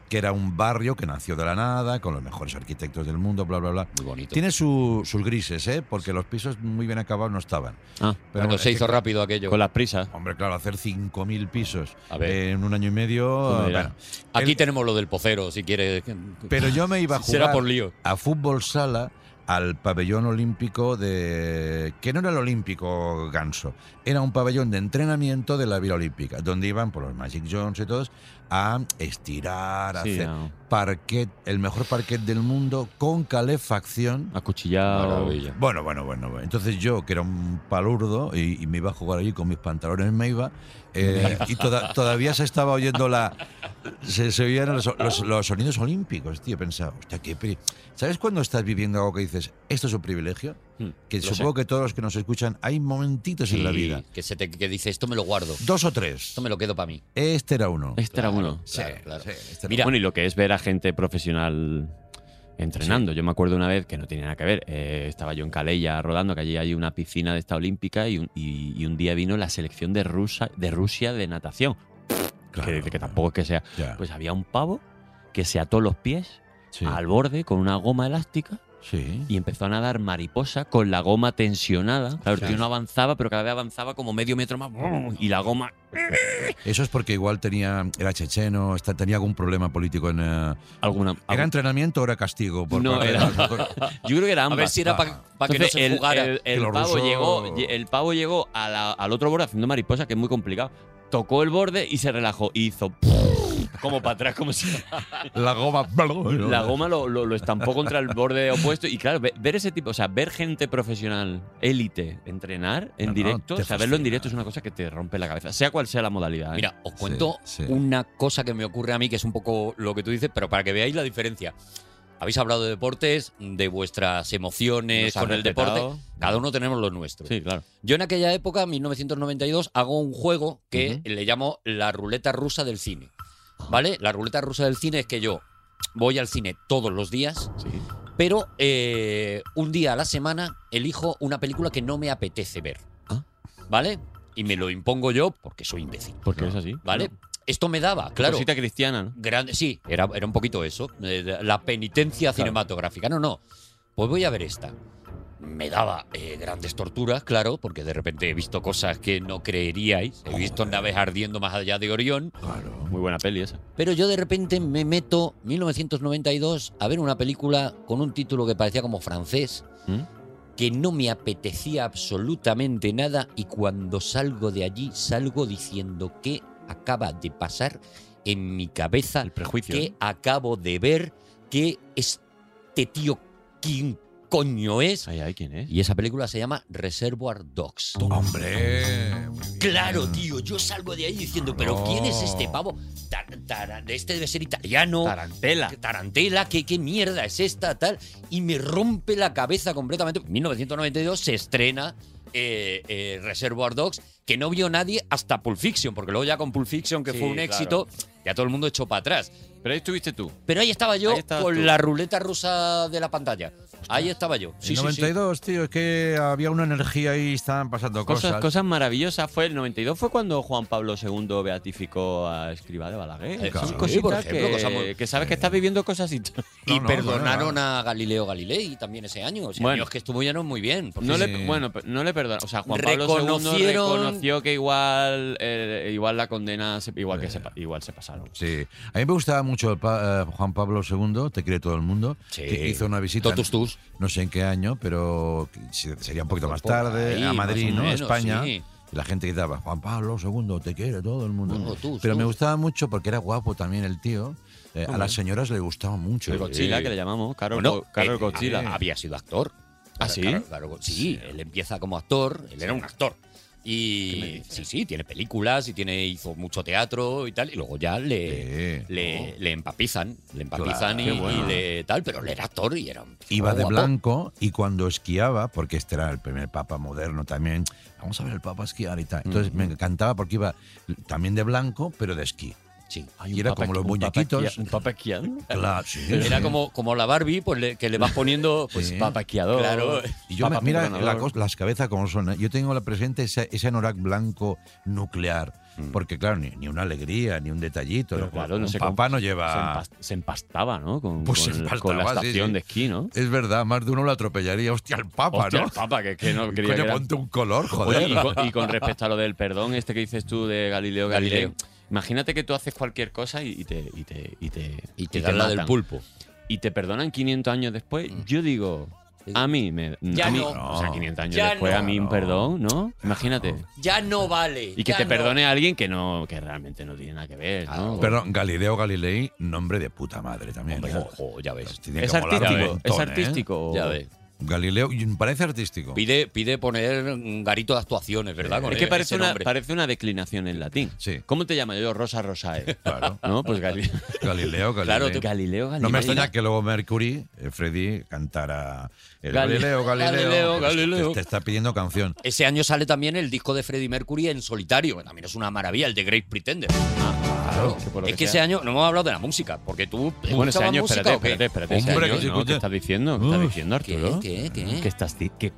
S2: que era un barrio que nació de la nada, con los mejores arquitectos del mundo, bla, bla, bla.
S4: Muy bonito.
S2: Tiene su- sus grises, ¿eh? porque los pisos muy bien acabados no estaban.
S5: Ah,
S2: Pero
S4: cuando
S2: bueno,
S4: se
S2: es
S4: hizo
S2: que-
S4: rápido aquello.
S5: Con las prisas.
S2: Hombre, claro, hacer 5.000 pisos
S4: ver.
S2: en un año y medio...
S4: Tú me dirás.
S2: bueno.
S4: Aquí
S2: El-
S4: tenemos lo del pocero, si quieres.
S2: Pero yo me iba a jugar
S4: (laughs) Será por lío.
S2: a fútbol sala al pabellón olímpico de... que no era el olímpico ganso, era un pabellón de entrenamiento de la Vila Olímpica, donde iban por los Magic Jones y todos a estirar, a
S5: Sí,
S2: hacer
S5: no.
S2: parquet, el mejor parquet del mundo con calefacción.
S5: Acuchillado. Maravilla.
S2: Bueno, bueno, bueno, bueno. Entonces yo, que era un palurdo y, y me iba a jugar allí con mis pantalones, me iba, eh, y toda- todavía se estaba oyendo la... Se, se oían los, los- los sonidos olímpicos, tío. Pensaba, hostia, qué... pri- ¿Sabes cuando estás viviendo algo que dices, esto es un privilegio? Que
S4: Hmm, lo
S2: supongo
S4: sé.
S2: que todos los que nos escuchan, hay momentitos en la
S4: Sí,
S2: vida.
S4: Que, se te, que dice, esto me lo guardo.
S2: Dos o tres.
S4: Esto me lo quedo para mí.
S2: Este era uno. este
S5: Este era uno.
S4: Claro, claro. Mira,
S5: Mira. Bueno, y lo que es ver a gente profesional entrenando. Yo me acuerdo una vez que no tenía nada que ver. eh, estaba yo en Calella rodando, que allí hay una piscina de esta olímpica y un, y- y un día vino la selección de, Rusa, de Rusia de natación. que, que tampoco es que sea.
S2: Ya.
S5: Pues había un pavo que se ató los pies al borde con una goma elástica. Y empezó a nadar mariposa con la goma tensionada. Claro, el tío no avanzaba, pero cada vez avanzaba como medio metro más. Y la goma
S2: Eso es porque igual tenía, era checheno, está- tenía algún problema político en... eh,
S5: alguna,
S2: ¿Era entrenamiento o era castigo? Por
S5: No,
S2: parte de
S5: era-
S2: las dos?
S5: Yo creo que era
S4: A ver
S5: ambas.
S4: si era pa- pa que no
S5: Entonces,
S4: se
S5: el,
S4: fugara.
S5: el-
S4: Que
S5: el
S4: los
S5: pavo
S4: rusos-
S5: llegó, el pavo llegó a la- al otro borde haciendo mariposa, que es muy complicado. Tocó el borde y se relajó. Y hizo. (laughs) como para atrás, como (laughs) si.
S2: La goma.
S5: La goma lo, lo- lo estampó contra el borde opuesto. Y claro, ve- ver ese tipo, o sea, ver gente profesional, élite, entrenar en
S4: No, no,
S5: directo,
S4: te
S5: o sea, verlo en directo es una cosa que te rompe la cabeza, sea cual sea la modalidad. ¿eh?
S4: Mira, os cuento una cosa que me ocurre a mí, que es un poco lo que tú dices, pero para que veáis la diferencia. Habéis hablado de deportes, de vuestras emociones
S5: Nos has
S4: eh, con el
S5: respetado.
S4: deporte. Cada uno tenemos lo nuestro.
S5: Sí, claro.
S4: Yo en aquella época, 1992, hago un juego que le llamo la ruleta rusa del cine. ¿Vale? La ruleta rusa del cine es que yo voy al cine todos los días, pero eh, un día a la semana elijo una película que no me apetece ver. ¿Vale? Y me lo impongo yo porque soy imbécil.
S5: Porque es así.
S4: ¿Vale? Esto me daba, claro.
S5: Cosita cristiana, ¿no?
S4: Grande, sí, era, era un poquito eso. eh, La penitencia cinematográfica. No, no. Pues voy a ver esta. Me daba eh, grandes torturas, claro, porque de repente he visto cosas que no creeríais. He visto naves ardiendo más allá de Orión.
S5: Muy buena peli esa.
S4: Pero yo de repente me meto, 1992, a ver una película con un título que parecía como francés,
S5: ¿Mm?
S4: que no me apetecía absolutamente nada y cuando salgo de allí salgo diciendo que acaba de pasar en mi cabeza, el prejuicio, ¿eh? que acabo de ver, que este tío quién coño es. Y esa película se llama Reservoir Dogs.
S2: Hombre.
S4: Claro, tío, yo salgo de ahí diciendo, pero
S2: No.
S4: ¿quién es este pavo? Tar- tar- este debe ser italiano.
S5: Tarantela.
S4: Tarantela, ¿qué, qué mierda es esta? Tal. Y me rompe la cabeza completamente. 1992 se estrena eh, eh, Reservoir Dogs, que no vio nadie hasta Pulp Fiction, porque luego ya con Pulp Fiction, que
S5: Sí,
S4: fue un
S5: claro.
S4: éxito, ya todo el mundo echó para atrás.
S5: Pero ahí estuviste tú.
S4: Pero ahí estaba yo
S5: Ahí estabas
S4: con
S5: tú.
S4: la ruleta rusa de la pantalla. Ahí estaba yo. Sí,
S2: En
S4: sí, sí.
S2: 92, tío, es que había una energía ahí y estaban pasando
S5: Cosas,
S2: cosas.
S5: cosas, maravillosas. Fue el 92, fue cuando Juan Pablo II beatificó a Escribá de Balaguer.
S4: Eh,
S5: Son
S4: sí,
S5: cositas
S4: por ejemplo,
S5: que,
S4: cosas muy-
S5: que sabes que estás viviendo cosas y todo.
S4: Y perdonaron a Galileo Galilei también ese año. O sea,
S5: Bueno.
S4: Dios, que estuvieron muy bien. porque-
S5: No le, bueno, pe- no le perdonó. O sea, Juan Pablo II
S4: Reconocieron-
S5: reconoció que igual, eh, igual la condena, se- igual, que se, pa- igual se pasaron.
S2: Sí. A mí me gustaba mucho el pa- eh, Juan Pablo II, te quiere todo el mundo,
S5: Sí.
S2: que hizo una visita.
S5: Totus
S2: No sé en qué año, pero que se- sería un poquito más
S5: Por
S2: tarde,
S5: ahí,
S2: a
S5: más
S2: Madrid,
S5: o
S2: ¿no? A
S5: menos,
S2: España.
S5: sí.
S2: Y la gente gritaba, Juan Pablo II, te quiere todo el mundo.
S5: Bueno, tú,
S2: pero
S5: tú.
S2: me gustaba mucho porque era guapo también el tío. Eh, a
S5: Hombre.
S2: las señoras le gustaba mucho.
S5: El Godzilla, que le llamamos, Carol Go- Carol
S4: eh,
S5: Godzilla.
S4: ha- Había sido actor.
S5: ¿Ah,
S4: Claro,
S5: sí?
S4: claro, claro, go- sí, él empieza como actor, él era un actor. Y sí, sí, tiene películas y tiene, hizo mucho teatro y tal, y luego ya le, le, le empapizan, le empapizan
S2: Claro,
S4: y,
S2: qué
S4: y
S2: bueno.
S4: le tal, pero él era actor y era un tío
S2: Iba de
S4: guapo.
S2: blanco y cuando esquiaba, porque este era el primer papa moderno también, vamos a ver el papa esquiar y tal. Entonces me encantaba porque iba también de blanco, pero de esquí.
S4: Sí.
S2: y era como los muñequitos.
S5: Un papá esquiando.
S2: Claro, sí,
S4: Era
S2: sí.
S4: como, como la Barbie, pues le- que le vas poniendo pues,
S2: Sí.
S5: papaqueador.
S4: Claro.
S2: Y yo me- mira
S5: perdonador.
S2: la cos- las cabezas como son. ¿eh? Yo tengo la presente ese, ese anorak blanco nuclear. Porque, claro, ni, ni una alegría, ni un detallito.
S5: Mm. Pero claro,
S2: Un
S5: no sé cómo-
S2: papá no
S5: se
S2: lleva.
S5: empas- Se empastaba, ¿no? Con,
S2: Pues se
S5: con-
S2: empastaba,
S5: con la
S2: sí,
S5: estación
S2: sí.
S5: de esquí, ¿no?
S2: Es verdad, más de uno lo atropellaría. Hostia, el papa,
S5: Hostia,
S2: ¿no?
S5: el papa, que-
S2: (laughs)
S5: que no creía
S2: Coño,
S5: que era-
S2: ponte un color, joder.
S5: Oye, y, con, y con respecto a lo del perdón, este que dices tú de Galileo Galilei, imagínate que tú haces cualquier cosa y, y te. Y te, y te, y
S4: te dan la del pulpo.
S5: Y te perdonan 500 años después.
S2: Mm.
S5: Yo digo. A mí me.
S4: Ya
S5: a mí-
S4: no.
S5: O sea, 500 años
S4: Ya
S5: después,
S4: no.
S5: a mí un perdón, ¿no? Imagínate.
S4: Ya no vale.
S5: Y que
S4: ya
S5: te
S4: no.
S5: perdone a alguien que no que realmente no tiene nada que ver, ¿no?
S2: Perdón, Galileo Galilei, nombre de puta madre también. ¿eh?
S4: ya ves.
S2: Tiene
S5: Es
S2: que molar un
S5: artístico,
S2: montón,
S5: es
S2: ¿eh?
S5: artístico. Ya ves.
S2: Galileo, y parece artístico.
S4: Pide, pide poner un garito de actuaciones, ¿verdad? Con
S5: es que
S4: e-
S5: parece
S4: ese
S5: una,
S4: nombre.
S5: (laughs) parece una declinación en latín. ¿Cómo te llamo yo?
S4: (laughs)
S5: Rosa Rosae. (laughs) Claro. ¿No? Pues Gali-
S2: Galileo Galilei.
S5: Claro, te- (laughs) Galileo Galilei.
S2: No me extraña que luego Mercury, eh, Freddy, cantara el
S4: Gali-
S2: Galileo, Galileo.
S4: Galileo,
S2: Pero es que
S4: Galileo.
S2: Te, está pidiendo canción.
S4: Ese año sale también el disco de Freddie Mercury en solitario, que también es una maravilla, el de Great Pretender.
S5: Ah, Claro, que por lo
S4: es
S5: que
S4: que ese
S5: sea.
S4: año no hemos hablado de la música, porque tú.
S5: Bueno, ese
S4: ¿escuchabas
S5: año,
S4: música
S5: espérate,
S4: o qué?
S5: espérate, espérate. ese año, ¿no? ¿Qué estás diciendo? ¿Qué estás diciendo, Arturo?
S4: ¿Qué? ¿Qué?
S5: ¿Qué estás di- qué-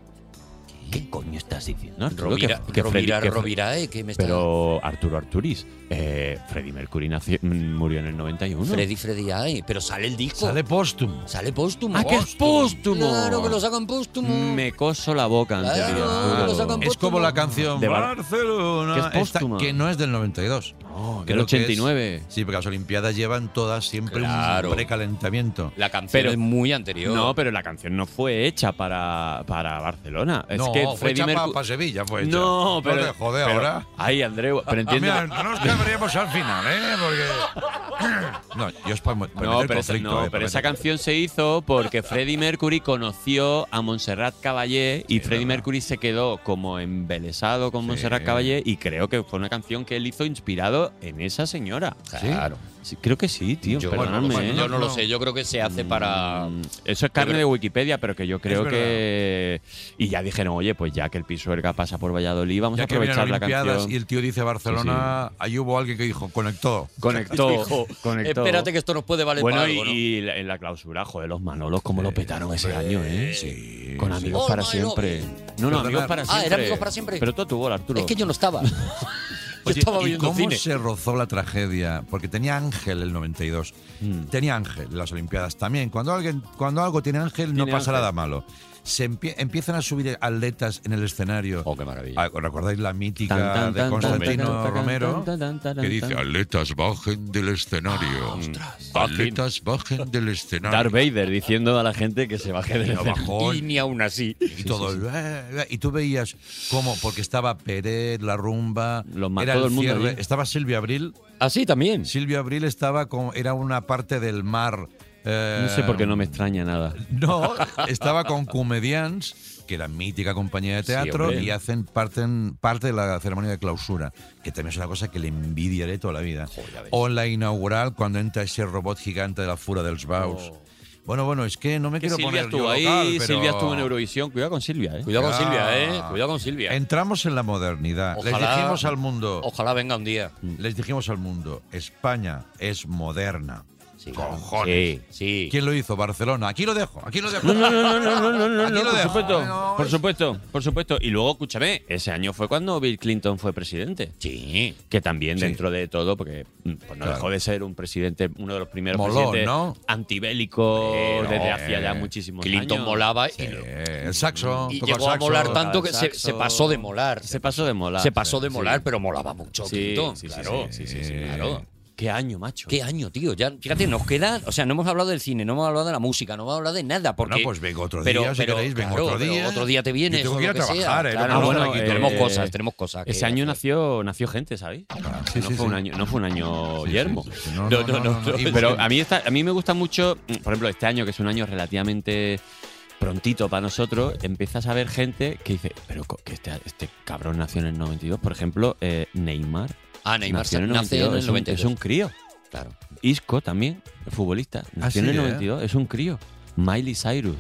S5: qué coño estás diciendo, Arturo?
S4: Rovira-
S5: Que- que
S4: Rovira-
S5: Freddy- que-
S4: Rovirae, eh, que me está-
S5: Pero, Arturo Arturis, eh, Freddie Mercury nació- mm, murió en el 91.
S4: Freddy, Freddy, ay, pero sale el disco.
S5: Sale
S2: póstumo.
S4: Sale póstumo.
S5: ¡Ah, que es póstumo!
S4: Claro que lo sacan póstumo.
S5: Me coso la boca ante
S4: Claro,
S5: ti,
S4: lo
S5: Arturo.
S4: sacan
S2: Es como la canción
S5: De Bar-
S2: Barcelona,
S5: que es
S2: esta,
S5: póstuma.
S2: que no es del 92.
S5: No, Oh, del
S2: Creo que es-
S5: 89.
S2: sí, porque las Olimpiadas llevan todas siempre
S5: Claro.
S2: un precalentamiento.
S4: La canción es muy anterior.
S5: No, pero la canción no fue hecha para, para Barcelona. Es
S2: No,
S5: que
S2: fue
S5: Freddie
S2: hecha pa-
S5: Mercu-
S2: pa Sevilla, fue hecha.
S5: No,
S2: No
S5: pero.
S2: te jode
S5: pero-
S2: ahora. (laughs)
S5: Ay, Andreu, pero entiende.
S2: Ah, mira, no nos cabríamos al final, ¿eh? Porque
S5: (laughs)
S2: No, yo es para, para
S5: No,
S2: meter
S5: pero, esa,
S2: conflicto, eh,
S5: no, pero
S2: para
S5: esa
S2: meter-
S5: canción se hizo porque Freddie Mercury conoció a Montserrat Caballé y Freddie Mercury se quedó como embelesado con Montserrat Caballé y creo que fue una canción que él hizo inspirado en esa señora.
S4: Claro.
S5: Sí, creo que sí, tío.
S4: Yo, bueno,
S5: perdonadme.
S4: bueno,
S5: ¿eh? Mm,
S4: yo no lo sé, yo creo que se hace para.
S5: Eso es carne de Wikipedia, pero que yo creo
S4: verdad.
S5: que. Y ya dijeron, oye, pues ya que el Pisuerga pasa por Valladolid, vamos
S2: Ya
S5: a
S2: que vienen
S5: aprovechar la
S2: Olimpiadas
S5: canción.
S2: y el tío dice Barcelona, ahí hubo alguien que dijo, conectó. (laughs)
S5: Conectó,
S2: Dijo,
S5: conectó.
S4: Espérate que esto nos puede valer
S5: bueno,
S4: para
S5: y,
S4: algo, ¿no?
S5: y la- en la clausura, joder, los Manolos, cómo lo petaron ese año, ¿eh? Sí. Con amigos
S4: Oh,
S5: para
S4: my
S5: siempre. No, no,
S4: Perdonad.
S5: amigos para
S4: Ah,
S5: siempre.
S4: ¿era Amigos para siempre?
S5: Pero tú a tu bola, Arturo.
S4: Es que yo no
S5: (laughs)
S4: estaba. yo
S2: Oye,
S4: estaba
S2: ¿y
S4: viendo
S2: cómo
S4: cine.
S2: se rozó la tragedia? Porque tenía Ángel el 92.
S5: Mm.
S2: Tenía Ángel en las Olimpiadas también. Cuando, alguien, cuando algo tiene Ángel, no
S5: Tiene
S2: pasa
S5: Ángel.
S2: nada malo. Se empie- empiezan a subir atletas en el escenario. Oh,
S4: qué maravilla.
S2: ¿Recordáis la mítica
S5: Tan, tan,
S2: de
S5: tan,
S2: Constantino
S5: tan, tan, tan,
S2: Romero?
S5: tan, tan, tan, tan,
S2: que dice,
S5: tan. Ah,
S2: atletas bajen del escenario. atletas bajen del escenario.
S5: Darth Vader diciendo a la gente que se baje del
S2: Y abajo,
S5: escenario.
S2: y
S4: ni aún así.
S2: Y todo el- eh, eh, y tú veías cómo, porque estaba Pérez, la rumba,
S5: ma-
S2: era
S5: todo
S2: el
S5: el mundo
S2: cierre,
S5: ahí.
S2: estaba Silvia Abril.
S4: Así también.
S2: Silvia Abril estaba como era una parte del mar. eh,
S5: No sé por qué no me extraña nada.
S2: No, estaba con Comedians, que era mítica compañía de
S5: Sí,
S2: teatro,
S5: hombre.
S2: y hacen parte, en- parte de la ceremonia de clausura, que también es una cosa que le envidiaré toda la vida. o la inaugural, cuando entra ese robot gigante de la fura del Sbaus. Bueno, bueno, es que no me
S5: Oh. Que
S2: quiero
S5: Silvia
S2: poner yo
S5: estuvo ahí,
S2: local, pero-
S5: Silvia estuvo en Eurovisión. Cuidado con Silvia, ¿eh?
S4: Cuidado con Silvia, ¿eh?
S2: Ah.
S4: Cuidado con Silvia.
S2: Entramos en la modernidad.
S4: Ojalá-
S2: Les dijimos al mundo.
S4: Ojalá venga un día.
S2: Les dijimos al mundo, España es moderna. Cojones.
S5: Sí,
S2: ¿Quién lo hizo? Barcelona. Aquí lo dejo, aquí lo dejo.
S5: No, no, no, no, no, no, no, no,
S2: Aquí
S5: no,
S2: lo
S5: por
S2: dejo.
S5: supuesto,
S2: No,
S5: por supuesto, por supuesto. Y luego, escúchame, ese año fue cuando Bill Clinton fue presidente.
S4: Sí.
S5: Que también
S2: Sí.
S5: dentro de todo, porque mm, pues no
S2: Claro.
S5: dejó de ser un presidente, uno de los primeros
S2: Moló,
S5: presidentes
S2: ¿no?
S5: antibélicos
S4: Pero,
S5: desde hacía ya
S2: eh,
S5: muchísimos años.
S4: Clinton molaba y-
S2: El saxo.
S4: y,
S2: toca el
S4: llegó a
S2: saxo.
S4: molar tanto que se, se pasó de molar.
S5: Se pasó de molar.
S4: Se pasó de
S5: Sí.
S4: molar, pero molaba mucho
S5: Sí,
S4: Clinton,
S5: sí, sí,
S4: claro.
S5: sí, sí, sí,
S2: Eh,
S5: sí.
S4: claro.
S5: Qué año, macho.
S4: Qué año, tío. Ya, fíjate, nos queda. O sea, no hemos hablado del cine, no hemos hablado de la música, no hemos hablado de nada. Porque,
S2: Bueno, pues vengo otro
S4: pero-
S2: día, si
S4: pero,
S2: queréis, vengo
S4: claro,
S2: otro
S4: pero
S2: día.
S4: Otro día te vienes.
S2: Yo tengo
S4: o
S2: que ir
S4: lo
S2: a
S4: sea,
S2: trabajar, ¿eh?
S4: claro.
S2: No
S4: Ah,
S2: me
S4: bueno,
S2: aquí,
S5: eh,
S4: tenemos cosas, tenemos cosas. que
S5: Ese año nació, nació gente, ¿sabéis?
S2: Ah, sí,
S5: no,
S2: sí,
S5: fue Un
S2: sí.
S5: año, no fue un año
S2: Sí, sí,
S5: yermo.
S2: sí, sí. No, no, no, no, no.
S5: Pero a mí, está, a mí me gusta mucho, mm, por ejemplo, este año, que es un año relativamente prontito para nosotros, empiezas a ver gente que dice, pero co- que este, este cabrón nació en el 92, por ejemplo, eh, Neymar.
S4: Ah, Neymar
S5: nació
S4: nace en el
S5: es un-
S4: 92.
S5: Es un, crío.
S4: Claro.
S5: Isco también, el futbolista, nació en
S2: sí,
S5: el
S2: ¿eh?
S5: 92, es un crío. Miley Cyrus.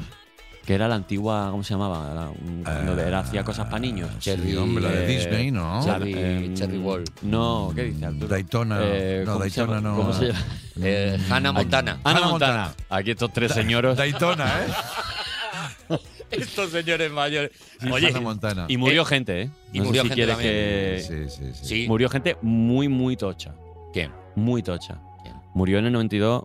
S5: Que era la antigua, ¿cómo se llamaba? La- un- cuando era- hacía cosas para niños.
S2: Ah, eh, Sí, hombre, la de
S5: Eh,
S2: Disney, ¿no?
S5: Charlie-
S4: Charlie- Charlie eh, Wall.
S5: No, ¿qué dice Arturo?
S2: Daytona.
S5: Eh,
S2: no,
S5: ¿cómo se
S2: Daytona
S5: llama?
S2: no.
S5: ¿Cómo se llama?
S4: Eh, Hannah Montana.
S5: Ana
S2: Hannah
S5: Montana.
S2: Montana.
S5: Aquí estos tres señores.
S2: Daytona,
S5: (laughs)
S2: ¿eh?
S4: (laughs) Estos señores mayores.
S2: Sí,
S4: Oye,
S2: Hannah Montana.
S5: Y murió gente, ¿eh?
S4: y
S5: No sé
S4: murió
S5: si
S4: gente
S5: quieres
S4: también.
S5: que-
S2: Sí, sí, sí.
S4: Sí.
S5: Murió gente muy, muy tocha.
S4: ¿Quién?
S5: Muy tocha.
S4: ¿Quién?
S5: Murió en el 92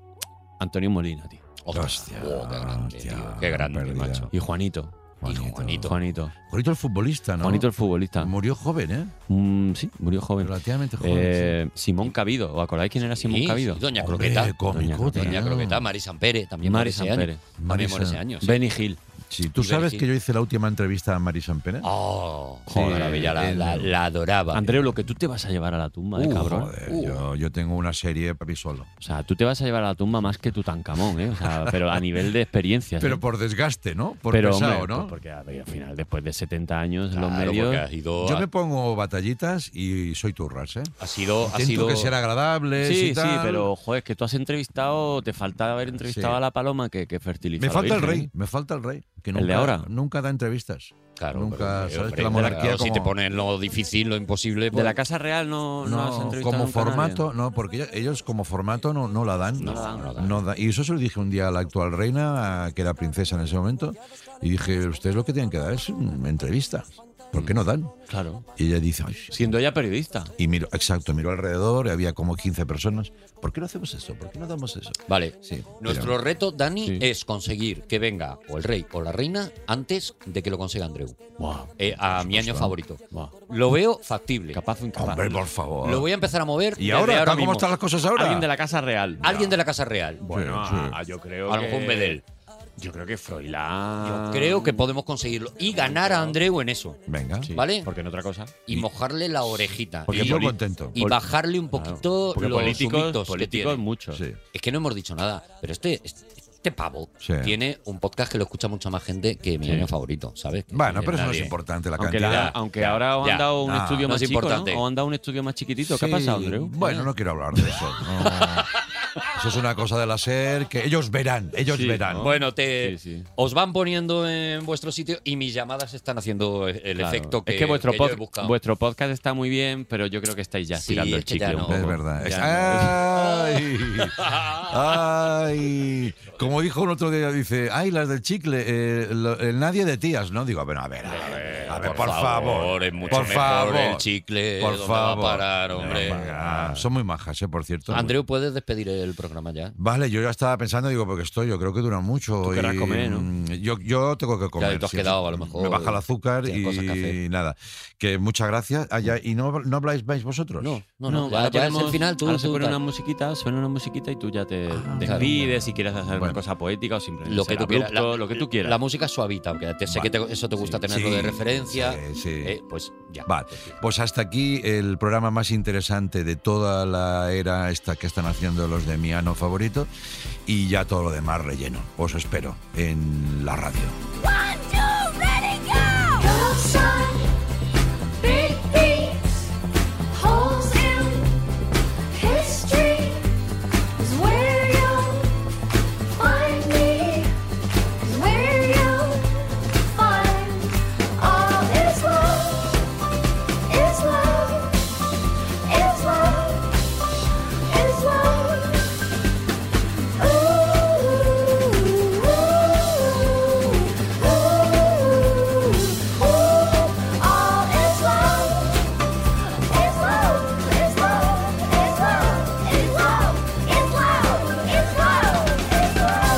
S5: Antonio Molina, tío.
S4: Hostia. oh, qué grande,
S2: hostia,
S4: tío, Qué grande,
S2: pérdida.
S4: macho.
S5: Y Juanito.
S4: Y Juanito.
S5: Juanito.
S2: Juanito el futbolista, ¿no?
S5: Juanito el futbolista.
S2: Murió joven, ¿eh?
S5: Mm, sí, murió joven.
S2: Relativamente joven.
S5: Eh, Simón Cabido. ¿Os acordáis quién era Simón
S4: Sí,
S5: Cabido?
S4: sí, Doña
S2: Hombre,
S4: Croqueta.
S2: cómicota,
S4: Doña
S2: ¿no?
S4: Croqueta, Mari San Pérez también.
S5: Mari
S4: por ese
S5: San
S4: año.
S5: Pérez.
S2: Mari
S4: También por ese
S2: San-
S4: año. sí.
S5: Benny Hill.
S2: Sí, tú
S4: Iba a
S2: sabes
S4: decir-
S2: que yo hice la última entrevista a Marisan Pérez.
S4: Oh,
S2: Sí,
S4: joder, maravilla, la,
S2: eh,
S4: la- la adoraba.
S5: Andreu, lo que tú te vas a llevar a la tumba, ¿eh,
S2: Uh,
S5: cabrón.
S2: joder, yo, yo tengo una serie para mí solo.
S5: O sea, tú te vas a llevar a la tumba más que Tutankamón, ¿eh? O sea, pero a nivel de experiencias.
S2: (laughs) Pero
S5: ¿eh?
S2: por desgaste, ¿no? Por
S5: Pero,
S2: pesado,
S5: hombre,
S2: ¿no?
S5: pues porque a ver, al final, después de 70 años, los
S4: Claro,
S5: medios.
S4: porque has ido
S2: Yo
S4: a-
S2: me pongo batallitas y soy turras, ¿eh?
S4: Ha sido, ha
S2: Intento
S4: sido
S2: que sean agradables
S5: Sí,
S2: y
S5: sí,
S2: tal.
S5: pero joder, es que tú has entrevistado, te falta haber entrevistado
S2: Sí.
S5: a la paloma que, que fertilizó.
S2: Me
S5: la
S2: falta el
S5: Virgen,
S2: rey,
S5: ¿eh?
S2: me falta el rey. Que
S5: ¿El
S2: nunca,
S5: de ahora?
S2: Nunca da entrevistas.
S4: Claro,
S2: nunca,
S4: pero,
S2: sabes que
S4: hombre,
S2: la
S4: claro,
S2: monarquía
S4: claro,
S2: como,
S4: si te ponen lo difícil, lo imposible,
S5: De
S4: pues-
S5: la Casa Real no, no, has
S2: no,
S5: entrevistado.
S2: como
S5: nunca a nadie.
S2: formato, no, porque ellos- ellos como formato no, no la dan.
S5: ¿eh? No la dan, no la
S2: No da- Y eso se lo dije un día a la actual reina, a- que era princesa en ese momento, y dije, ustedes lo que tienen que dar es una entrevista. ¿Por qué no dan?
S5: Claro.
S2: Y ella dice, "Ay,
S5: Siendo ella periodista.
S2: Y miro, exacto, miro alrededor, y había como 15 personas. ¿Por qué no hacemos eso? ¿Por qué no damos eso?
S4: Vale.
S2: Sí,
S4: Nuestro
S2: pero-
S4: reto, Dani, es conseguir que venga o el rey o la reina antes de que lo consiga Andreu.
S5: Buah,
S4: Eh, a mi año favorito.
S5: buah.
S4: Lo veo factible.
S5: Capaz o incapaz.
S2: Hombre, pues, por favor.
S4: Lo voy a empezar a mover.
S2: ¿Y
S4: desde
S2: ahora? ¿Tal cómo
S4: mismo.
S2: están las cosas ahora?
S5: Alguien de la Casa Real.
S4: Alguien de la Casa Real.
S2: Bueno,
S5: Ah, yo creo
S4: A lo mejor un
S5: que-
S4: Bedel.
S5: Yo creo que
S2: Ah.
S5: Froilán.
S4: Creo que podemos conseguirlo. Y ganar a Andreu en eso.
S2: Venga.
S4: ¿Vale?
S5: Porque en otra cosa.
S4: Y mojarle la orejita.
S2: Porque
S4: y
S2: yo contento.
S4: Y bajarle un poquito
S5: Porque
S4: los
S5: políticos-
S4: políticos,
S5: políticos muchos. Sí.
S4: Es que no hemos dicho nada. Pero este, este pavo
S2: Sí.
S4: tiene un podcast que lo escucha mucha más gente que mi
S5: Sí.
S4: año favorito, ¿sabes? Que
S2: Bueno,
S4: que
S2: pero eso no
S4: nadie-
S2: es importante, la
S5: Aunque,
S2: cantidad.
S5: la- aunque ahora os han
S4: Ya.
S5: dado un
S4: Ah,
S5: estudio
S4: no
S5: más
S4: es
S5: chico, ¿no?
S4: importante.
S5: Os han dado un estudio más chiquitito. ¿Qué
S2: Sí,
S5: ha pasado, Andreu?
S2: Bueno, no quiero hablar de eso. no. Eso es una cosa de la SER que ellos verán, ellos
S5: Sí,
S2: verán.
S5: ¿no?
S4: Bueno, te,
S5: Sí, sí.
S4: os van poniendo en vuestro sitio y mis llamadas están haciendo el
S5: Claro.
S4: efecto que,
S5: es que vuestro,
S4: que yo he
S5: pod-
S4: buscado.
S5: vuestro podcast está muy bien, pero yo creo que estáis ya
S4: Sí, es ah.
S5: tirando el
S4: que ya
S5: chicle un
S4: no.
S5: poco.
S2: Es verdad. Es-
S4: (laughs)
S2: ay, ay. Como dijo un otro día, dice, ay, las del chicle, eh, lo- el nadie de tías, ¿no? Digo, bueno, a ver, a ver, a ver, por, favor.
S4: es mucho
S2: por
S4: mejor
S2: favor.
S4: el chicle,
S2: Por
S4: ¿dónde va a
S2: favor.
S4: parar, hombre?
S2: Ah, son muy majas, eh, por cierto.
S4: Andreu, ¿puedes despedir el programa ya?
S2: Vale, yo ya estaba pensando, digo, porque estoy, yo creo que dura mucho.
S4: querrás comer, ¿no?
S2: mm, Yo, yo tengo que comer.
S4: Ya, tú has
S2: sí,
S4: quedado, a lo
S2: sí.
S4: mejor,
S2: Me baja el azúcar
S4: tienes cosas que
S2: y
S4: hacer.
S2: nada. Que muchas gracias. Ah, ya, ¿Y no, no habláis vais vosotros? No,
S4: No, no, ya, ya es el final. Tú,
S5: ahora se
S4: tú,
S5: pone
S4: tal. Ah,
S5: una musiquita, suena una musiquita y tú ya te despides si quieres hacer
S4: Bueno.
S5: una cosa poética o simplemente
S4: lo que
S5: ser
S4: tú quieras.
S5: abrupto,
S4: La-
S5: lo que tú quieras.
S4: La música suavita, porque te- sé que te- eso te gusta tenerlo
S2: Sí,
S4: de referencia.
S2: sí, sí.
S4: Eh, pues ya.
S2: Vale, pues hasta aquí el programa más interesante de toda la era esta que están haciendo los de mi ano favorito y ya todo lo demás relleno. Os espero en la radio.
S3: One, two, ready, go! Go shine, big feet, holes in history is where you'll find me. Is where you'll find all is love, is love, is love, is love. Ooh, ooh, ooh. All is love, is love, is love, is love, is love, is love, is love, is love.